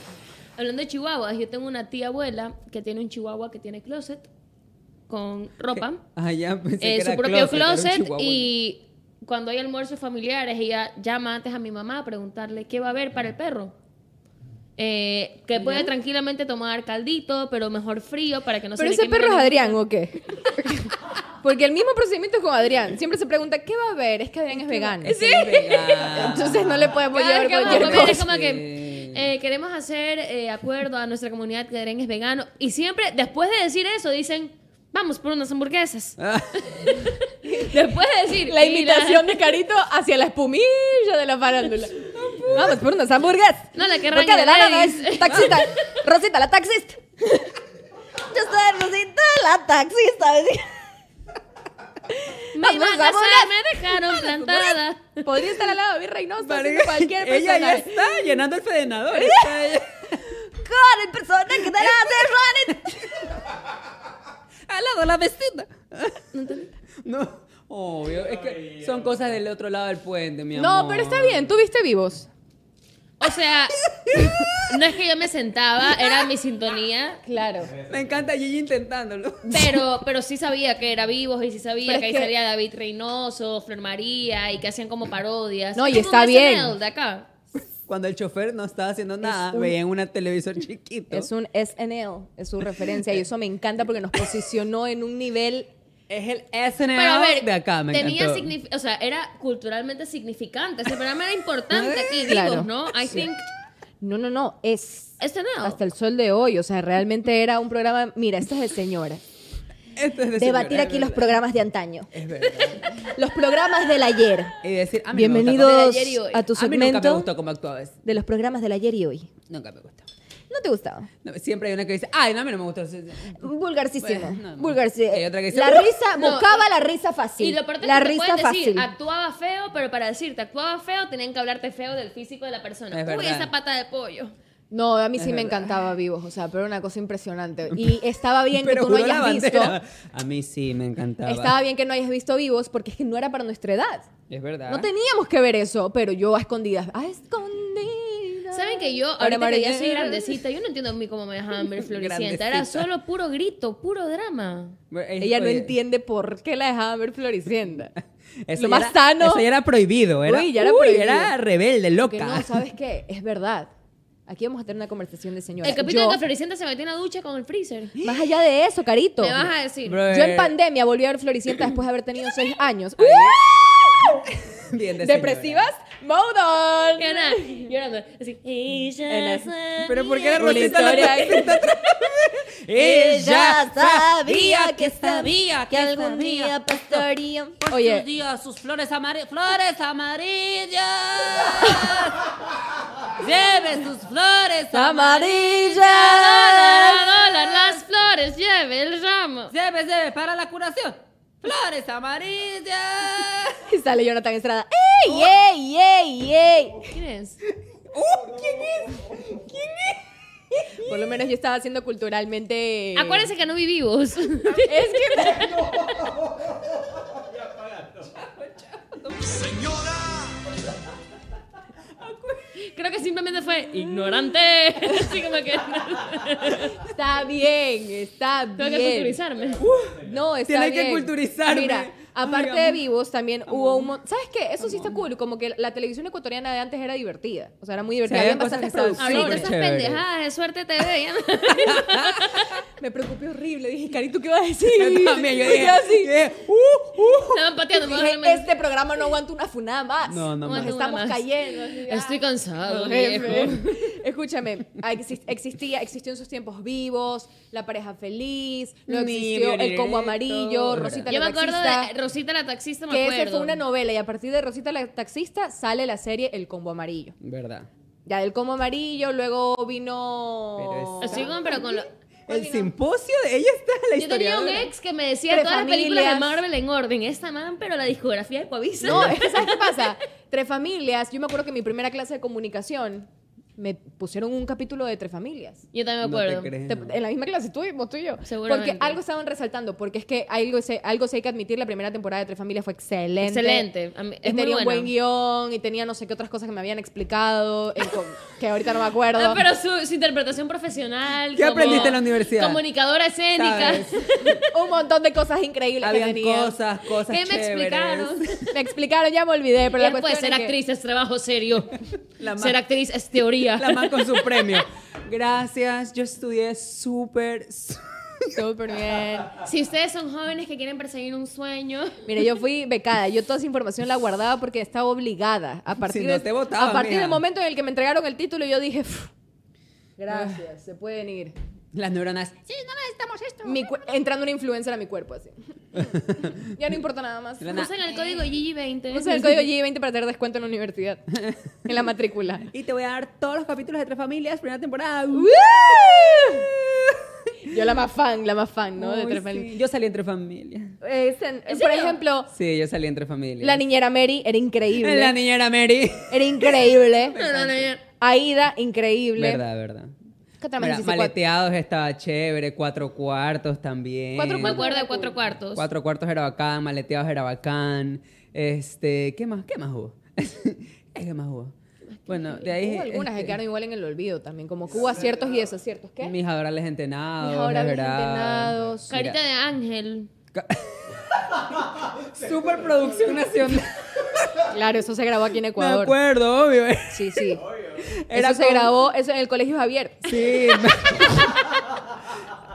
[SPEAKER 4] Hablando de chihuahuas, yo tengo una tía abuela que tiene un chihuahua que tiene closet con ropa.
[SPEAKER 2] Ah, ya pensé
[SPEAKER 4] eh,
[SPEAKER 2] que
[SPEAKER 4] su
[SPEAKER 2] era
[SPEAKER 4] propio
[SPEAKER 2] closet, era un
[SPEAKER 4] closet,
[SPEAKER 2] chihuahua.
[SPEAKER 4] y cuando hay almuerzos familiares, ella llama antes a mi mamá a preguntarle qué va a haber para el perro. Eh, que puede tranquilamente tomar caldito, pero mejor frío para que no se
[SPEAKER 3] ¿Pero
[SPEAKER 4] le
[SPEAKER 3] ese
[SPEAKER 4] queme
[SPEAKER 3] perro es
[SPEAKER 4] la-
[SPEAKER 3] Adrián o qué? Porque el mismo procedimiento es con Adrián. Siempre se pregunta, ¿qué va a haber? Es que Adrián es vegano.
[SPEAKER 2] Es el vegano.
[SPEAKER 3] Entonces no le podemos
[SPEAKER 4] Cada
[SPEAKER 3] llevar
[SPEAKER 4] vez que vamos a
[SPEAKER 3] cualquier
[SPEAKER 4] comer es
[SPEAKER 3] cosa.
[SPEAKER 4] como que eh, queremos hacer eh, acuerdo a nuestra comunidad que Adrián es vegano. Y siempre, después de decir eso, dicen, vamos por unas hamburguesas. después de decir...
[SPEAKER 3] Ah. La
[SPEAKER 4] y
[SPEAKER 3] imitación de Carito hacia la espumilla de la farándula. Vamos por unas hamburguesas.
[SPEAKER 4] No, la que
[SPEAKER 3] Porque
[SPEAKER 4] arranca
[SPEAKER 3] de
[SPEAKER 4] la
[SPEAKER 3] la
[SPEAKER 4] Davis.
[SPEAKER 3] nada es taxista. Rosita, la taxista.
[SPEAKER 6] Yo soy Rosita, la taxista. decía.
[SPEAKER 4] Me
[SPEAKER 3] Vamos,
[SPEAKER 4] iban a
[SPEAKER 3] vamos,
[SPEAKER 4] hacer, me dejaron plantada.
[SPEAKER 3] Podría estar al lado de Reynoso haciendo
[SPEAKER 2] Parece-
[SPEAKER 3] cualquier
[SPEAKER 2] Ella ya
[SPEAKER 3] personaje.
[SPEAKER 2] está llenando el fedenador. está ella-
[SPEAKER 6] Con el personaje que te la hace Ronnie.
[SPEAKER 2] Al lado, la vecina. No, obvio. Es que son cosas del otro lado del puente, mi amor.
[SPEAKER 3] No, pero está bien, tú viste vivos.
[SPEAKER 4] O sea, no es que yo me sentaba, era mi sintonía.
[SPEAKER 3] Claro.
[SPEAKER 2] Me encanta Gigi intentándolo.
[SPEAKER 4] Pero, pero sí sabía que era vivos y sí sabía
[SPEAKER 3] Pero
[SPEAKER 4] que ahí
[SPEAKER 3] es que-
[SPEAKER 4] salía David Reynoso, Flor María y que hacían como parodias.
[SPEAKER 3] No, y
[SPEAKER 4] Como
[SPEAKER 3] está
[SPEAKER 4] un
[SPEAKER 3] bien.
[SPEAKER 4] SNL de acá.
[SPEAKER 2] Cuando el chofer no estaba haciendo nada,
[SPEAKER 3] un-
[SPEAKER 2] veía en una televisor chiquito.
[SPEAKER 3] Es un SNL, es su referencia y eso me encanta porque nos posicionó en un nivel
[SPEAKER 2] Es el SNL
[SPEAKER 4] Pero a ver,
[SPEAKER 2] de acá, me
[SPEAKER 4] tenía
[SPEAKER 2] encantó.
[SPEAKER 4] signifi- o sea, era culturalmente significante. Ese programa era importante aquí,
[SPEAKER 3] Claro.
[SPEAKER 4] digo, ¿no? I think este
[SPEAKER 3] No, no, no, es
[SPEAKER 4] SNL.
[SPEAKER 3] hasta el sol de hoy, o sea, realmente era un programa, mira, esto es de señora.
[SPEAKER 2] Esto es de
[SPEAKER 6] Debatir
[SPEAKER 2] señora,
[SPEAKER 6] aquí
[SPEAKER 2] es
[SPEAKER 6] los
[SPEAKER 2] verdad.
[SPEAKER 6] programas de antaño.
[SPEAKER 2] Es verdad.
[SPEAKER 6] Los programas del ayer.
[SPEAKER 2] Y decir, a mí
[SPEAKER 4] Del
[SPEAKER 6] Bienvenidos
[SPEAKER 4] ayer y hoy.
[SPEAKER 6] a tu
[SPEAKER 2] A mí nunca me gustó
[SPEAKER 6] segmento
[SPEAKER 2] cómo actuabas.
[SPEAKER 6] de los programas del ayer y hoy.
[SPEAKER 2] Nunca me gustó.
[SPEAKER 6] ¿No te gustaba?
[SPEAKER 2] No, siempre hay una que dice, ay, no, a mí no me gustó.
[SPEAKER 6] Vulgarcísimo.
[SPEAKER 2] Bueno, no, no.
[SPEAKER 6] vulgarcísimo.
[SPEAKER 2] Hay otra que dice,
[SPEAKER 6] la
[SPEAKER 2] "Uh".
[SPEAKER 6] risa,
[SPEAKER 4] No,
[SPEAKER 6] buscaba la risa fácil.
[SPEAKER 4] Y lo peor es que
[SPEAKER 6] la
[SPEAKER 4] te
[SPEAKER 6] risa
[SPEAKER 4] pueden
[SPEAKER 6] fácil.
[SPEAKER 4] decir, ah, actuaba feo, pero para decirte actuaba feo, tenían que hablarte feo del físico de la persona.
[SPEAKER 2] Es
[SPEAKER 4] Uy,
[SPEAKER 2] verdad.
[SPEAKER 4] esa pata de pollo.
[SPEAKER 3] No, a mí sí
[SPEAKER 2] Es
[SPEAKER 3] me
[SPEAKER 2] verdad.
[SPEAKER 3] encantaba Vivos, o sea, pero era una cosa impresionante. Y estaba bien que
[SPEAKER 2] Pero
[SPEAKER 3] tú no
[SPEAKER 2] juró la
[SPEAKER 3] hayas visto.
[SPEAKER 2] bandera. A mí sí me encantaba.
[SPEAKER 3] Estaba bien que no hayas visto Vivos porque es que no era para nuestra edad.
[SPEAKER 2] Es verdad.
[SPEAKER 3] No teníamos que ver eso, pero yo a escondidas, a escondidas.
[SPEAKER 4] Saben que yo,
[SPEAKER 3] Ahora
[SPEAKER 4] ahorita que ya
[SPEAKER 3] María-
[SPEAKER 4] soy grandecita, yo no entiendo a mí cómo me dejaban ver Floricienta. Era
[SPEAKER 2] Grandecita.
[SPEAKER 4] solo puro grito, puro drama.
[SPEAKER 2] Bueno, es-
[SPEAKER 3] Ella no
[SPEAKER 2] oye,
[SPEAKER 3] entiende por qué la dejaban ver Floricienta.
[SPEAKER 2] eso ya
[SPEAKER 3] lo más
[SPEAKER 2] era-
[SPEAKER 3] sano.
[SPEAKER 2] Eso ya era prohibido. Era,
[SPEAKER 3] Uy, ya era prohibido.
[SPEAKER 2] era rebelde,
[SPEAKER 3] Que
[SPEAKER 2] loca.
[SPEAKER 3] no, ¿sabes qué? Es verdad. Aquí vamos a tener una conversación de señora.
[SPEAKER 4] El capítulo
[SPEAKER 3] Yo-
[SPEAKER 4] de que Floricienta se metió en la ducha con el freezer.
[SPEAKER 3] Más allá de eso, carito.
[SPEAKER 4] Me vas a decir.
[SPEAKER 2] Bro, eh,
[SPEAKER 3] Yo en pandemia volví a ver Floricienta después de haber tenido seis años. ¡Uh!
[SPEAKER 2] Bien de señora.
[SPEAKER 3] ¿Depresivas? Hold on.
[SPEAKER 4] Y Ana, llorando. Así, ella sabía.
[SPEAKER 2] Pero ¿por qué era
[SPEAKER 3] Una
[SPEAKER 2] Rosita la
[SPEAKER 3] historia ahí.
[SPEAKER 2] presenta otra vez?
[SPEAKER 6] Ella sabía que sabía que
[SPEAKER 2] que
[SPEAKER 6] algún día pastoría.
[SPEAKER 3] Oye,
[SPEAKER 2] Dios, sus flores amarillas. ¡Flores amarillas! Lleve sus flores
[SPEAKER 3] amarilla.
[SPEAKER 4] Dólar, dólar, las flores, lleve el ramo.
[SPEAKER 2] Lleve, lleve para la curación. ¡Flores amarillas!
[SPEAKER 3] Y sale Jonathan Estrada. Eh. ¡Ey, ey, ey, ey!
[SPEAKER 4] ¿Quién es?
[SPEAKER 3] Por lo menos yo estaba haciendo culturalmente.
[SPEAKER 4] Acuérdense que no vi vivos.
[SPEAKER 3] Es que.
[SPEAKER 4] Creo que simplemente fue ignorante. Así como que
[SPEAKER 3] Está bien, está bien. Uh,
[SPEAKER 4] tengo que culturizarme.
[SPEAKER 3] No, está
[SPEAKER 2] Tiene que
[SPEAKER 3] bien.
[SPEAKER 2] culturizarme.
[SPEAKER 3] Mira, aparte
[SPEAKER 2] Oigan.
[SPEAKER 3] de vivos, también hubo un... mon- ¿Sabes qué? Eso sí está cool. Como que la televisión ecuatoriana de antes era divertida. O sea, era muy divertida.
[SPEAKER 2] Sí, pues,
[SPEAKER 3] Había
[SPEAKER 2] había cosas
[SPEAKER 3] bastantes
[SPEAKER 2] que estaban
[SPEAKER 3] producciones.
[SPEAKER 4] Ahorita esas
[SPEAKER 2] chévere.
[SPEAKER 4] pendejadas de suerte te veían.
[SPEAKER 3] Me preocupé horrible. Dije, Cari, ¿tú qué vas a decir?
[SPEAKER 2] Yo también, yo dije,
[SPEAKER 3] Yo así.
[SPEAKER 2] yo dije, uh, uh.
[SPEAKER 4] Estaban pateando. me
[SPEAKER 3] Dije,
[SPEAKER 4] van a-
[SPEAKER 3] este programa no aguanta una funada más.
[SPEAKER 2] No, no
[SPEAKER 3] Nos
[SPEAKER 2] más.
[SPEAKER 3] estamos
[SPEAKER 4] Una más.
[SPEAKER 3] cayendo. así, ah.
[SPEAKER 4] Estoy cansado,
[SPEAKER 3] Jefe.
[SPEAKER 4] viejo.
[SPEAKER 3] Escúchame, ah, exis- existía, existió en sus tiempos vivos, la pareja feliz, no
[SPEAKER 2] Ni
[SPEAKER 3] existió el combo
[SPEAKER 2] Violeta.
[SPEAKER 3] amarillo, Rosita
[SPEAKER 4] Yo me
[SPEAKER 3] la
[SPEAKER 4] acuerdo
[SPEAKER 3] taxista.
[SPEAKER 4] de Rosita la taxista, me
[SPEAKER 3] que
[SPEAKER 4] acuerdo.
[SPEAKER 3] esa fue una novela y a partir de Rosita la taxista sale la serie El Combo Amarillo.
[SPEAKER 2] Verdad.
[SPEAKER 3] Ya del Combo Amarillo luego vino...
[SPEAKER 2] Pero
[SPEAKER 4] Así como, pero con lo-
[SPEAKER 2] El simposio de ella está la
[SPEAKER 4] Yo tenía un
[SPEAKER 2] historiadora.
[SPEAKER 4] ex que me decía
[SPEAKER 3] Tres
[SPEAKER 4] todas las películas de
[SPEAKER 3] familias.
[SPEAKER 4] Marvel en orden. Esta man, pero la discografía de Coavisa.
[SPEAKER 3] No, es que ¿sabes qué pasa? Tres familias, yo me acuerdo que en mi primera clase de comunicación me pusieron un capítulo de Tres Familias.
[SPEAKER 4] Yo también me
[SPEAKER 2] No te
[SPEAKER 4] acuerdo.
[SPEAKER 2] creo.
[SPEAKER 3] Te- en la misma clase estuvimos tú y yo.
[SPEAKER 4] Seguramente.
[SPEAKER 3] Porque algo estaban resaltando, porque es que algo se, algo se hay que admitir, la primera temporada de Tres Familias fue excelente.
[SPEAKER 4] Excelente. A mí-
[SPEAKER 3] Y
[SPEAKER 4] es muy
[SPEAKER 3] tenía
[SPEAKER 4] buena.
[SPEAKER 3] un buen guión, y tenía no sé qué otras cosas que me habían explicado, en co- que ahorita no me acuerdo.
[SPEAKER 4] Ah, pero su, su interpretación profesional.
[SPEAKER 2] ¿Qué
[SPEAKER 4] como
[SPEAKER 2] aprendiste en la universidad?
[SPEAKER 4] Comunicadora escénica.
[SPEAKER 2] ¿Sabes?
[SPEAKER 3] un montón de cosas increíbles que
[SPEAKER 2] Habían
[SPEAKER 3] tenía.
[SPEAKER 2] cosas, cosas
[SPEAKER 4] ¿Qué me
[SPEAKER 2] chéveres.
[SPEAKER 4] explicaron?
[SPEAKER 3] Me explicaron, ya me olvidé, pero la
[SPEAKER 4] Él puede
[SPEAKER 3] cuestión
[SPEAKER 4] pues, ser
[SPEAKER 3] es que-
[SPEAKER 4] actriz, es trabajo serio.
[SPEAKER 2] La
[SPEAKER 4] ser
[SPEAKER 2] ma-
[SPEAKER 4] actriz es teoría.
[SPEAKER 2] La man con su premio. Gracias, yo estudié súper... su-
[SPEAKER 3] Súper bien.
[SPEAKER 4] Si ustedes son jóvenes que quieren perseguir un sueño,
[SPEAKER 3] Mire, yo fui becada. Yo toda esa información la guardaba porque estaba obligada. A partir,
[SPEAKER 2] Si no
[SPEAKER 3] de-
[SPEAKER 2] te votaban,
[SPEAKER 3] a partir
[SPEAKER 2] mija.
[SPEAKER 3] del momento en el que me entregaron el título, yo dije, "Pf, gracias, se pueden ir.
[SPEAKER 2] Las neuronas...
[SPEAKER 3] Mi cu- entrando una influencer a mi cuerpo, así. ya no importa nada más.
[SPEAKER 2] La na-
[SPEAKER 4] usen el código GG20.
[SPEAKER 3] Usa el código G20 para tener descuento en la universidad. En la matrícula.
[SPEAKER 2] Y te voy a dar todos los capítulos de Tres Familias, primera temporada.
[SPEAKER 3] Uh. Yo la más fan, la más fan, ¿no? de
[SPEAKER 2] Uy,
[SPEAKER 3] Tres
[SPEAKER 2] sí,
[SPEAKER 3] Familias.
[SPEAKER 2] Yo salí entre familias.
[SPEAKER 3] Es en-
[SPEAKER 4] ¿En
[SPEAKER 3] por
[SPEAKER 4] serio?
[SPEAKER 3] ejemplo,
[SPEAKER 2] Sí, yo salí entre familias.
[SPEAKER 3] la niñera Mary era increíble.
[SPEAKER 2] La niñera Mary.
[SPEAKER 3] Era increíble.
[SPEAKER 4] No, no, no, no.
[SPEAKER 3] Aida, increíble.
[SPEAKER 2] Verdad, verdad.
[SPEAKER 3] ¿Qué otra
[SPEAKER 2] Mira,
[SPEAKER 3] más hiciste?
[SPEAKER 2] maleteados estaba chévere, cuatro cuartos también.
[SPEAKER 3] Cuatro
[SPEAKER 4] Me
[SPEAKER 3] cuartos.
[SPEAKER 4] acuerdo de cuatro cuartos.
[SPEAKER 2] Cuatro cuartos era bacán, maleteados era bacán. Este, ¿qué más? ¿Qué más hubo? ¿Qué más hubo? Bueno, de ahí.
[SPEAKER 3] Hubo algunas que
[SPEAKER 2] este,
[SPEAKER 3] quedaron igual en el olvido también, como que hubo aciertos y desaciertos. ¿Qué?
[SPEAKER 2] Mis adorables entenados.
[SPEAKER 3] Mis adorables
[SPEAKER 2] es verdad.
[SPEAKER 3] entenados.
[SPEAKER 4] Carita
[SPEAKER 2] Mira,
[SPEAKER 4] de ángel.
[SPEAKER 2] Superproducción nacional.
[SPEAKER 3] Claro, eso se grabó aquí en
[SPEAKER 2] Me
[SPEAKER 3] Ecuador.
[SPEAKER 2] acuerdo, obvio.
[SPEAKER 3] Sí, sí.
[SPEAKER 2] Era
[SPEAKER 3] eso se
[SPEAKER 2] con-
[SPEAKER 3] grabó eso en el Colegio Javier.
[SPEAKER 2] Sí.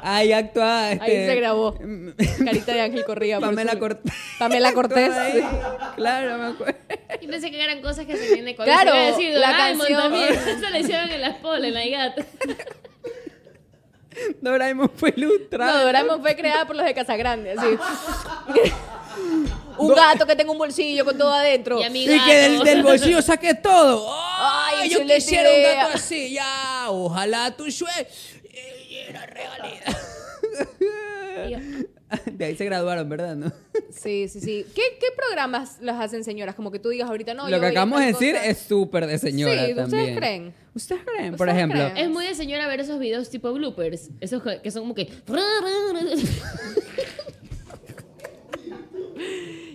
[SPEAKER 2] Ahí actúa. Este,
[SPEAKER 3] Ahí se grabó. Carita de Ángel Corría. por
[SPEAKER 2] Pamela
[SPEAKER 3] eso-
[SPEAKER 2] Cortés.
[SPEAKER 3] Pamela Cortés.
[SPEAKER 2] Actúa ahí. Claro, me acuerdo.
[SPEAKER 4] Y pensé que eran cosas que se tienen con
[SPEAKER 3] Claro,
[SPEAKER 4] Iba a decir,
[SPEAKER 3] la
[SPEAKER 4] Doraemon
[SPEAKER 3] canción.
[SPEAKER 4] también. Se le hicieron en las polas, en la gata.
[SPEAKER 2] Doraemon fue
[SPEAKER 3] No,
[SPEAKER 2] ilustrado.
[SPEAKER 3] Doraemon fue creada por los de Casagrande, así. un gato que tenga un bolsillo con todo adentro.
[SPEAKER 4] Y a mi
[SPEAKER 2] Y que del,
[SPEAKER 4] gato.
[SPEAKER 2] del bolsillo saque todo. Ay,
[SPEAKER 3] Ay,
[SPEAKER 2] yo
[SPEAKER 3] chuleta
[SPEAKER 2] quisiera un
[SPEAKER 3] idea.
[SPEAKER 2] gato así, ya. Ojalá tu sueño era realidad. De ahí se graduaron, ¿verdad? ¿No?
[SPEAKER 3] Sí, sí, sí. ¿Qué, qué programas las hacen señoras? Como que tú digas ahorita no.
[SPEAKER 2] Lo
[SPEAKER 3] yo
[SPEAKER 2] que
[SPEAKER 3] veía
[SPEAKER 2] acabamos de
[SPEAKER 3] tal
[SPEAKER 2] decir
[SPEAKER 3] cosa.
[SPEAKER 2] es súper de señora
[SPEAKER 3] Sí, ¿ustedes
[SPEAKER 2] también.
[SPEAKER 3] creen?
[SPEAKER 2] ¿Ustedes creen? Por
[SPEAKER 3] ¿Ustedes
[SPEAKER 2] ejemplo.
[SPEAKER 3] creen?
[SPEAKER 4] Es muy de señora ver esos videos tipo bloopers. Esos que que son como que.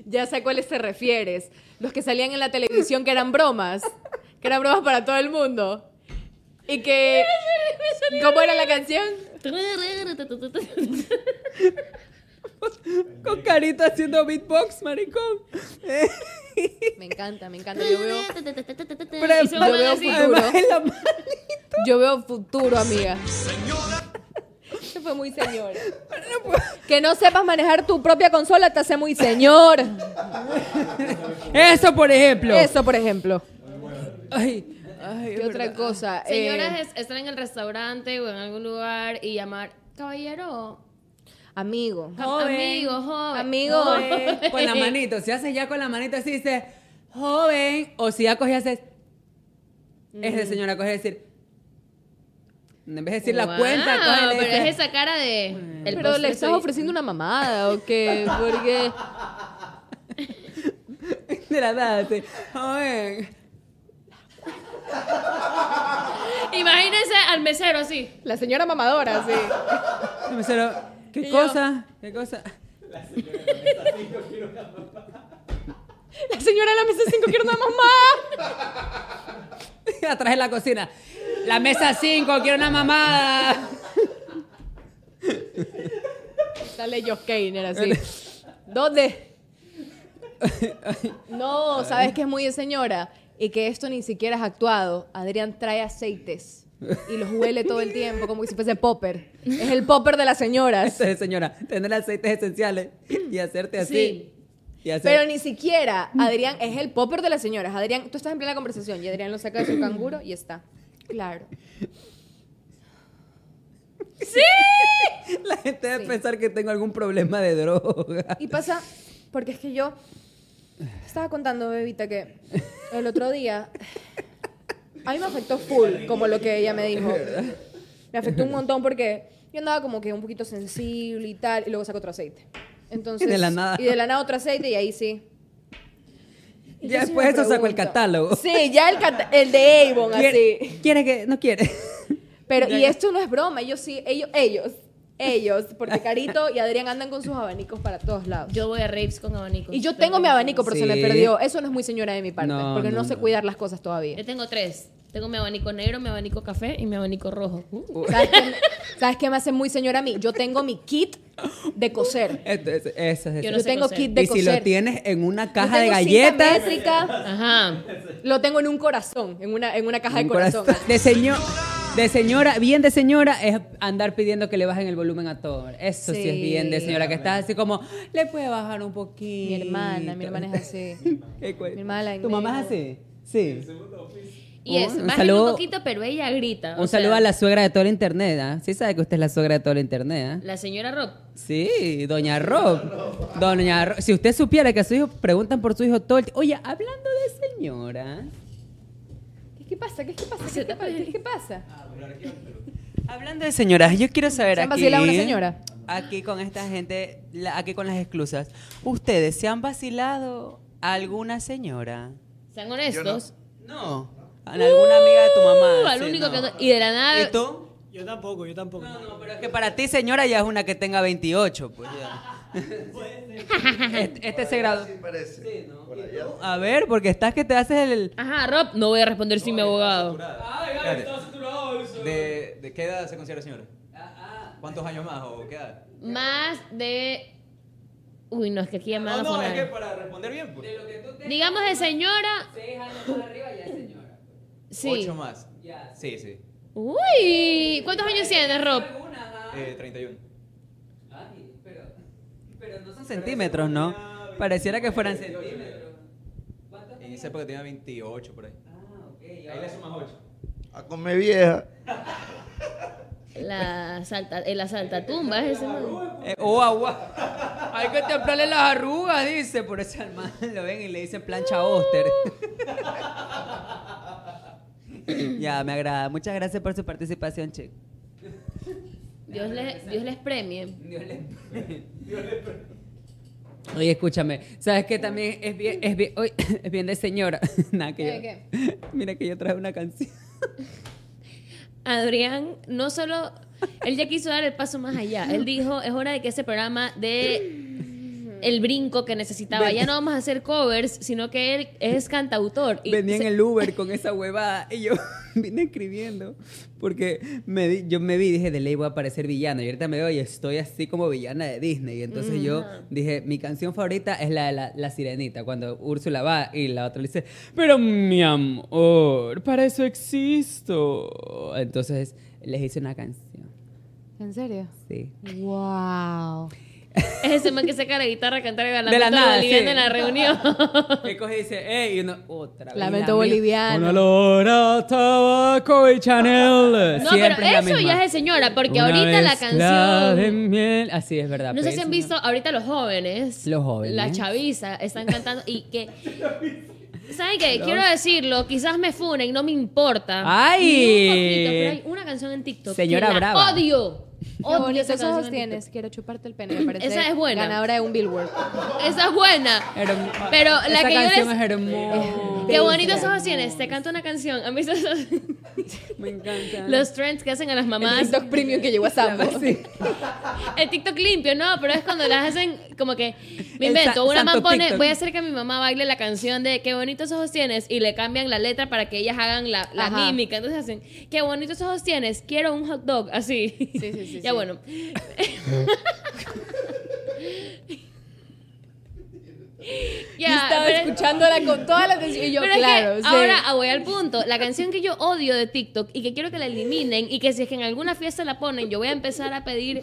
[SPEAKER 3] Ya sé a cuáles te refieres. Los que salían en la televisión que eran bromas. Que eran bromas para todo el mundo. Y que... ¿Cómo era la canción?
[SPEAKER 2] Con carita haciendo beatbox, maricón. Eh,
[SPEAKER 3] Me encanta, me encanta. Yo veo,
[SPEAKER 2] Pero
[SPEAKER 4] Y se
[SPEAKER 2] yo
[SPEAKER 4] van
[SPEAKER 2] veo
[SPEAKER 4] así.
[SPEAKER 3] futuro.
[SPEAKER 2] además en la mano.
[SPEAKER 3] yo veo futuro, amiga. Eso fue muy señor. Que no sepas manejar tu propia consola te hace muy señor.
[SPEAKER 2] Eso, por ejemplo.
[SPEAKER 3] Eso, por ejemplo.
[SPEAKER 2] Ay, ay,
[SPEAKER 3] ¿Qué
[SPEAKER 2] es
[SPEAKER 3] otra
[SPEAKER 2] verdad.
[SPEAKER 3] cosa? Eh,
[SPEAKER 4] Señoras es- están en el restaurante o en algún lugar y llamar. Caballero,
[SPEAKER 3] amigo.
[SPEAKER 4] ca-
[SPEAKER 2] Joven.
[SPEAKER 4] amigo, joven.
[SPEAKER 3] Amigo.
[SPEAKER 4] joven".
[SPEAKER 2] Con la manito. Si haces ya con la manito así, dices, joven. O si ya coges y haces. Es de señora, coge y decir. En vez de decir la
[SPEAKER 4] Wow,
[SPEAKER 2] cuenta, coge y le
[SPEAKER 4] Pero es
[SPEAKER 2] dices,
[SPEAKER 4] esa cara de. El
[SPEAKER 3] Pero le
[SPEAKER 4] postre
[SPEAKER 3] estás
[SPEAKER 4] soy-
[SPEAKER 3] ofreciendo una mamada o qué? Porque...
[SPEAKER 2] de la nada, así, joven.
[SPEAKER 4] Imagínense al mesero así.
[SPEAKER 3] La señora mamadora, sí.
[SPEAKER 2] El mesero, ¿Qué
[SPEAKER 3] Y yo-
[SPEAKER 2] cosa? ¿Qué cosa?
[SPEAKER 3] La señora de la mesa 5 quiere una mamá.
[SPEAKER 2] Atrás de la cocina. La mesa 5, quiero una mamada.
[SPEAKER 3] Dale Josh Keiner así. ¿Dónde? No, sabes que es muy de señora y que esto ni siquiera es actuado. Adrián trae aceites y los huele todo el tiempo como que si fuese popper. Es el popper de las señoras.
[SPEAKER 2] Eso es, señora, tener aceites esenciales y hacerte así.
[SPEAKER 4] Sí.
[SPEAKER 2] Y hacer-
[SPEAKER 3] Pero ni siquiera Adrián es el popper de las señoras. Adrián, tú estás en plena conversación y Adrián lo saca de su canguro y está. Claro.
[SPEAKER 2] La gente debe pensar que tengo algún problema de droga.
[SPEAKER 3] Y pasa, porque es que yo estaba contando, bebita, que el otro día a mí me afectó full, como lo que ella me dijo. Me afectó un montón porque yo andaba como que un poquito sensible y tal, y luego saco otro aceite. Entonces,
[SPEAKER 2] Y de la nada.
[SPEAKER 3] Y de la nada otro aceite y ahí sí. Y yo
[SPEAKER 2] Ya
[SPEAKER 3] sí me
[SPEAKER 2] después eso sacó el
[SPEAKER 3] pregunto.
[SPEAKER 2] catálogo.
[SPEAKER 3] Sí, ya el, cata- el de Avon,
[SPEAKER 2] ¿Quiere,
[SPEAKER 3] así.
[SPEAKER 2] quiere que no quiere?
[SPEAKER 3] Pero, y esto no es broma, ellos sí, ellos, ellos, ellos, porque Carito y Adrián andan con sus abanicos para todos lados.
[SPEAKER 4] Yo voy a raves con abanicos.
[SPEAKER 3] y yo tengo mi abanico, pero se me
[SPEAKER 2] Sí.
[SPEAKER 3] perdió. Eso no es muy señora de mi parte,
[SPEAKER 2] No,
[SPEAKER 3] porque no,
[SPEAKER 2] no,
[SPEAKER 3] sé
[SPEAKER 2] no.
[SPEAKER 3] cuidar las cosas
[SPEAKER 4] Yo
[SPEAKER 3] todavía.
[SPEAKER 4] tengo tres. Tengo mi abanico negro, mi abanico café y mi abanico rojo. Uh.
[SPEAKER 3] ¿Sabes qué, me- ¿Sabes qué me hace muy señora a mí? Yo tengo mi kit de coser.
[SPEAKER 2] Entonces, eso es
[SPEAKER 4] Yo
[SPEAKER 2] eso.
[SPEAKER 4] no
[SPEAKER 3] Yo
[SPEAKER 4] sé
[SPEAKER 3] tengo
[SPEAKER 4] coser.
[SPEAKER 3] kit de
[SPEAKER 2] y
[SPEAKER 3] coser.
[SPEAKER 2] si lo tienes en una
[SPEAKER 3] Yo
[SPEAKER 2] caja de
[SPEAKER 3] tengo cinta
[SPEAKER 2] galletas,
[SPEAKER 3] métrica,
[SPEAKER 4] Ajá.
[SPEAKER 3] lo tengo en un corazón, en una, en una caja
[SPEAKER 2] un
[SPEAKER 3] de corazón.
[SPEAKER 2] corazón- de señor, de señora, bien de señora es andar pidiendo que le bajen el volumen a todo. Eso sí, es bien de señora que estás así como le puede bajar un
[SPEAKER 3] Mi
[SPEAKER 2] poquito.
[SPEAKER 3] hermana, mi hermana es así.
[SPEAKER 2] ¿Qué cu-
[SPEAKER 3] Mi hermana la
[SPEAKER 2] ¿Tu mamá es así? Sí.
[SPEAKER 4] Y
[SPEAKER 2] Oh,
[SPEAKER 4] eso.
[SPEAKER 2] un
[SPEAKER 4] Bájale
[SPEAKER 2] saludo-
[SPEAKER 4] un poquito, pero ella grita.
[SPEAKER 2] Un
[SPEAKER 4] O sea,
[SPEAKER 2] saludo a la suegra de todo el internet, ¿ah? Sí sabe que usted es la suegra de todo el internet, ¿ah?
[SPEAKER 4] La señora Rob.
[SPEAKER 2] Sí, doña Rob. Doña Rob. Si usted supiera que a su hijo preguntan por su hijo todo el tiempo. Oye, hablando de señora.
[SPEAKER 3] ¿Qué, qué pasa? ¿Qué, qué pasa? ¿Qué, qué pasa? ¿Qué, qué pasa?
[SPEAKER 2] Hablando de señoras, yo quiero saber
[SPEAKER 3] ¿Se han
[SPEAKER 2] aquí.
[SPEAKER 3] vacilado una señora?
[SPEAKER 2] Aquí con esta gente, la- aquí con las exclusas. ¿Ustedes se han vacilado a alguna señora?
[SPEAKER 4] Sean honestos.
[SPEAKER 2] No. ¿A alguna amiga de tu
[SPEAKER 4] Uh,
[SPEAKER 2] mamá?
[SPEAKER 4] al
[SPEAKER 2] Sí,
[SPEAKER 4] único
[SPEAKER 2] no.
[SPEAKER 4] que no- Y de la nada.
[SPEAKER 2] ¿Y tú?
[SPEAKER 10] Yo tampoco, yo tampoco.
[SPEAKER 2] No, no, pero es que para ti, señora, ya es una que tenga 28, pues ya. este, este se graduó.
[SPEAKER 5] Sí, parece. Por allá.
[SPEAKER 2] A ver, porque estás que te haces el...
[SPEAKER 4] Ajá, Rob, no voy a responder sin mi abogado.
[SPEAKER 11] ¿De, ¿De qué edad se considera señora? ¿Cuántos años más o qué edad?
[SPEAKER 4] Más de. Uy, no, es que aquí ya me van
[SPEAKER 11] No,
[SPEAKER 4] a
[SPEAKER 11] no, es que
[SPEAKER 4] poner.
[SPEAKER 11] para responder bien, pues.
[SPEAKER 4] Digamos de señora. Sí.
[SPEAKER 11] Ocho más. Sí, sí.
[SPEAKER 4] Uy, ¿cuántos años tienes, Rob?
[SPEAKER 11] Eh, 31.
[SPEAKER 2] No son centímetros, ¿no? Pareciera que fueran centímetros.
[SPEAKER 11] En esa época tenía Ah, 28 por ahí. Ahí le sumas 8.
[SPEAKER 5] A comer vieja.
[SPEAKER 4] La salta, eh, la saltatumba es ese. man.
[SPEAKER 2] Eh, oh, agua. Hay que templarle las arrugas, dice. Por eso al man lo ven y le dicen plancha Oster. ya, me agrada. Muchas gracias por su participación, chicos.
[SPEAKER 4] Dios les, Dios les premie.
[SPEAKER 2] Oye, escúchame. ¿Sabes qué? También es bien, es bien, oy, es bien de señora. Nada, que
[SPEAKER 3] ¿Qué,
[SPEAKER 2] yo- Mira que yo traje una canción.
[SPEAKER 4] Adrián no solo él ya quiso dar el paso más allá. Él dijo, es hora de que ese programa de el brinco que necesitaba. Ya no vamos a hacer covers, sino que él es cantautor. Y
[SPEAKER 2] Venía en
[SPEAKER 4] se-
[SPEAKER 2] el Uber con esa huevada y yo vine escribiendo porque me di- yo me vi y dije, de ley voy a aparecer villano. Y ahorita me veo y estoy así como villana de Disney. Y entonces yo dije, mi canción favorita es la de la, la sirenita, cuando Úrsula va y la otra le dice, pero mi amor, para eso existo. Entonces les hice una canción.
[SPEAKER 3] ¿En serio?
[SPEAKER 2] Sí.
[SPEAKER 3] Wow.
[SPEAKER 4] Es ese man que saca la guitarra a cantar el
[SPEAKER 2] De la
[SPEAKER 4] lamento
[SPEAKER 2] nada,
[SPEAKER 4] boliviano
[SPEAKER 2] sí.
[SPEAKER 4] en la reunión.
[SPEAKER 2] Y coge y dice, ey, y uno, otra vez
[SPEAKER 3] Lamento
[SPEAKER 2] la mía.
[SPEAKER 3] boliviano.
[SPEAKER 2] Un olor a tabaco y Chanel.
[SPEAKER 4] No,
[SPEAKER 2] Siempre es la
[SPEAKER 4] pero eso
[SPEAKER 2] misma.
[SPEAKER 4] ya es de señora, porque
[SPEAKER 2] Una
[SPEAKER 4] ahorita la
[SPEAKER 2] mezcla de
[SPEAKER 4] canción.
[SPEAKER 2] miel. Así es verdad.
[SPEAKER 4] No sé
[SPEAKER 2] pues,
[SPEAKER 4] si han
[SPEAKER 2] ¿no?
[SPEAKER 4] visto, ahorita los jóvenes.
[SPEAKER 2] Los jóvenes.
[SPEAKER 4] La chaviza están cantando y que. ¿Saben qué? Quiero decirlo, quizás me funen, no me importa.
[SPEAKER 2] ¡Ay!
[SPEAKER 4] Ni un poquito, pero hay una canción en TikTok.
[SPEAKER 2] Señora
[SPEAKER 4] que la
[SPEAKER 2] brava.
[SPEAKER 4] Odio.
[SPEAKER 3] Qué
[SPEAKER 4] Odio
[SPEAKER 3] bonitos
[SPEAKER 4] esa
[SPEAKER 3] esos
[SPEAKER 4] canción
[SPEAKER 3] ojos
[SPEAKER 4] en
[SPEAKER 3] tienes. Quiero chuparte el pene. me parece
[SPEAKER 4] Esa es buena.
[SPEAKER 3] Ganadora de un Billboard.
[SPEAKER 4] TikTok. Esa es buena.
[SPEAKER 2] Hermo-
[SPEAKER 4] Pero
[SPEAKER 2] Esa
[SPEAKER 4] la que yo
[SPEAKER 2] canción
[SPEAKER 4] les-
[SPEAKER 2] es hermosa.
[SPEAKER 4] Qué bonitos ojos tienes. Te canto una canción. A mí esos
[SPEAKER 2] Me encanta.
[SPEAKER 4] los trends que hacen a las mamás.
[SPEAKER 3] TikTok Premium que llegó a Sambo.
[SPEAKER 2] Sí.
[SPEAKER 4] El TikTok limpio, no, pero es cuando las hacen como que me
[SPEAKER 2] El
[SPEAKER 4] invento.
[SPEAKER 2] sa-
[SPEAKER 4] Una
[SPEAKER 2] santo
[SPEAKER 4] man pone,
[SPEAKER 2] TikTok.
[SPEAKER 4] voy a hacer que mi mamá baile la canción de qué bonitos ojos tienes y le cambian la letra para que ellas hagan la, la
[SPEAKER 3] Ajá.
[SPEAKER 4] mímica. Entonces hacen, qué bonitos ojos tienes, quiero un hot dog, así.
[SPEAKER 3] Sí, sí, sí,
[SPEAKER 4] ya
[SPEAKER 3] sí.
[SPEAKER 4] bueno.
[SPEAKER 3] Yo
[SPEAKER 4] Ya,
[SPEAKER 3] estaba
[SPEAKER 4] pero-
[SPEAKER 3] escuchándola con toda la atención. Y yo,
[SPEAKER 4] pero es
[SPEAKER 3] claro.
[SPEAKER 4] que
[SPEAKER 3] sí.
[SPEAKER 4] ahora ah, voy al punto. La canción que yo odio de TikTok y que quiero que la eliminen y que si es que en alguna fiesta la ponen, yo voy a empezar a pedir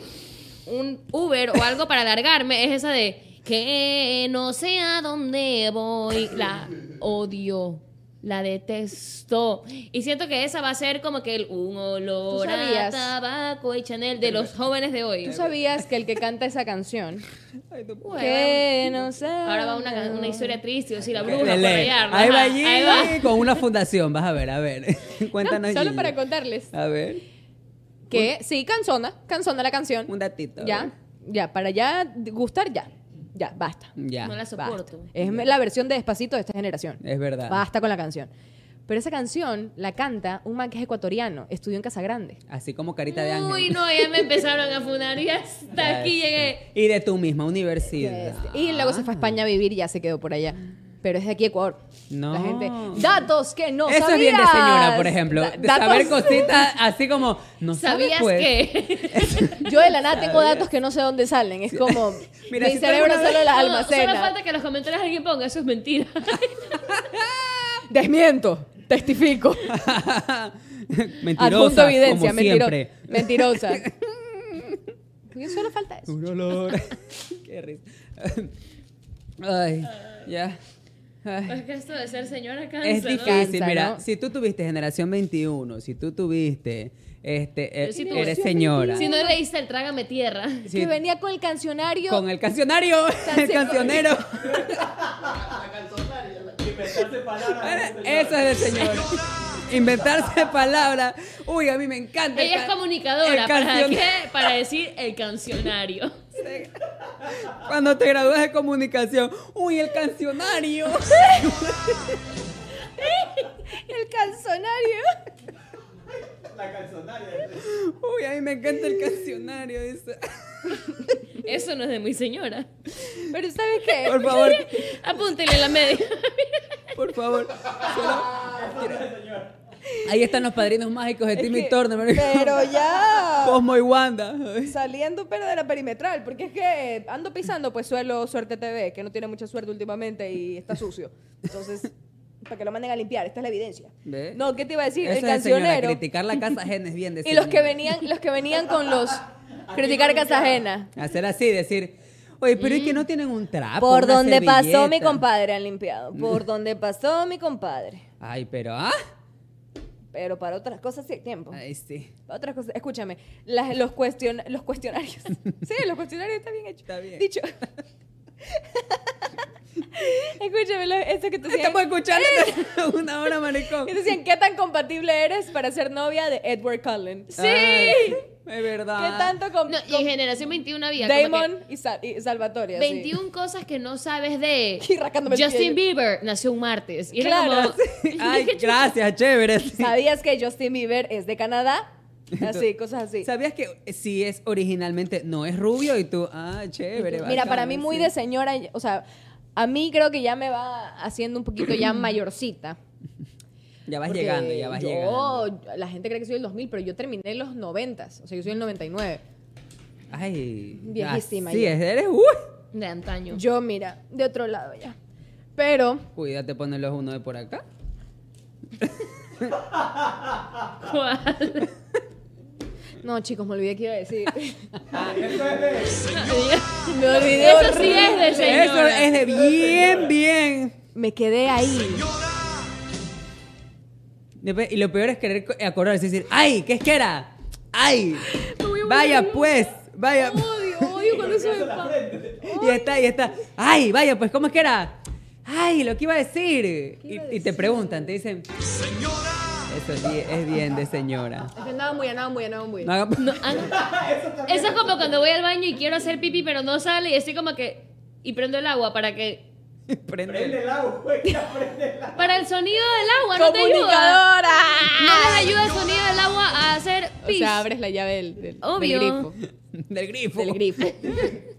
[SPEAKER 4] un Uber o algo para alargarme, es esa de que no sé a dónde voy. La odio. La detesto. Y siento que esa va a ser como que el, un olor
[SPEAKER 3] ¿Tú
[SPEAKER 4] a
[SPEAKER 3] sabías?
[SPEAKER 4] tabaco y Chanel de los jóvenes de hoy.
[SPEAKER 3] ¿Tú sabías que el que canta esa canción?
[SPEAKER 4] Bueno,
[SPEAKER 3] que no sé.
[SPEAKER 4] Ahora va una, una historia triste, o si la bruja por
[SPEAKER 2] Lele.
[SPEAKER 4] allá, ¿no?
[SPEAKER 2] Ahí va
[SPEAKER 4] Ajá,
[SPEAKER 2] allí
[SPEAKER 4] ahí va.
[SPEAKER 2] con una fundación. Vas a ver, a ver. Cuéntanos.
[SPEAKER 3] Solo
[SPEAKER 2] Gigi.
[SPEAKER 3] para contarles
[SPEAKER 2] A ver,
[SPEAKER 3] que sí, canzona, canzona la canción.
[SPEAKER 2] un datito. a
[SPEAKER 3] Ya,
[SPEAKER 2] ver.
[SPEAKER 3] ya, para ya gustar, ya. Ya, basta.
[SPEAKER 2] Ya.
[SPEAKER 4] No la soporto.
[SPEAKER 3] Basta. Es la versión de Despacito de esta generación.
[SPEAKER 2] Es verdad.
[SPEAKER 3] Basta con la canción. Pero esa canción la canta un man que es ecuatoriano, estudió en Casagrande.
[SPEAKER 2] Así como carita de ángel. este.
[SPEAKER 4] Uy, no, ya me empezaron a funar y hasta aquí llegué.
[SPEAKER 2] Y de tu misma universidad.
[SPEAKER 3] Y luego se fue a España a vivir y ya se quedó por allá. Pero es de aquí Ecuador.
[SPEAKER 2] No.
[SPEAKER 3] La gente, datos que no
[SPEAKER 2] Eso
[SPEAKER 3] sabías.
[SPEAKER 2] es bien de señora, por ejemplo.
[SPEAKER 3] Da-
[SPEAKER 2] de
[SPEAKER 3] datos-
[SPEAKER 2] saber cositas así como. No sabe,
[SPEAKER 4] ¿Sabías
[SPEAKER 2] pues.
[SPEAKER 4] que?
[SPEAKER 3] Yo de la nada tengo datos que no sé dónde salen. Es como
[SPEAKER 2] Mira,
[SPEAKER 3] mi
[SPEAKER 2] si tú
[SPEAKER 3] cerebro
[SPEAKER 2] alguna
[SPEAKER 3] solo las
[SPEAKER 4] No, solo
[SPEAKER 3] almacena.
[SPEAKER 4] falta que en los comentarios alguien ponga, eso es mentira.
[SPEAKER 3] Desmiento, testifico. Adjunto
[SPEAKER 2] Mentirosa.
[SPEAKER 3] evidencia,
[SPEAKER 2] como
[SPEAKER 3] mentiro-
[SPEAKER 2] siempre.
[SPEAKER 3] mentirosa. Yo solo falta eso.
[SPEAKER 2] Un olor. Qué risa. Ay, ya. Ay.
[SPEAKER 4] es que esto de ser señora cansa,
[SPEAKER 2] Es
[SPEAKER 4] ¿no?
[SPEAKER 2] difícil,
[SPEAKER 3] Cansa,
[SPEAKER 2] mira,
[SPEAKER 3] ¿no?
[SPEAKER 2] si tú tuviste generación 21, si tú tuviste, este,
[SPEAKER 4] Yo sí
[SPEAKER 2] eh,
[SPEAKER 4] tuve.
[SPEAKER 2] eres señora.
[SPEAKER 4] Si no leíste el Trágame Tierra.
[SPEAKER 2] Sí.
[SPEAKER 3] Que venía con el cancionario.
[SPEAKER 2] Con el cancionario, el cancionero. Eso es de señor. Inventarse palabras. Uy, a mí me encanta. el
[SPEAKER 4] Ella es
[SPEAKER 2] ca-
[SPEAKER 4] comunicadora.
[SPEAKER 2] el
[SPEAKER 4] ¿Para
[SPEAKER 2] cancion-
[SPEAKER 4] qué? Para decir el cancionario.
[SPEAKER 2] Cuando te gradúas de comunicación. Uy, el cancionario.
[SPEAKER 3] El cancionario.
[SPEAKER 2] Uy, a mí me encanta el cancionario. dice.
[SPEAKER 4] Eso no es de muy señora.
[SPEAKER 3] Pero ¿sabes qué?
[SPEAKER 2] Por favor,
[SPEAKER 4] Apúntele la media.
[SPEAKER 2] por favor. Solo- Ahí están los padrinos mágicos de Timmy Turner. marico.
[SPEAKER 3] Pero ya.
[SPEAKER 2] Cosmo y Wanda. Ay.
[SPEAKER 3] Saliendo pero de la perimetral, porque es que ando pisando pues suelo Suerte TV, que no tiene mucha suerte últimamente y está sucio. Entonces, para que lo manden a limpiar, esta es la evidencia.
[SPEAKER 2] ¿Ve?
[SPEAKER 3] No, ¿qué te iba a decir?
[SPEAKER 2] Eso
[SPEAKER 3] el
[SPEAKER 2] es de señora,
[SPEAKER 3] cancionero.
[SPEAKER 2] criticar la casa ajena es bien de
[SPEAKER 3] Y los que
[SPEAKER 2] señora.
[SPEAKER 3] venían, los que venían con los criticar casa ajena. Mm.
[SPEAKER 2] Hacer así, decir, oye, pero es que no tienen un trapo.
[SPEAKER 6] Por
[SPEAKER 2] una
[SPEAKER 6] donde pasó mi
[SPEAKER 2] servilleta".
[SPEAKER 6] compadre han limpiado. Por donde pasó mi compadre.
[SPEAKER 2] Ay, pero, ¿ah?
[SPEAKER 3] Pero para otras cosas sí hay tiempo.
[SPEAKER 2] Ay, sí.
[SPEAKER 3] Para otras cosas, escúchame, las- los, cuestion- los cuestionarios. Sí, los cuestionarios está bien hecho.
[SPEAKER 2] Está bien.
[SPEAKER 3] Dicho. escúchame, lo- eso que te decían-
[SPEAKER 2] Estamos escuchando una hora, maricón.
[SPEAKER 3] Y decían, ¿qué tan compatible eres para ser novia de Edward Cullen?
[SPEAKER 2] Sí. es verdad.
[SPEAKER 3] ¿Qué tanto con,
[SPEAKER 4] No, y en generación 21 había. como que
[SPEAKER 3] Damon y, Sa- y Salvatore? así?
[SPEAKER 4] 21 cosas que no sabes de.
[SPEAKER 3] Y rascándome el
[SPEAKER 4] Justin
[SPEAKER 3] pie.
[SPEAKER 4] Bieber nació un martes. Y era
[SPEAKER 3] Claro,
[SPEAKER 4] como.
[SPEAKER 2] Ay, gracias, chévere. sí.
[SPEAKER 3] ¿Sabías que Justin Bieber es de Canadá? Así, cosas así.
[SPEAKER 2] ¿Sabías que si es originalmente no es rubio y tú, ah, chévere.
[SPEAKER 3] Mira,
[SPEAKER 2] bacano,
[SPEAKER 3] para mí muy
[SPEAKER 2] sí.
[SPEAKER 3] de señora, o sea, a mí creo que ya me va haciendo un poquito ya mayorcita.
[SPEAKER 2] Ya vas
[SPEAKER 3] Porque
[SPEAKER 2] llegando, ya vas
[SPEAKER 3] yo-
[SPEAKER 2] llegando.
[SPEAKER 3] La gente cree que soy del 2000, pero yo terminé en los 90, o sea, yo soy del 99.
[SPEAKER 2] Ay,
[SPEAKER 3] Viejísima
[SPEAKER 2] Sí,
[SPEAKER 3] ya.
[SPEAKER 2] eres, uh, uy.
[SPEAKER 4] De antaño.
[SPEAKER 3] Yo, mira, de otro lado ya. Pero,
[SPEAKER 2] Cuídate ponerlos uno de por acá.
[SPEAKER 4] ¿Cuál?
[SPEAKER 3] no, chicos, me olvidé que iba a decir.
[SPEAKER 4] Eso
[SPEAKER 3] me olvidé.
[SPEAKER 4] sí
[SPEAKER 3] horrible.
[SPEAKER 4] es de
[SPEAKER 2] Eso
[SPEAKER 4] señora.
[SPEAKER 2] es de bien, bien.
[SPEAKER 3] Me quedé ahí.
[SPEAKER 2] Después- Y lo peor es querer co- acordarse y decir, ¡ay! ¿Qué es que era? ¡Ay! Vaya pues, vaya.
[SPEAKER 3] Odio, odio cuando eso me pasa.
[SPEAKER 2] Y está, y está. ¡Ay! Vaya pues, ¿cómo es que era? ¡Ay! Lo que iba a decir. Y, y te preguntan, te dicen. Eso es bien, es bien de señora.
[SPEAKER 3] Es que Andaba muy, andaba muy, andaba muy.
[SPEAKER 2] No haga-
[SPEAKER 4] Ah, Eso es como cuando voy al baño y quiero hacer pipi, pero no sale. Y estoy como que. Y prendo el agua para que.
[SPEAKER 2] Prende.
[SPEAKER 4] Para el sonido del agua, no te ayuda. No les ayuda el sonido del agua a hacer
[SPEAKER 3] O
[SPEAKER 4] pis.
[SPEAKER 3] sea, abres la llave del, del- del
[SPEAKER 4] Obvio.
[SPEAKER 3] grifo.
[SPEAKER 2] Del grifo.
[SPEAKER 3] Del grifo.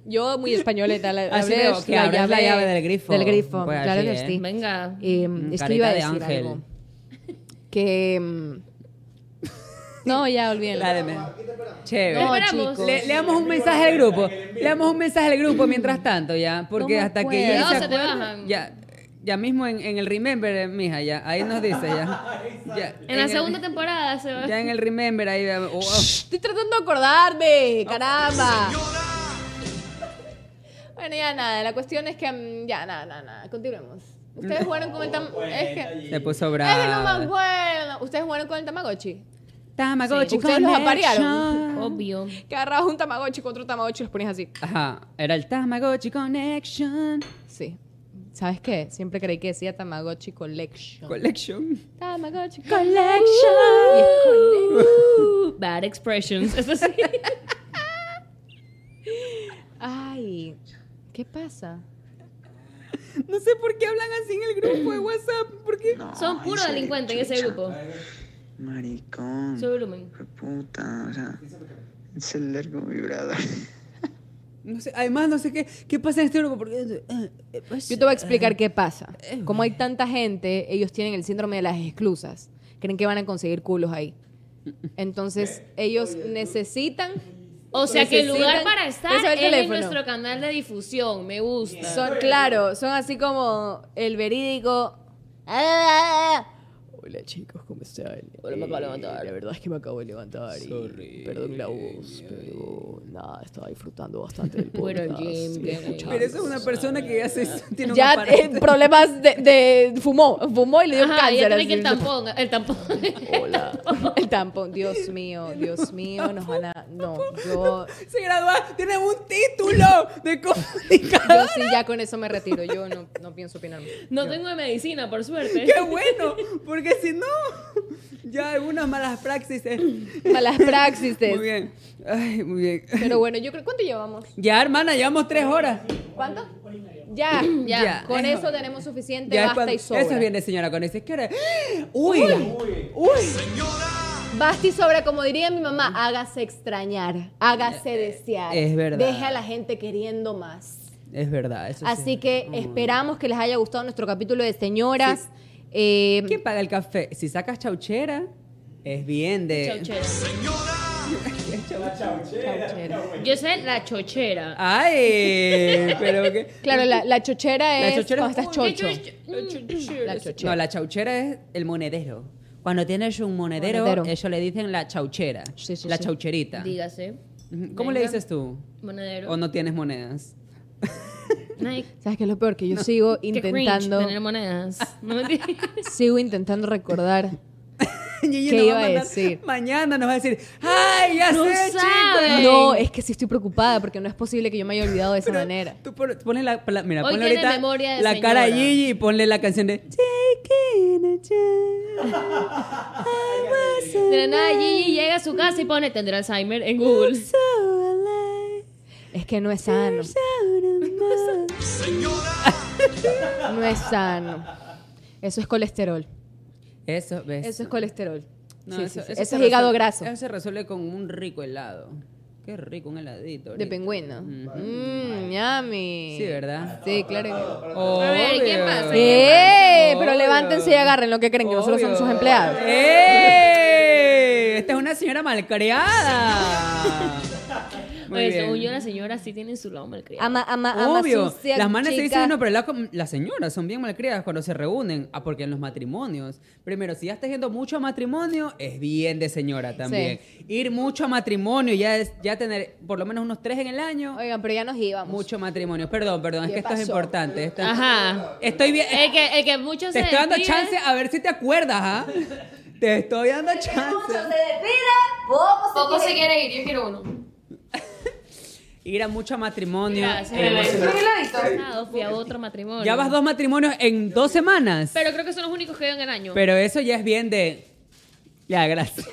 [SPEAKER 3] Yo, muy españoleta, la,
[SPEAKER 2] Así
[SPEAKER 3] abres
[SPEAKER 2] veo que abres la llave del grifo.
[SPEAKER 3] Del grifo,
[SPEAKER 2] Pues
[SPEAKER 3] claro
[SPEAKER 2] así,
[SPEAKER 3] que
[SPEAKER 2] ¿eh?
[SPEAKER 3] sí.
[SPEAKER 4] Venga.
[SPEAKER 3] Eh,
[SPEAKER 2] Mm,
[SPEAKER 3] es
[SPEAKER 2] carita
[SPEAKER 3] que iba a
[SPEAKER 2] de
[SPEAKER 3] decir
[SPEAKER 2] ángel.
[SPEAKER 3] algo. Que... mm, No, ya, olvídenlo.
[SPEAKER 2] Dale, men. Chévere.
[SPEAKER 4] No, esperamos.
[SPEAKER 2] Le, le damos un mensaje al grupo. Le damos un mensaje al grupo mientras tanto, ya. Porque
[SPEAKER 3] No me
[SPEAKER 2] hasta que
[SPEAKER 3] acuerdo.
[SPEAKER 2] ya
[SPEAKER 4] No,
[SPEAKER 2] se
[SPEAKER 4] se te
[SPEAKER 2] acuerden,
[SPEAKER 4] bajan.
[SPEAKER 2] Ya, ya mismo en, en el Remember, eh, mija, ya. Ahí nos dice, ya. Ya,
[SPEAKER 4] En la
[SPEAKER 2] el-
[SPEAKER 4] segunda temporada se va.
[SPEAKER 2] Ya en el Remember, ahí. va- oh, oh.
[SPEAKER 3] Estoy tratando de acordarme, caramba. Bueno, ya nada, la cuestión es que mm, ya nada, nada, nada, continuemos. Ustedes jugaron con el tam es que es
[SPEAKER 2] Se puso
[SPEAKER 3] que no me
[SPEAKER 2] brava.
[SPEAKER 3] acuerdo. Ustedes jugaron con el Tamagotchi.
[SPEAKER 2] Tamagotchi,
[SPEAKER 3] Sí, ustedes los aparearon.
[SPEAKER 2] Connection.
[SPEAKER 4] Obvio.
[SPEAKER 3] Que agarrabas un Tamagotchi con otro Tamagotchi y los ponías así.
[SPEAKER 2] Ajá, era el Tamagotchi Connection.
[SPEAKER 3] Sí. ¿Sabes qué? Siempre creí que decía Tamagotchi Collection.
[SPEAKER 2] Collection.
[SPEAKER 3] Tamagotchi
[SPEAKER 4] Collection. Bad expressions. Eso sí.
[SPEAKER 3] Ay, qué ¿Qué pasa?
[SPEAKER 2] No sé por qué hablan así en el grupo de WhatsApp. ¿Por qué?
[SPEAKER 9] No,
[SPEAKER 4] Son
[SPEAKER 9] en
[SPEAKER 4] puros
[SPEAKER 9] serio,
[SPEAKER 4] delincuentes en ese
[SPEAKER 9] chucha.
[SPEAKER 4] grupo.
[SPEAKER 9] Maricón.
[SPEAKER 4] Sube volumen.
[SPEAKER 9] Hijo de Puta, o sea, es el largo vibrador.
[SPEAKER 2] No sé, además, no sé qué, qué pasa en este grupo. Porque, eh, pues,
[SPEAKER 3] Yo te voy a explicar qué pasa. Como hay tanta gente, ellos tienen el síndrome de las exclusas. Creen que van a conseguir culos ahí. Entonces, ellos necesitan...
[SPEAKER 4] O sea que el lugar
[SPEAKER 3] Necesitan-
[SPEAKER 4] para estar
[SPEAKER 3] Pásame el
[SPEAKER 4] es en
[SPEAKER 3] teléfono.
[SPEAKER 4] nuestro canal de difusión. Me gusta.
[SPEAKER 3] Son, claro, son así como el verídico... "Ah". Hola chicos, ¿cómo están? Hola, me acabo de levantar. eh, La verdad es que me acabo de levantar. y perdón la voz, pero nada, estaba disfrutando bastante del
[SPEAKER 4] Fueron
[SPEAKER 3] podcast.
[SPEAKER 4] Jim,
[SPEAKER 3] y
[SPEAKER 4] Jim.
[SPEAKER 3] escuchando.
[SPEAKER 2] Pero eso es una persona que ya se tiene un
[SPEAKER 3] Ya eh,
[SPEAKER 2] aparato.
[SPEAKER 3] problemas de, de- fumó, fumó y le dio
[SPEAKER 4] Ajá,
[SPEAKER 3] cáncer.
[SPEAKER 4] ya tiene que
[SPEAKER 3] así.
[SPEAKER 4] el tampón. El tampón.
[SPEAKER 3] Hola. El tampón, Dios mío, Dios mío, nos van a. No, yo,
[SPEAKER 2] Se gradúa, tiene un título de comunicador.
[SPEAKER 3] yo sí ya con eso me retiro. Yo no, no pienso opinar. más.
[SPEAKER 4] No tengo de medicina, por suerte.
[SPEAKER 2] ¡Qué bueno! Porque si no, ya algunas malas praxis. eh.
[SPEAKER 3] Malas praxis.
[SPEAKER 2] Muy bien. Ay, muy bien.
[SPEAKER 3] Pero bueno, yo creo. ¿Cuánto llevamos?
[SPEAKER 2] Ya, hermana, llevamos tres horas.
[SPEAKER 3] ¿Cuánto? Ya, ya.
[SPEAKER 2] Ya.
[SPEAKER 3] Con eso tenemos suficiente,
[SPEAKER 2] Ya es
[SPEAKER 3] basta
[SPEAKER 2] cuando-
[SPEAKER 3] y sobra.
[SPEAKER 2] Eso viene, señora, cuando dices, ¿qué hora es? ¡Uy! ¡Uy!
[SPEAKER 3] Basta y sobra, como diría mi mamá, hágase extrañar, hágase desear.
[SPEAKER 2] es verdad.
[SPEAKER 3] Deje a la gente queriendo más.
[SPEAKER 2] Es verdad, eso sí.
[SPEAKER 3] Así que
[SPEAKER 2] Mm.
[SPEAKER 3] esperamos que les haya gustado nuestro capítulo de señoras. Eh,
[SPEAKER 2] ¿Quién paga el café? Si sacas chauchera, es bien de...
[SPEAKER 4] Chochera.
[SPEAKER 3] chauchera.
[SPEAKER 4] Yo sé la chochera.
[SPEAKER 2] ¡Ay! Pero qué...
[SPEAKER 3] Claro, la, la chochera
[SPEAKER 2] La
[SPEAKER 3] es
[SPEAKER 2] chochera
[SPEAKER 3] cuando
[SPEAKER 2] es-
[SPEAKER 3] estás chocho.
[SPEAKER 4] Yo- yo- mm,
[SPEAKER 3] La chochera.
[SPEAKER 2] No, la chauchera es el monedero. Cuando tienes un monedero,
[SPEAKER 3] Monedero.
[SPEAKER 2] ellos le dicen la chauchera.
[SPEAKER 3] Sí, sí,
[SPEAKER 2] la
[SPEAKER 3] sí.
[SPEAKER 2] chaucherita.
[SPEAKER 4] mm, Dígase.
[SPEAKER 2] Ujú. ¿Cómo le
[SPEAKER 4] Venga.
[SPEAKER 2] dices tú?
[SPEAKER 4] Monedero.
[SPEAKER 2] ¿O no tienes monedas?
[SPEAKER 4] Ay,
[SPEAKER 3] ¿Sabes qué es lo peor? Que yo sigo
[SPEAKER 4] qué cringe
[SPEAKER 3] intentando,
[SPEAKER 4] tener monedas. No me
[SPEAKER 3] sigo intentando recordar.
[SPEAKER 2] Gigi
[SPEAKER 3] ¿Qué
[SPEAKER 2] nos va
[SPEAKER 3] iba a
[SPEAKER 2] mandar-
[SPEAKER 3] decir?
[SPEAKER 2] Mañana nos va a decir, ¡ay, ya
[SPEAKER 4] No
[SPEAKER 2] sé,
[SPEAKER 4] sabe.
[SPEAKER 2] chicos!
[SPEAKER 3] No, es que sí estoy preocupada porque no es posible que yo me haya olvidado de esa manera.
[SPEAKER 2] Tú pon- pones la, la- mira,
[SPEAKER 4] Hoy
[SPEAKER 2] ponle
[SPEAKER 4] tiene
[SPEAKER 2] ahorita
[SPEAKER 4] memoria de
[SPEAKER 2] la cara de
[SPEAKER 4] señora.
[SPEAKER 2] Gigi y ponle la canción de Take it a chance. I was
[SPEAKER 4] De la nada, Gigi llega a su casa y pone tendrá Alzheimer en Google.
[SPEAKER 2] so alive,
[SPEAKER 3] Es que no es sano,
[SPEAKER 2] out of my-
[SPEAKER 3] no es sano. Eso es colesterol.
[SPEAKER 2] Eso, ¿ves?
[SPEAKER 3] Eso es colesterol.
[SPEAKER 2] No,
[SPEAKER 3] Sí, sí, sí.
[SPEAKER 2] se
[SPEAKER 3] Eso es hígado
[SPEAKER 2] resuelve-
[SPEAKER 3] graso.
[SPEAKER 2] Eso se resuelve con un rico helado. Qué rico, un heladito.
[SPEAKER 3] De
[SPEAKER 2] ahorita.
[SPEAKER 3] pingüino.
[SPEAKER 2] Ujú.
[SPEAKER 3] Mmm, yummy.
[SPEAKER 2] Sí, ¿verdad?
[SPEAKER 3] Sí, claro.
[SPEAKER 4] A ver, ¿quién
[SPEAKER 2] Obvio.
[SPEAKER 4] pasa?
[SPEAKER 3] ¡Eh! Pero
[SPEAKER 2] Obvio.
[SPEAKER 3] levántense y agarren lo que creen, que nosotros somos
[SPEAKER 2] Obvio.
[SPEAKER 3] sus empleados.
[SPEAKER 2] ¡Eh! Esta es una señora malcriada. Muy
[SPEAKER 4] Oye,
[SPEAKER 2] bien.
[SPEAKER 4] según yo, las señoras sí tienen su lado malcriado.
[SPEAKER 6] Ama, ama, ama
[SPEAKER 2] Obvio,
[SPEAKER 6] sucia,
[SPEAKER 2] las manes se
[SPEAKER 6] chica.
[SPEAKER 2] dicen, no, pero la- las señoras son bien malcriadas cuando se reúnen, ah, porque en los matrimonios, primero, si ya estás yendo mucho a matrimonio, es bien de señora también. Ir mucho a matrimonio, ya es ya tener por lo menos unos tres en el año,
[SPEAKER 3] Oigan, pero ya nos íbamos.
[SPEAKER 2] mucho matrimonio. Perdón, perdón, es
[SPEAKER 3] ¿Qué
[SPEAKER 2] que esto es
[SPEAKER 3] pasó?
[SPEAKER 2] importante. esto-
[SPEAKER 4] Ajá.
[SPEAKER 2] Estoy bien,
[SPEAKER 4] El que, el que muchos
[SPEAKER 2] te
[SPEAKER 4] se
[SPEAKER 2] estoy dando
[SPEAKER 4] despiden-
[SPEAKER 2] chance a ver si te acuerdas, ¿ah? Te estoy dando
[SPEAKER 1] Mucho se
[SPEAKER 2] chance.
[SPEAKER 1] despide, poco se
[SPEAKER 4] Poco se quiere ir, yo quiero uno.
[SPEAKER 2] Ir a mucho matrimonio.
[SPEAKER 4] Gracias.
[SPEAKER 2] eh,
[SPEAKER 4] Pasado, Fui a otro matrimonio.
[SPEAKER 2] ya vas dos matrimonios en dos semanas.
[SPEAKER 4] Pero creo que son los únicos que veo en el año.
[SPEAKER 2] Pero eso ya es bien de. Ya, gracias.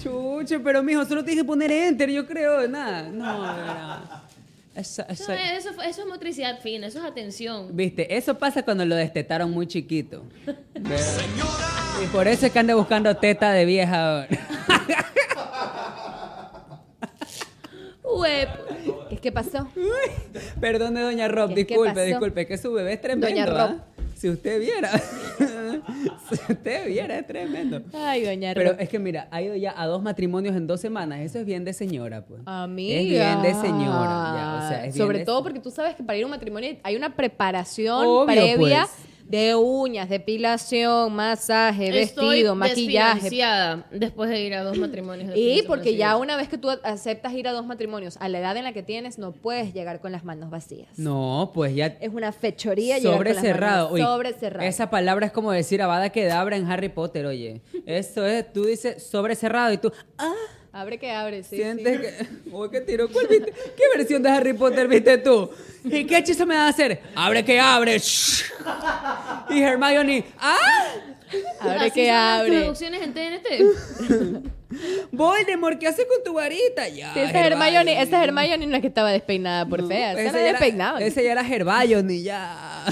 [SPEAKER 2] Chucho, pero mijo, solo tienes que poner enter, yo creo, nada. No, era. Eso,
[SPEAKER 4] eso,
[SPEAKER 2] eso-
[SPEAKER 4] es- eso fue- eso es motricidad fina, eso es atención.
[SPEAKER 2] Viste, eso pasa cuando lo destetaron muy chiquito. ¿verdad? Y por eso es que anda buscando teta de vieja ahora.
[SPEAKER 4] Uep.
[SPEAKER 3] ¿Qué es que pasó?
[SPEAKER 2] Perdón de Doña Rob,
[SPEAKER 3] ¿Qué- qué
[SPEAKER 2] disculpe,
[SPEAKER 3] pasó?
[SPEAKER 2] disculpe, que su bebé es tremendo.
[SPEAKER 3] Doña
[SPEAKER 2] ¿ah?
[SPEAKER 3] Rob.
[SPEAKER 2] Si usted viera. si usted viera, es tremendo.
[SPEAKER 3] Ay, doña
[SPEAKER 2] Pero
[SPEAKER 3] Ro-
[SPEAKER 2] es que mira, ha ido ya a dos matrimonios en dos semanas. Eso es bien de señora, pues.
[SPEAKER 3] Amiga.
[SPEAKER 2] Es bien de señora. ya, o sea, es bien
[SPEAKER 3] Sobre
[SPEAKER 2] de-
[SPEAKER 3] todo porque tú sabes que para ir a un matrimonio hay una preparación
[SPEAKER 2] Obvio,
[SPEAKER 3] previa
[SPEAKER 2] pues.
[SPEAKER 3] de uñas, depilación, masaje, vestido,
[SPEAKER 4] Estoy
[SPEAKER 3] maquillaje.
[SPEAKER 4] desfinanciada después de ir a dos matrimonios.
[SPEAKER 3] Y porque ya una vez que tú aceptas ir a dos matrimonios, a la edad en la que tienes, no puedes llegar con las manos vacías.
[SPEAKER 2] No, pues ya.
[SPEAKER 3] Em,
[SPEAKER 6] Es una fechoría llegar con
[SPEAKER 2] Sobre
[SPEAKER 6] las
[SPEAKER 2] cerrado.
[SPEAKER 6] manos
[SPEAKER 2] oye,
[SPEAKER 6] sobre cerrado.
[SPEAKER 2] Esa palabra es como decir abada quedabra en Harry Potter, oye. Eso es, tú dices sobre cerrado y tú. Ah,
[SPEAKER 3] Abre que abre, sí.
[SPEAKER 2] sientes
[SPEAKER 3] sí.
[SPEAKER 2] que. Uy, qué tiro. ¿Cuál viste? ¿Qué versión de Harry Potter viste tú? ¿Y qué hechizo me va a hacer? Abre que abre. shh. Y Hermione. ¡Ah!
[SPEAKER 3] Ahora
[SPEAKER 4] Así
[SPEAKER 3] que
[SPEAKER 4] son las
[SPEAKER 3] abre.
[SPEAKER 4] traducciones en TNT.
[SPEAKER 2] Voldemort, ¿qué haces con tu varita? Ya,
[SPEAKER 3] Sí, esa Hermione, esa Hermione no es que estaba despeinada por fea. Esa
[SPEAKER 2] esa
[SPEAKER 3] era
[SPEAKER 2] ya
[SPEAKER 3] despeinada.
[SPEAKER 2] era, esa ya era Hermione, ya.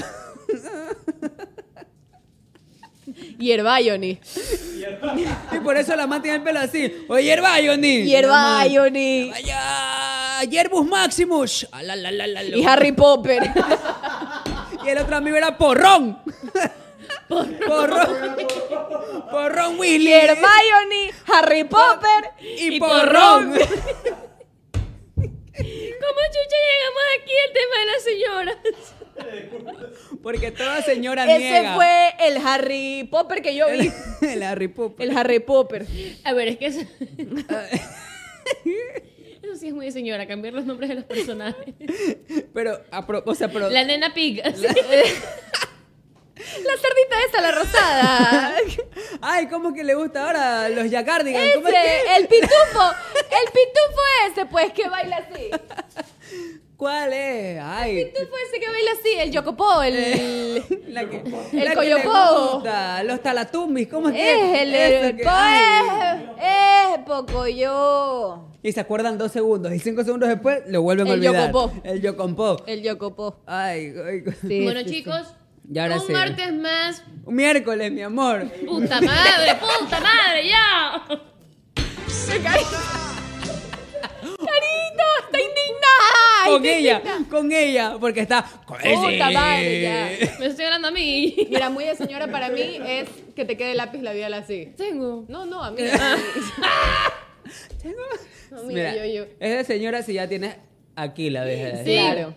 [SPEAKER 3] Y Hermione.
[SPEAKER 2] Y por eso la man tiene el pelo así. Oye, Hermione.
[SPEAKER 3] Y Hermione.
[SPEAKER 2] Vaya, Yerbus Maximus. Ah, la, la, la, la, la.
[SPEAKER 3] Y Harry Potter.
[SPEAKER 2] Y el otro amigo era Porrón. Porrón. Porrón Willy.
[SPEAKER 3] Y Hermione, Harry Potter
[SPEAKER 2] Y, porrón.
[SPEAKER 4] ¿Cómo chucha llegamos aquí al tema de las señoras?
[SPEAKER 2] Porque toda señora
[SPEAKER 3] Ese
[SPEAKER 2] niega.
[SPEAKER 3] fue el Harry Potter que yo vi.
[SPEAKER 2] el Harry Potter.
[SPEAKER 3] El Harry Potter.
[SPEAKER 4] A ver, es que eso, eso sí es muy de señora, cambiar los nombres de los personajes.
[SPEAKER 2] Pero, a pro- o sea, pero.
[SPEAKER 4] La nena pig. así.
[SPEAKER 3] La cerdita esa, la rosada.
[SPEAKER 2] Ay, ¿cómo que le gusta ahora los Yacardigan? ¿Cómo es que?
[SPEAKER 3] Ese, el pitufo. El pitufo ese, pues, que baila así.
[SPEAKER 2] ¿Cuál es? Ay.
[SPEAKER 3] Pitufo ese que baila así, el Yocopo, el...
[SPEAKER 2] Eh, La que,
[SPEAKER 3] El
[SPEAKER 2] la que le
[SPEAKER 3] Coyopo.
[SPEAKER 2] gusta, Los Talatumbis, ¿cómo es
[SPEAKER 3] Es
[SPEAKER 2] que?
[SPEAKER 3] el...
[SPEAKER 2] Eso
[SPEAKER 3] el-
[SPEAKER 2] que- ay.
[SPEAKER 3] pues,
[SPEAKER 6] ¡Eh, Pocoyo!
[SPEAKER 2] Y se acuerdan dos segundos. Y cinco segundos después lo vuelven a
[SPEAKER 3] El
[SPEAKER 2] olvidar.
[SPEAKER 3] Yocopó.
[SPEAKER 2] El Yocompó.
[SPEAKER 3] El Yocopo.
[SPEAKER 2] Ay, ay.
[SPEAKER 3] Sí,
[SPEAKER 4] bueno,
[SPEAKER 3] sí, sí.
[SPEAKER 4] chicos,
[SPEAKER 2] Y ahora
[SPEAKER 4] un
[SPEAKER 2] sí.
[SPEAKER 4] martes más.
[SPEAKER 2] Un miércoles, mi amor.
[SPEAKER 4] ¡Puta madre! ¡Puta madre! ¡Ya!
[SPEAKER 3] Carito, está indignada.
[SPEAKER 2] con
[SPEAKER 3] Está
[SPEAKER 2] ella,
[SPEAKER 3] indignada.
[SPEAKER 2] con ella. Porque está.
[SPEAKER 3] Puta madre, ya.
[SPEAKER 4] Me estoy hablando a mí.
[SPEAKER 3] Mira, muy de señora para mí es que te quede lápiz labial así.
[SPEAKER 4] Tengo.
[SPEAKER 3] No, no, a mí. No, mira,
[SPEAKER 2] Mira,
[SPEAKER 3] yo, yo.
[SPEAKER 2] Es de señora si ya tienes aquí la vez.
[SPEAKER 4] Sí.
[SPEAKER 3] Claro.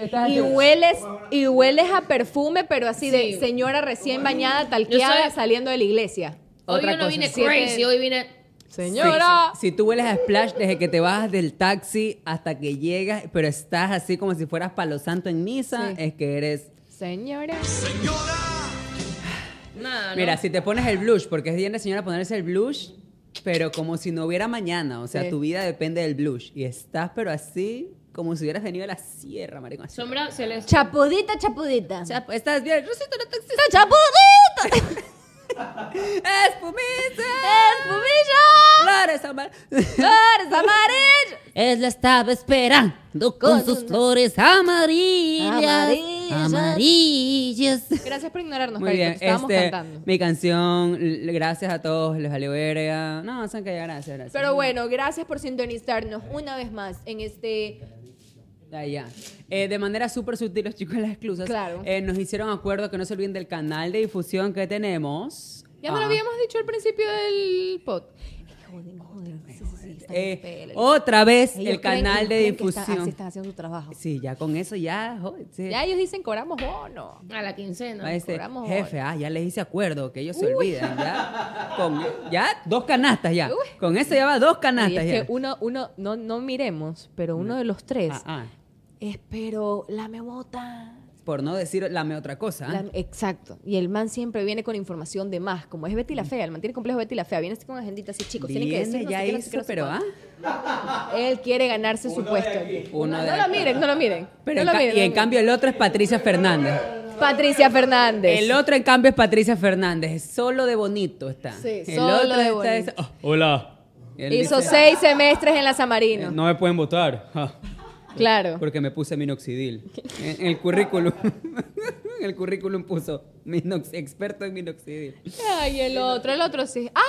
[SPEAKER 2] Estás
[SPEAKER 3] Y
[SPEAKER 2] aquí.
[SPEAKER 3] hueles, y hueles a perfume, pero
[SPEAKER 4] Sí.
[SPEAKER 3] así de señora recién bañada, talqueada,
[SPEAKER 4] Yo soy-
[SPEAKER 3] saliendo de la iglesia.
[SPEAKER 4] Hoy
[SPEAKER 2] Otra
[SPEAKER 4] yo no
[SPEAKER 2] cosa.
[SPEAKER 4] vine
[SPEAKER 3] Siete-
[SPEAKER 4] crazy, hoy vine.
[SPEAKER 3] Señora.
[SPEAKER 2] Si, si tú hueles a Splash desde que te bajas del taxi hasta que llegas, pero estás así como si fueras palo santo en misa,
[SPEAKER 3] Sí.
[SPEAKER 2] es que eres...
[SPEAKER 3] Señora.
[SPEAKER 4] Nada,
[SPEAKER 3] Ah,
[SPEAKER 4] ¿no?
[SPEAKER 2] Mira, si te pones el blush, porque es bien de señora ponerse el blush, pero como si no hubiera mañana, o sea,
[SPEAKER 3] Sí.
[SPEAKER 2] tu vida depende del blush. Y estás pero así como si hubieras venido a la sierra, maricón.
[SPEAKER 3] Ah.
[SPEAKER 2] así.
[SPEAKER 4] Sombra celeste.
[SPEAKER 6] Chapudita, chapudita.
[SPEAKER 2] O sea, estás bien, Rosita, no te excedas.
[SPEAKER 6] ¡Chapudita!
[SPEAKER 2] ¡Espumita!
[SPEAKER 6] ¡Es
[SPEAKER 2] ¡Flores amar!
[SPEAKER 6] flores amarillas!
[SPEAKER 2] Es la estaba esperando con,
[SPEAKER 6] Con
[SPEAKER 2] sus
[SPEAKER 6] sus-
[SPEAKER 2] flores amarillas.
[SPEAKER 6] Amarillas.
[SPEAKER 2] Amarillas.
[SPEAKER 3] Gracias por ignorarnos,
[SPEAKER 2] Muy
[SPEAKER 3] Carito,
[SPEAKER 2] bien,
[SPEAKER 3] te estábamos
[SPEAKER 2] este,
[SPEAKER 3] cantando.
[SPEAKER 2] mi canción, l- gracias a todos, les valió verga. No, son que ya, gracias, gracias.
[SPEAKER 3] Pero bueno, gracias por sintonizarnos una vez más en este
[SPEAKER 2] Ya, ya. Eh, de manera súper sutil, los chicos de las exclusas
[SPEAKER 3] Claro.
[SPEAKER 2] eh, nos hicieron acuerdo que no se olviden del canal de difusión que tenemos.
[SPEAKER 3] Ya no lo
[SPEAKER 2] Ah.
[SPEAKER 3] habíamos dicho al principio del pod.
[SPEAKER 2] Eh, otra vez
[SPEAKER 6] Ellos
[SPEAKER 2] el
[SPEAKER 6] creen
[SPEAKER 2] canal
[SPEAKER 6] que-
[SPEAKER 2] de
[SPEAKER 6] creen que está- así
[SPEAKER 2] difusión.
[SPEAKER 6] están haciendo su trabajo.
[SPEAKER 2] Sí, ya con eso ya, joder, sí.
[SPEAKER 3] Ya ellos dicen cobramos bono.
[SPEAKER 4] A la quincena.
[SPEAKER 2] Va a decir,
[SPEAKER 3] cobramos
[SPEAKER 2] jefe, ah, ya les hice acuerdo, que ellos se olvidan, ya. Con- ya, dos canastas ya.
[SPEAKER 3] Uy.
[SPEAKER 2] Con eso ya va dos
[SPEAKER 3] Y
[SPEAKER 2] canastas
[SPEAKER 3] es
[SPEAKER 2] ya.
[SPEAKER 3] que uno, uno, no, no miremos, pero uno de los tres
[SPEAKER 2] Ah, ah,
[SPEAKER 3] es, pero la me bota.
[SPEAKER 2] por no decir lame otra cosa. ¿ah?
[SPEAKER 3] La- exacto. Y el man siempre viene con información de más, como es Betty la Fea, el man tiene complejo Betty la Fea, viene así con agendita así, chicos, tienen que decir,
[SPEAKER 2] Viene,
[SPEAKER 3] no
[SPEAKER 2] Mm. ya
[SPEAKER 3] sé qué, no sé
[SPEAKER 2] hizo,
[SPEAKER 3] qué, no sé
[SPEAKER 2] pero ah.
[SPEAKER 3] cuánto. Él quiere ganarse su puesto.
[SPEAKER 2] Uno de
[SPEAKER 3] no lo
[SPEAKER 2] acá.
[SPEAKER 3] miren, no lo miren.
[SPEAKER 2] Pero
[SPEAKER 3] no
[SPEAKER 2] en
[SPEAKER 3] lo
[SPEAKER 2] ca-
[SPEAKER 3] miren,
[SPEAKER 2] y
[SPEAKER 3] no lo
[SPEAKER 2] en cambio el otro es Patricia Fernández.
[SPEAKER 3] miren. Patricia Fernández.
[SPEAKER 2] El otro en cambio es Patricia Fernández. Solo de bonito está.
[SPEAKER 3] Sí,
[SPEAKER 2] el
[SPEAKER 3] solo
[SPEAKER 2] otro
[SPEAKER 3] de
[SPEAKER 2] está
[SPEAKER 3] bonito.
[SPEAKER 2] esa- Oh, hola. Él
[SPEAKER 3] Hizo
[SPEAKER 2] dice,
[SPEAKER 3] seis semestres en la Samarino.
[SPEAKER 2] "Eh, No me pueden votar. ja,
[SPEAKER 3] Claro.
[SPEAKER 2] Porque me puse minoxidil. En en el currículum. En el currículum puso minox- experto en minoxidil.
[SPEAKER 3] Ay, el otro, el otro sí. ¡Ah!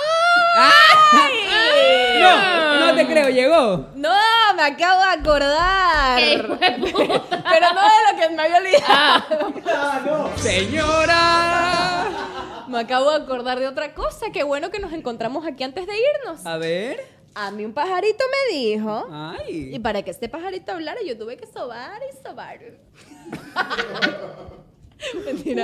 [SPEAKER 2] No, no te creo, llegó.
[SPEAKER 3] No, me acabo de acordar.
[SPEAKER 4] ¡Ey, huevo!
[SPEAKER 3] Pero no de lo que me había olvidado.
[SPEAKER 2] Señora.
[SPEAKER 3] Me acabo de acordar de otra cosa. Qué bueno que nos encontramos aquí antes de irnos.
[SPEAKER 2] A ver.
[SPEAKER 3] A mí un pajarito me dijo. Y
[SPEAKER 2] Ay.
[SPEAKER 3] para que este pajarito hablara, yo tuve que sobar y sobar. Mentira.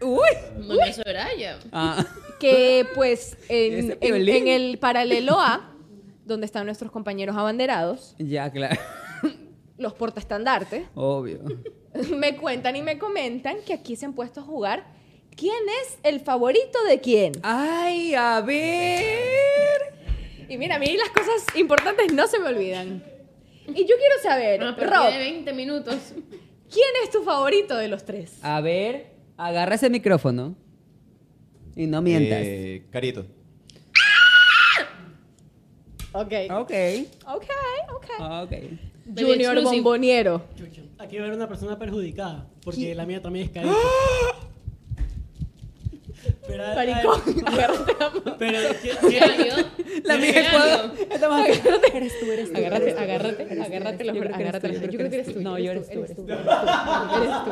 [SPEAKER 2] Uy.
[SPEAKER 4] No me Soraya.
[SPEAKER 2] Ah.
[SPEAKER 3] que pues en,
[SPEAKER 2] Ese
[SPEAKER 3] en-
[SPEAKER 2] violín.
[SPEAKER 3] en el paralelo A, donde están nuestros compañeros abanderados,
[SPEAKER 2] Ya, claro.
[SPEAKER 3] los portaestandartes,
[SPEAKER 2] Obvio.
[SPEAKER 3] me cuentan y me comentan que aquí se han puesto a jugar quién es el favorito de quién.
[SPEAKER 2] Ay, a ver.
[SPEAKER 3] Y mira, a mí las cosas importantes no se me olvidan. Y yo quiero saber,
[SPEAKER 4] Una partida de
[SPEAKER 3] Rob,
[SPEAKER 4] 20 minutos.
[SPEAKER 3] ¿quién es tu favorito de los tres?
[SPEAKER 2] A ver. Agarra ese micrófono. Y no mientas.
[SPEAKER 11] Eh, carito.
[SPEAKER 3] Ok.
[SPEAKER 2] Ok.
[SPEAKER 3] Ok, ok.
[SPEAKER 2] Ok.
[SPEAKER 4] Baby
[SPEAKER 3] Junior
[SPEAKER 4] exclusive.
[SPEAKER 3] Bomboniero.
[SPEAKER 10] Chucha, Aquí va a haber una persona perjudicada, porque la mía también es carita. Pero,
[SPEAKER 3] Maricón. Agárrate,
[SPEAKER 10] pero ¿qué,
[SPEAKER 4] Ya,
[SPEAKER 10] qué-
[SPEAKER 4] yo-
[SPEAKER 2] La
[SPEAKER 4] yo
[SPEAKER 2] mía es
[SPEAKER 4] me
[SPEAKER 2] cuadro.
[SPEAKER 4] ando.
[SPEAKER 2] Estamos acá.
[SPEAKER 3] agárrate, agárrate, agárrate, los bra- agárrate. los bra- Yo creo que eres tú.
[SPEAKER 2] No, yo
[SPEAKER 3] eres tú,
[SPEAKER 2] eres
[SPEAKER 3] eres tú. Eres tú. eres tú.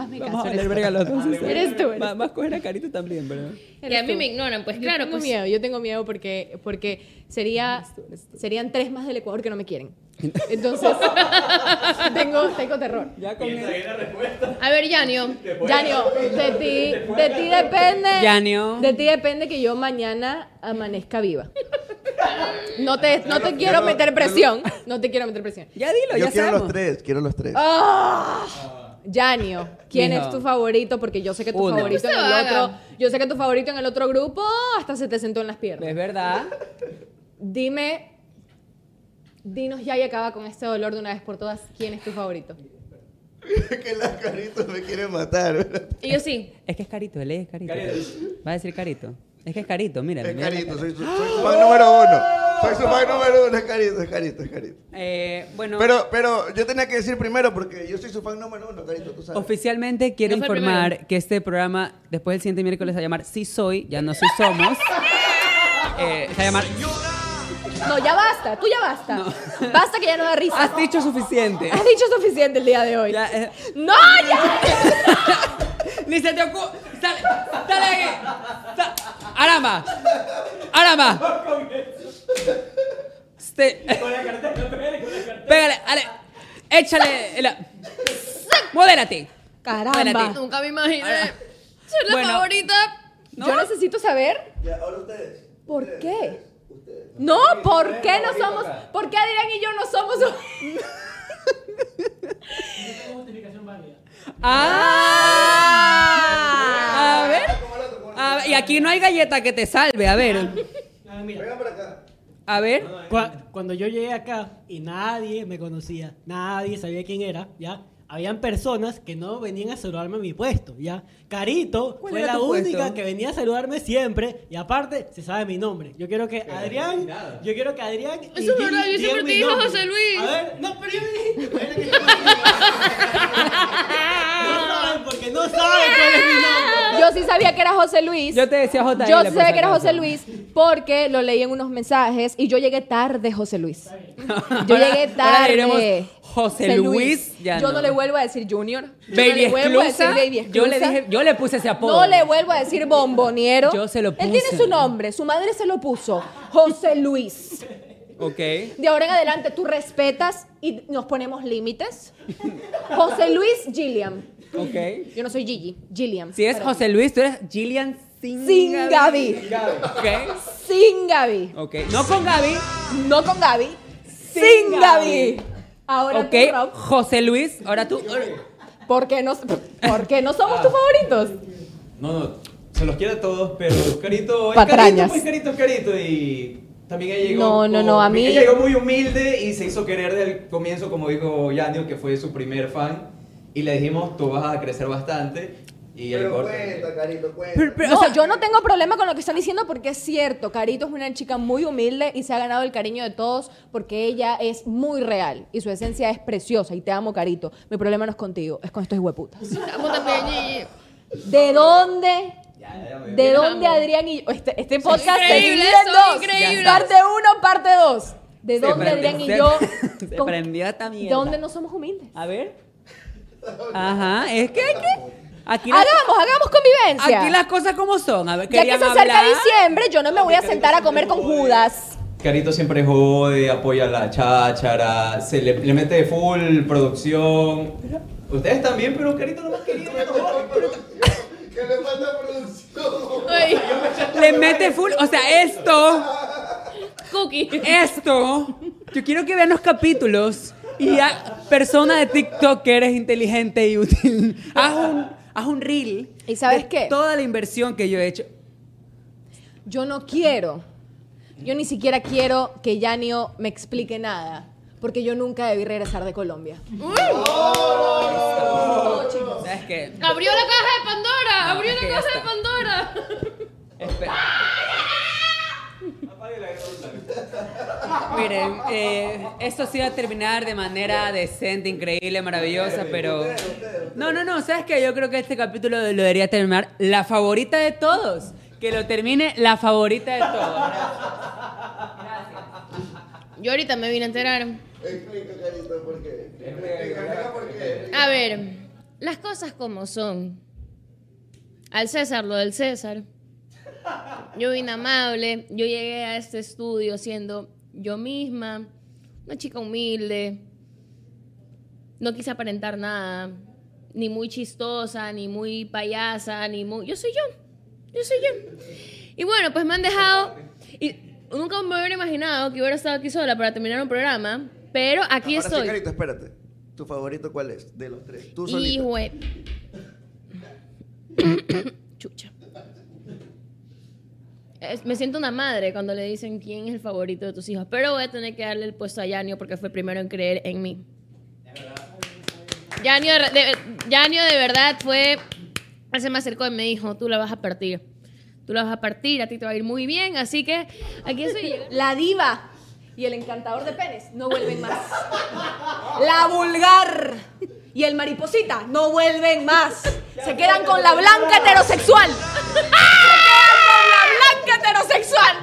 [SPEAKER 3] Hazme
[SPEAKER 2] Vamos
[SPEAKER 3] caso.
[SPEAKER 2] a
[SPEAKER 3] eres
[SPEAKER 2] valer
[SPEAKER 3] tú.
[SPEAKER 2] verga los dos.
[SPEAKER 3] Eres tú, eres
[SPEAKER 2] Va- Vas a coger a Carito también, pero...
[SPEAKER 4] Y a mí me ignoran, pues claro,
[SPEAKER 3] yo tengo
[SPEAKER 4] pues.
[SPEAKER 3] miedo, yo tengo miedo porque, porque sería, serían tres más del Ecuador que no me quieren. Entonces, tengo, tengo terror.
[SPEAKER 2] Ya con
[SPEAKER 4] A ver, Yanio.
[SPEAKER 3] Yanio, de ti, de ti depende.
[SPEAKER 2] Yanio.
[SPEAKER 3] De ti depende que yo mañana amanezca viva. No te, no te quiero meter presión. No te quiero meter presión.
[SPEAKER 2] Ya dilo,
[SPEAKER 5] Yo
[SPEAKER 2] ya
[SPEAKER 5] quiero
[SPEAKER 2] sabemos. Ah.
[SPEAKER 5] los tres, quiero los tres.
[SPEAKER 3] Yanio, ¿quién
[SPEAKER 2] Mijo.
[SPEAKER 3] es tu favorito? Porque yo sé que tu
[SPEAKER 2] Uno.
[SPEAKER 3] favorito en
[SPEAKER 4] No
[SPEAKER 3] el
[SPEAKER 4] se
[SPEAKER 3] otro,
[SPEAKER 4] haga.
[SPEAKER 3] yo sé que tu favorito en el otro grupo hasta se te sentó en las piernas.
[SPEAKER 2] Es verdad.
[SPEAKER 3] Dime, dinos ya y acaba con este dolor de una vez por todas. ¿Quién es tu favorito?
[SPEAKER 5] que la carita me quiere matar. ¿verdad?
[SPEAKER 4] Y yo sí.
[SPEAKER 2] Es que es Carito, él es Carito. Va a decir Carito. Es que es Carito, mira.
[SPEAKER 5] Es carito, soy, su- soy su fan número uno. Soy su fan número uno, es carito, es carito, es carito.
[SPEAKER 2] Eh, bueno,
[SPEAKER 5] Pero, pero yo tenía que decir primero porque yo soy su fan número uno, carito, tú sabes.
[SPEAKER 2] oficialmente quiero
[SPEAKER 4] No fue el
[SPEAKER 2] informar
[SPEAKER 4] primero.
[SPEAKER 2] que este programa, después del siguiente miércoles, se va a llamar Sí Soy, ya no Sí Somos. Eh, se va a llamar
[SPEAKER 3] No, ya basta, tú ya basta. Basta que ya no da risa.
[SPEAKER 2] Has dicho suficiente.
[SPEAKER 3] Has dicho suficiente el día de hoy.
[SPEAKER 2] Ah. Ya, eh,
[SPEAKER 3] ¡No, ya!
[SPEAKER 2] Ni se te ocurre. Sale, sale de aquí. Sa- Arama. Arama. Este- Pégale, ale. Échale. el- Modérate.
[SPEAKER 3] Caramba.
[SPEAKER 2] Espérate.
[SPEAKER 4] Nunca me imaginé
[SPEAKER 2] Ahora-
[SPEAKER 4] ser la
[SPEAKER 2] Bueno.
[SPEAKER 4] favorita.
[SPEAKER 3] Yo necesito saber
[SPEAKER 5] Ya, ahora ustedes.
[SPEAKER 3] por qué. No, ¿por qué no somos? ¿Por qué Adrián y yo no somos?
[SPEAKER 10] qué justificación válida?
[SPEAKER 2] Ah. A ver. A ver, Ah, y aquí no hay galleta que te salve. A ver.
[SPEAKER 10] Ah, mira,
[SPEAKER 5] Vengan para acá.
[SPEAKER 2] A ver.
[SPEAKER 10] cua- cuando yo llegué acá y nadie me conocía, nadie sabía quién era, ¿ya? Habían personas que no venían a saludarme a mi puesto, ¿ya? Carito
[SPEAKER 2] ¿Cuál
[SPEAKER 10] fue
[SPEAKER 2] era
[SPEAKER 10] la
[SPEAKER 2] tu
[SPEAKER 10] única
[SPEAKER 2] puesto?
[SPEAKER 10] que venía a saludarme siempre y aparte se sabe mi nombre. Yo quiero que Adrián, yo quiero que Adrián y
[SPEAKER 4] Eso es verdad,
[SPEAKER 10] Gil
[SPEAKER 4] yo
[SPEAKER 10] digan
[SPEAKER 4] siempre te
[SPEAKER 10] mi
[SPEAKER 4] dije
[SPEAKER 10] nombre.
[SPEAKER 4] José Luis.
[SPEAKER 10] A ver, no, pero yo me dije, bueno, que- no saben porque no saben cuál es mi nombre.
[SPEAKER 3] Yo sí sabía que era José Luis.
[SPEAKER 2] Yo te decía JL.
[SPEAKER 3] Yo
[SPEAKER 2] por
[SPEAKER 3] sé
[SPEAKER 2] si
[SPEAKER 3] que era
[SPEAKER 2] acaso.
[SPEAKER 3] José Luis porque lo leí en unos mensajes y yo llegué tarde, José Luis. Yo llegué
[SPEAKER 2] Ahora- ahora
[SPEAKER 3] tarde.
[SPEAKER 2] le diremos José Luis, ya
[SPEAKER 3] yo no.
[SPEAKER 2] no.
[SPEAKER 3] le vuelvo a decir Junior. Yo no
[SPEAKER 2] Baby
[SPEAKER 3] le vuelvo a decir
[SPEAKER 2] Esclusa.
[SPEAKER 3] Baby
[SPEAKER 2] Yo le
[SPEAKER 3] Esclusa.
[SPEAKER 2] dije, yo le puse ese apodo.
[SPEAKER 3] No le vuelvo a decir bomboniero.
[SPEAKER 2] Yo se lo
[SPEAKER 3] Él tiene
[SPEAKER 2] puse.
[SPEAKER 3] su nombre, su madre se lo puso. José Luis.
[SPEAKER 2] Ok.
[SPEAKER 3] De ahora en adelante tú respetas y nos ponemos límites. José Luis Gilliam.
[SPEAKER 2] Ok.
[SPEAKER 3] Yo no soy Gigi, Gilliam.
[SPEAKER 2] Si es
[SPEAKER 3] Para
[SPEAKER 2] José Luis, tú eres Gillian sin,
[SPEAKER 3] Sin
[SPEAKER 2] Gaby.
[SPEAKER 3] ti. Sin Gaby.
[SPEAKER 2] Ok. Ok. No con Gaby.
[SPEAKER 3] No con Gaby. Sin, Gaby.
[SPEAKER 2] Gaby.
[SPEAKER 3] Ahora
[SPEAKER 2] ok.
[SPEAKER 3] tú, Rob,
[SPEAKER 2] José Luis, ahora tú.
[SPEAKER 3] ¿por qué no, por qué no somos tus favoritos?
[SPEAKER 11] No, no, se los quiere a todos, pero Carito es
[SPEAKER 3] Patrañas.
[SPEAKER 11] carito, pues carito es carito y también ella llegó.
[SPEAKER 3] No, no,
[SPEAKER 11] con-
[SPEAKER 3] no, a mí-
[SPEAKER 11] Ella llegó muy humilde y se hizo querer desde el comienzo, como dijo Yanio, que fue su primer fan. Y le dijimos, tú vas a crecer bastante. Y el
[SPEAKER 5] Pero
[SPEAKER 11] corte.
[SPEAKER 5] cuenta, carito,
[SPEAKER 2] Pero,
[SPEAKER 5] cuenta.
[SPEAKER 2] pero, oh.
[SPEAKER 3] no,
[SPEAKER 2] o sea,
[SPEAKER 3] yo no tengo problema con lo que están diciendo porque es cierto. Carito es una chica muy humilde y se ha ganado el cariño de todos porque ella es muy real y su esencia es preciosa y te amo, Carito. Mi problema no es contigo, es con estos hueputas.
[SPEAKER 4] Estamos también allí.
[SPEAKER 3] ¿De dónde?
[SPEAKER 11] Ya, ya, ya.
[SPEAKER 3] ¿De
[SPEAKER 4] Yo
[SPEAKER 3] dónde
[SPEAKER 4] amo.
[SPEAKER 3] este Adrián y yo? Este, este podcast se
[SPEAKER 4] increíbles,
[SPEAKER 3] divide en
[SPEAKER 4] son
[SPEAKER 3] dos.
[SPEAKER 4] increíbles.
[SPEAKER 3] Parte uno, parte dos. ¿De
[SPEAKER 2] se
[SPEAKER 3] dónde
[SPEAKER 2] prende-
[SPEAKER 3] Adrián y
[SPEAKER 2] se-
[SPEAKER 3] yo?
[SPEAKER 2] Se
[SPEAKER 3] con-
[SPEAKER 2] prendió esta mierda.
[SPEAKER 3] ¿De dónde no somos humildes?
[SPEAKER 2] A ver. Ajá. Es que. que aquí, las-
[SPEAKER 3] Hagamos, hagamos convivencia.
[SPEAKER 2] aquí las cosas como son. A ver,
[SPEAKER 3] ya que se
[SPEAKER 2] querían
[SPEAKER 3] acerca
[SPEAKER 2] hablar.
[SPEAKER 3] diciembre, yo no me voy a sentar a comer con Judas.
[SPEAKER 11] Carito siempre jode, apoya la cháchara, se le, le mete full producción. Ustedes también, pero Carito no más quería.
[SPEAKER 5] Que le falta producción.
[SPEAKER 4] Oye,
[SPEAKER 2] Le mete full. O sea, esto.
[SPEAKER 4] Cookie.
[SPEAKER 2] Esto. Yo quiero que vean los capítulos. Y ya, persona de TikTok que eres inteligente y útil. Haz un, haz un reel.
[SPEAKER 3] ¿Y sabes
[SPEAKER 2] de
[SPEAKER 3] qué?
[SPEAKER 2] Toda la inversión que yo he hecho.
[SPEAKER 3] Yo no quiero. Yo ni siquiera quiero que Yanio me explique nada. Porque yo nunca debí regresar de Colombia.
[SPEAKER 2] ¿Sabes qué?
[SPEAKER 4] Abrió la caja de Pandora.
[SPEAKER 2] No,
[SPEAKER 4] Abrió
[SPEAKER 2] es
[SPEAKER 4] la
[SPEAKER 2] que ya
[SPEAKER 4] caja de
[SPEAKER 2] está.
[SPEAKER 4] Pandora.
[SPEAKER 2] Pero- Miren, eh, esto sí va a terminar de manera decente, increíble, maravillosa, pero... No, no, no, ¿sabes qué? Yo creo que este capítulo lo debería terminar la favorita de todos. Que lo termine la favorita de todos.
[SPEAKER 4] Yo ahorita me vine a enterar.
[SPEAKER 5] Explica, carito, por qué. Explica, por qué.
[SPEAKER 4] A ver, las cosas como son. Al César lo del César. Yo vine amable, yo llegué a este estudio siendo yo misma, una chica humilde. No quise aparentar nada, ni muy chistosa, ni muy payasa, ni muy... Yo soy yo, yo soy yo. Y bueno, pues me han dejado... Y nunca me hubiera imaginado que hubiera estado aquí sola para terminar un programa, pero aquí
[SPEAKER 5] Ahora sí,
[SPEAKER 4] estoy.
[SPEAKER 5] carito, espérate. ¿Tu favorito cuál es? De los tres. Tú solita.
[SPEAKER 4] Hijo de- Chucha. Es- me siento una madre cuando le dicen quién es el favorito de tus hijos, pero voy a tener que darle el puesto a Yanio porque fue primero en creer en mí. Yanio de, de- Yanio de verdad fue... Él se me acercó y me dijo, tú la vas a partir. Tú la vas a partir, a ti te va a ir muy bien, así que aquí estoy.
[SPEAKER 3] La diva y el encantador de penes no vuelven más. La vulgar y el mariposita no vuelven más. Se quedan con la blanca heterosexual. Se quedan con la blanca heterosexual.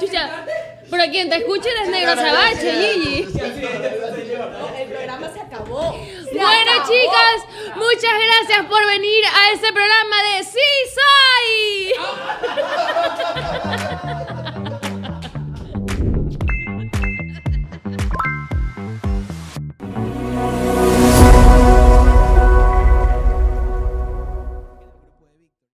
[SPEAKER 4] Chucha, pero quien te escuche eres negro sabache, Gigi.
[SPEAKER 3] El programa se acabó. Se
[SPEAKER 4] Bueno,
[SPEAKER 3] acabó.
[SPEAKER 4] chicas, muchas gracias por venir a este programa de Sí Soy.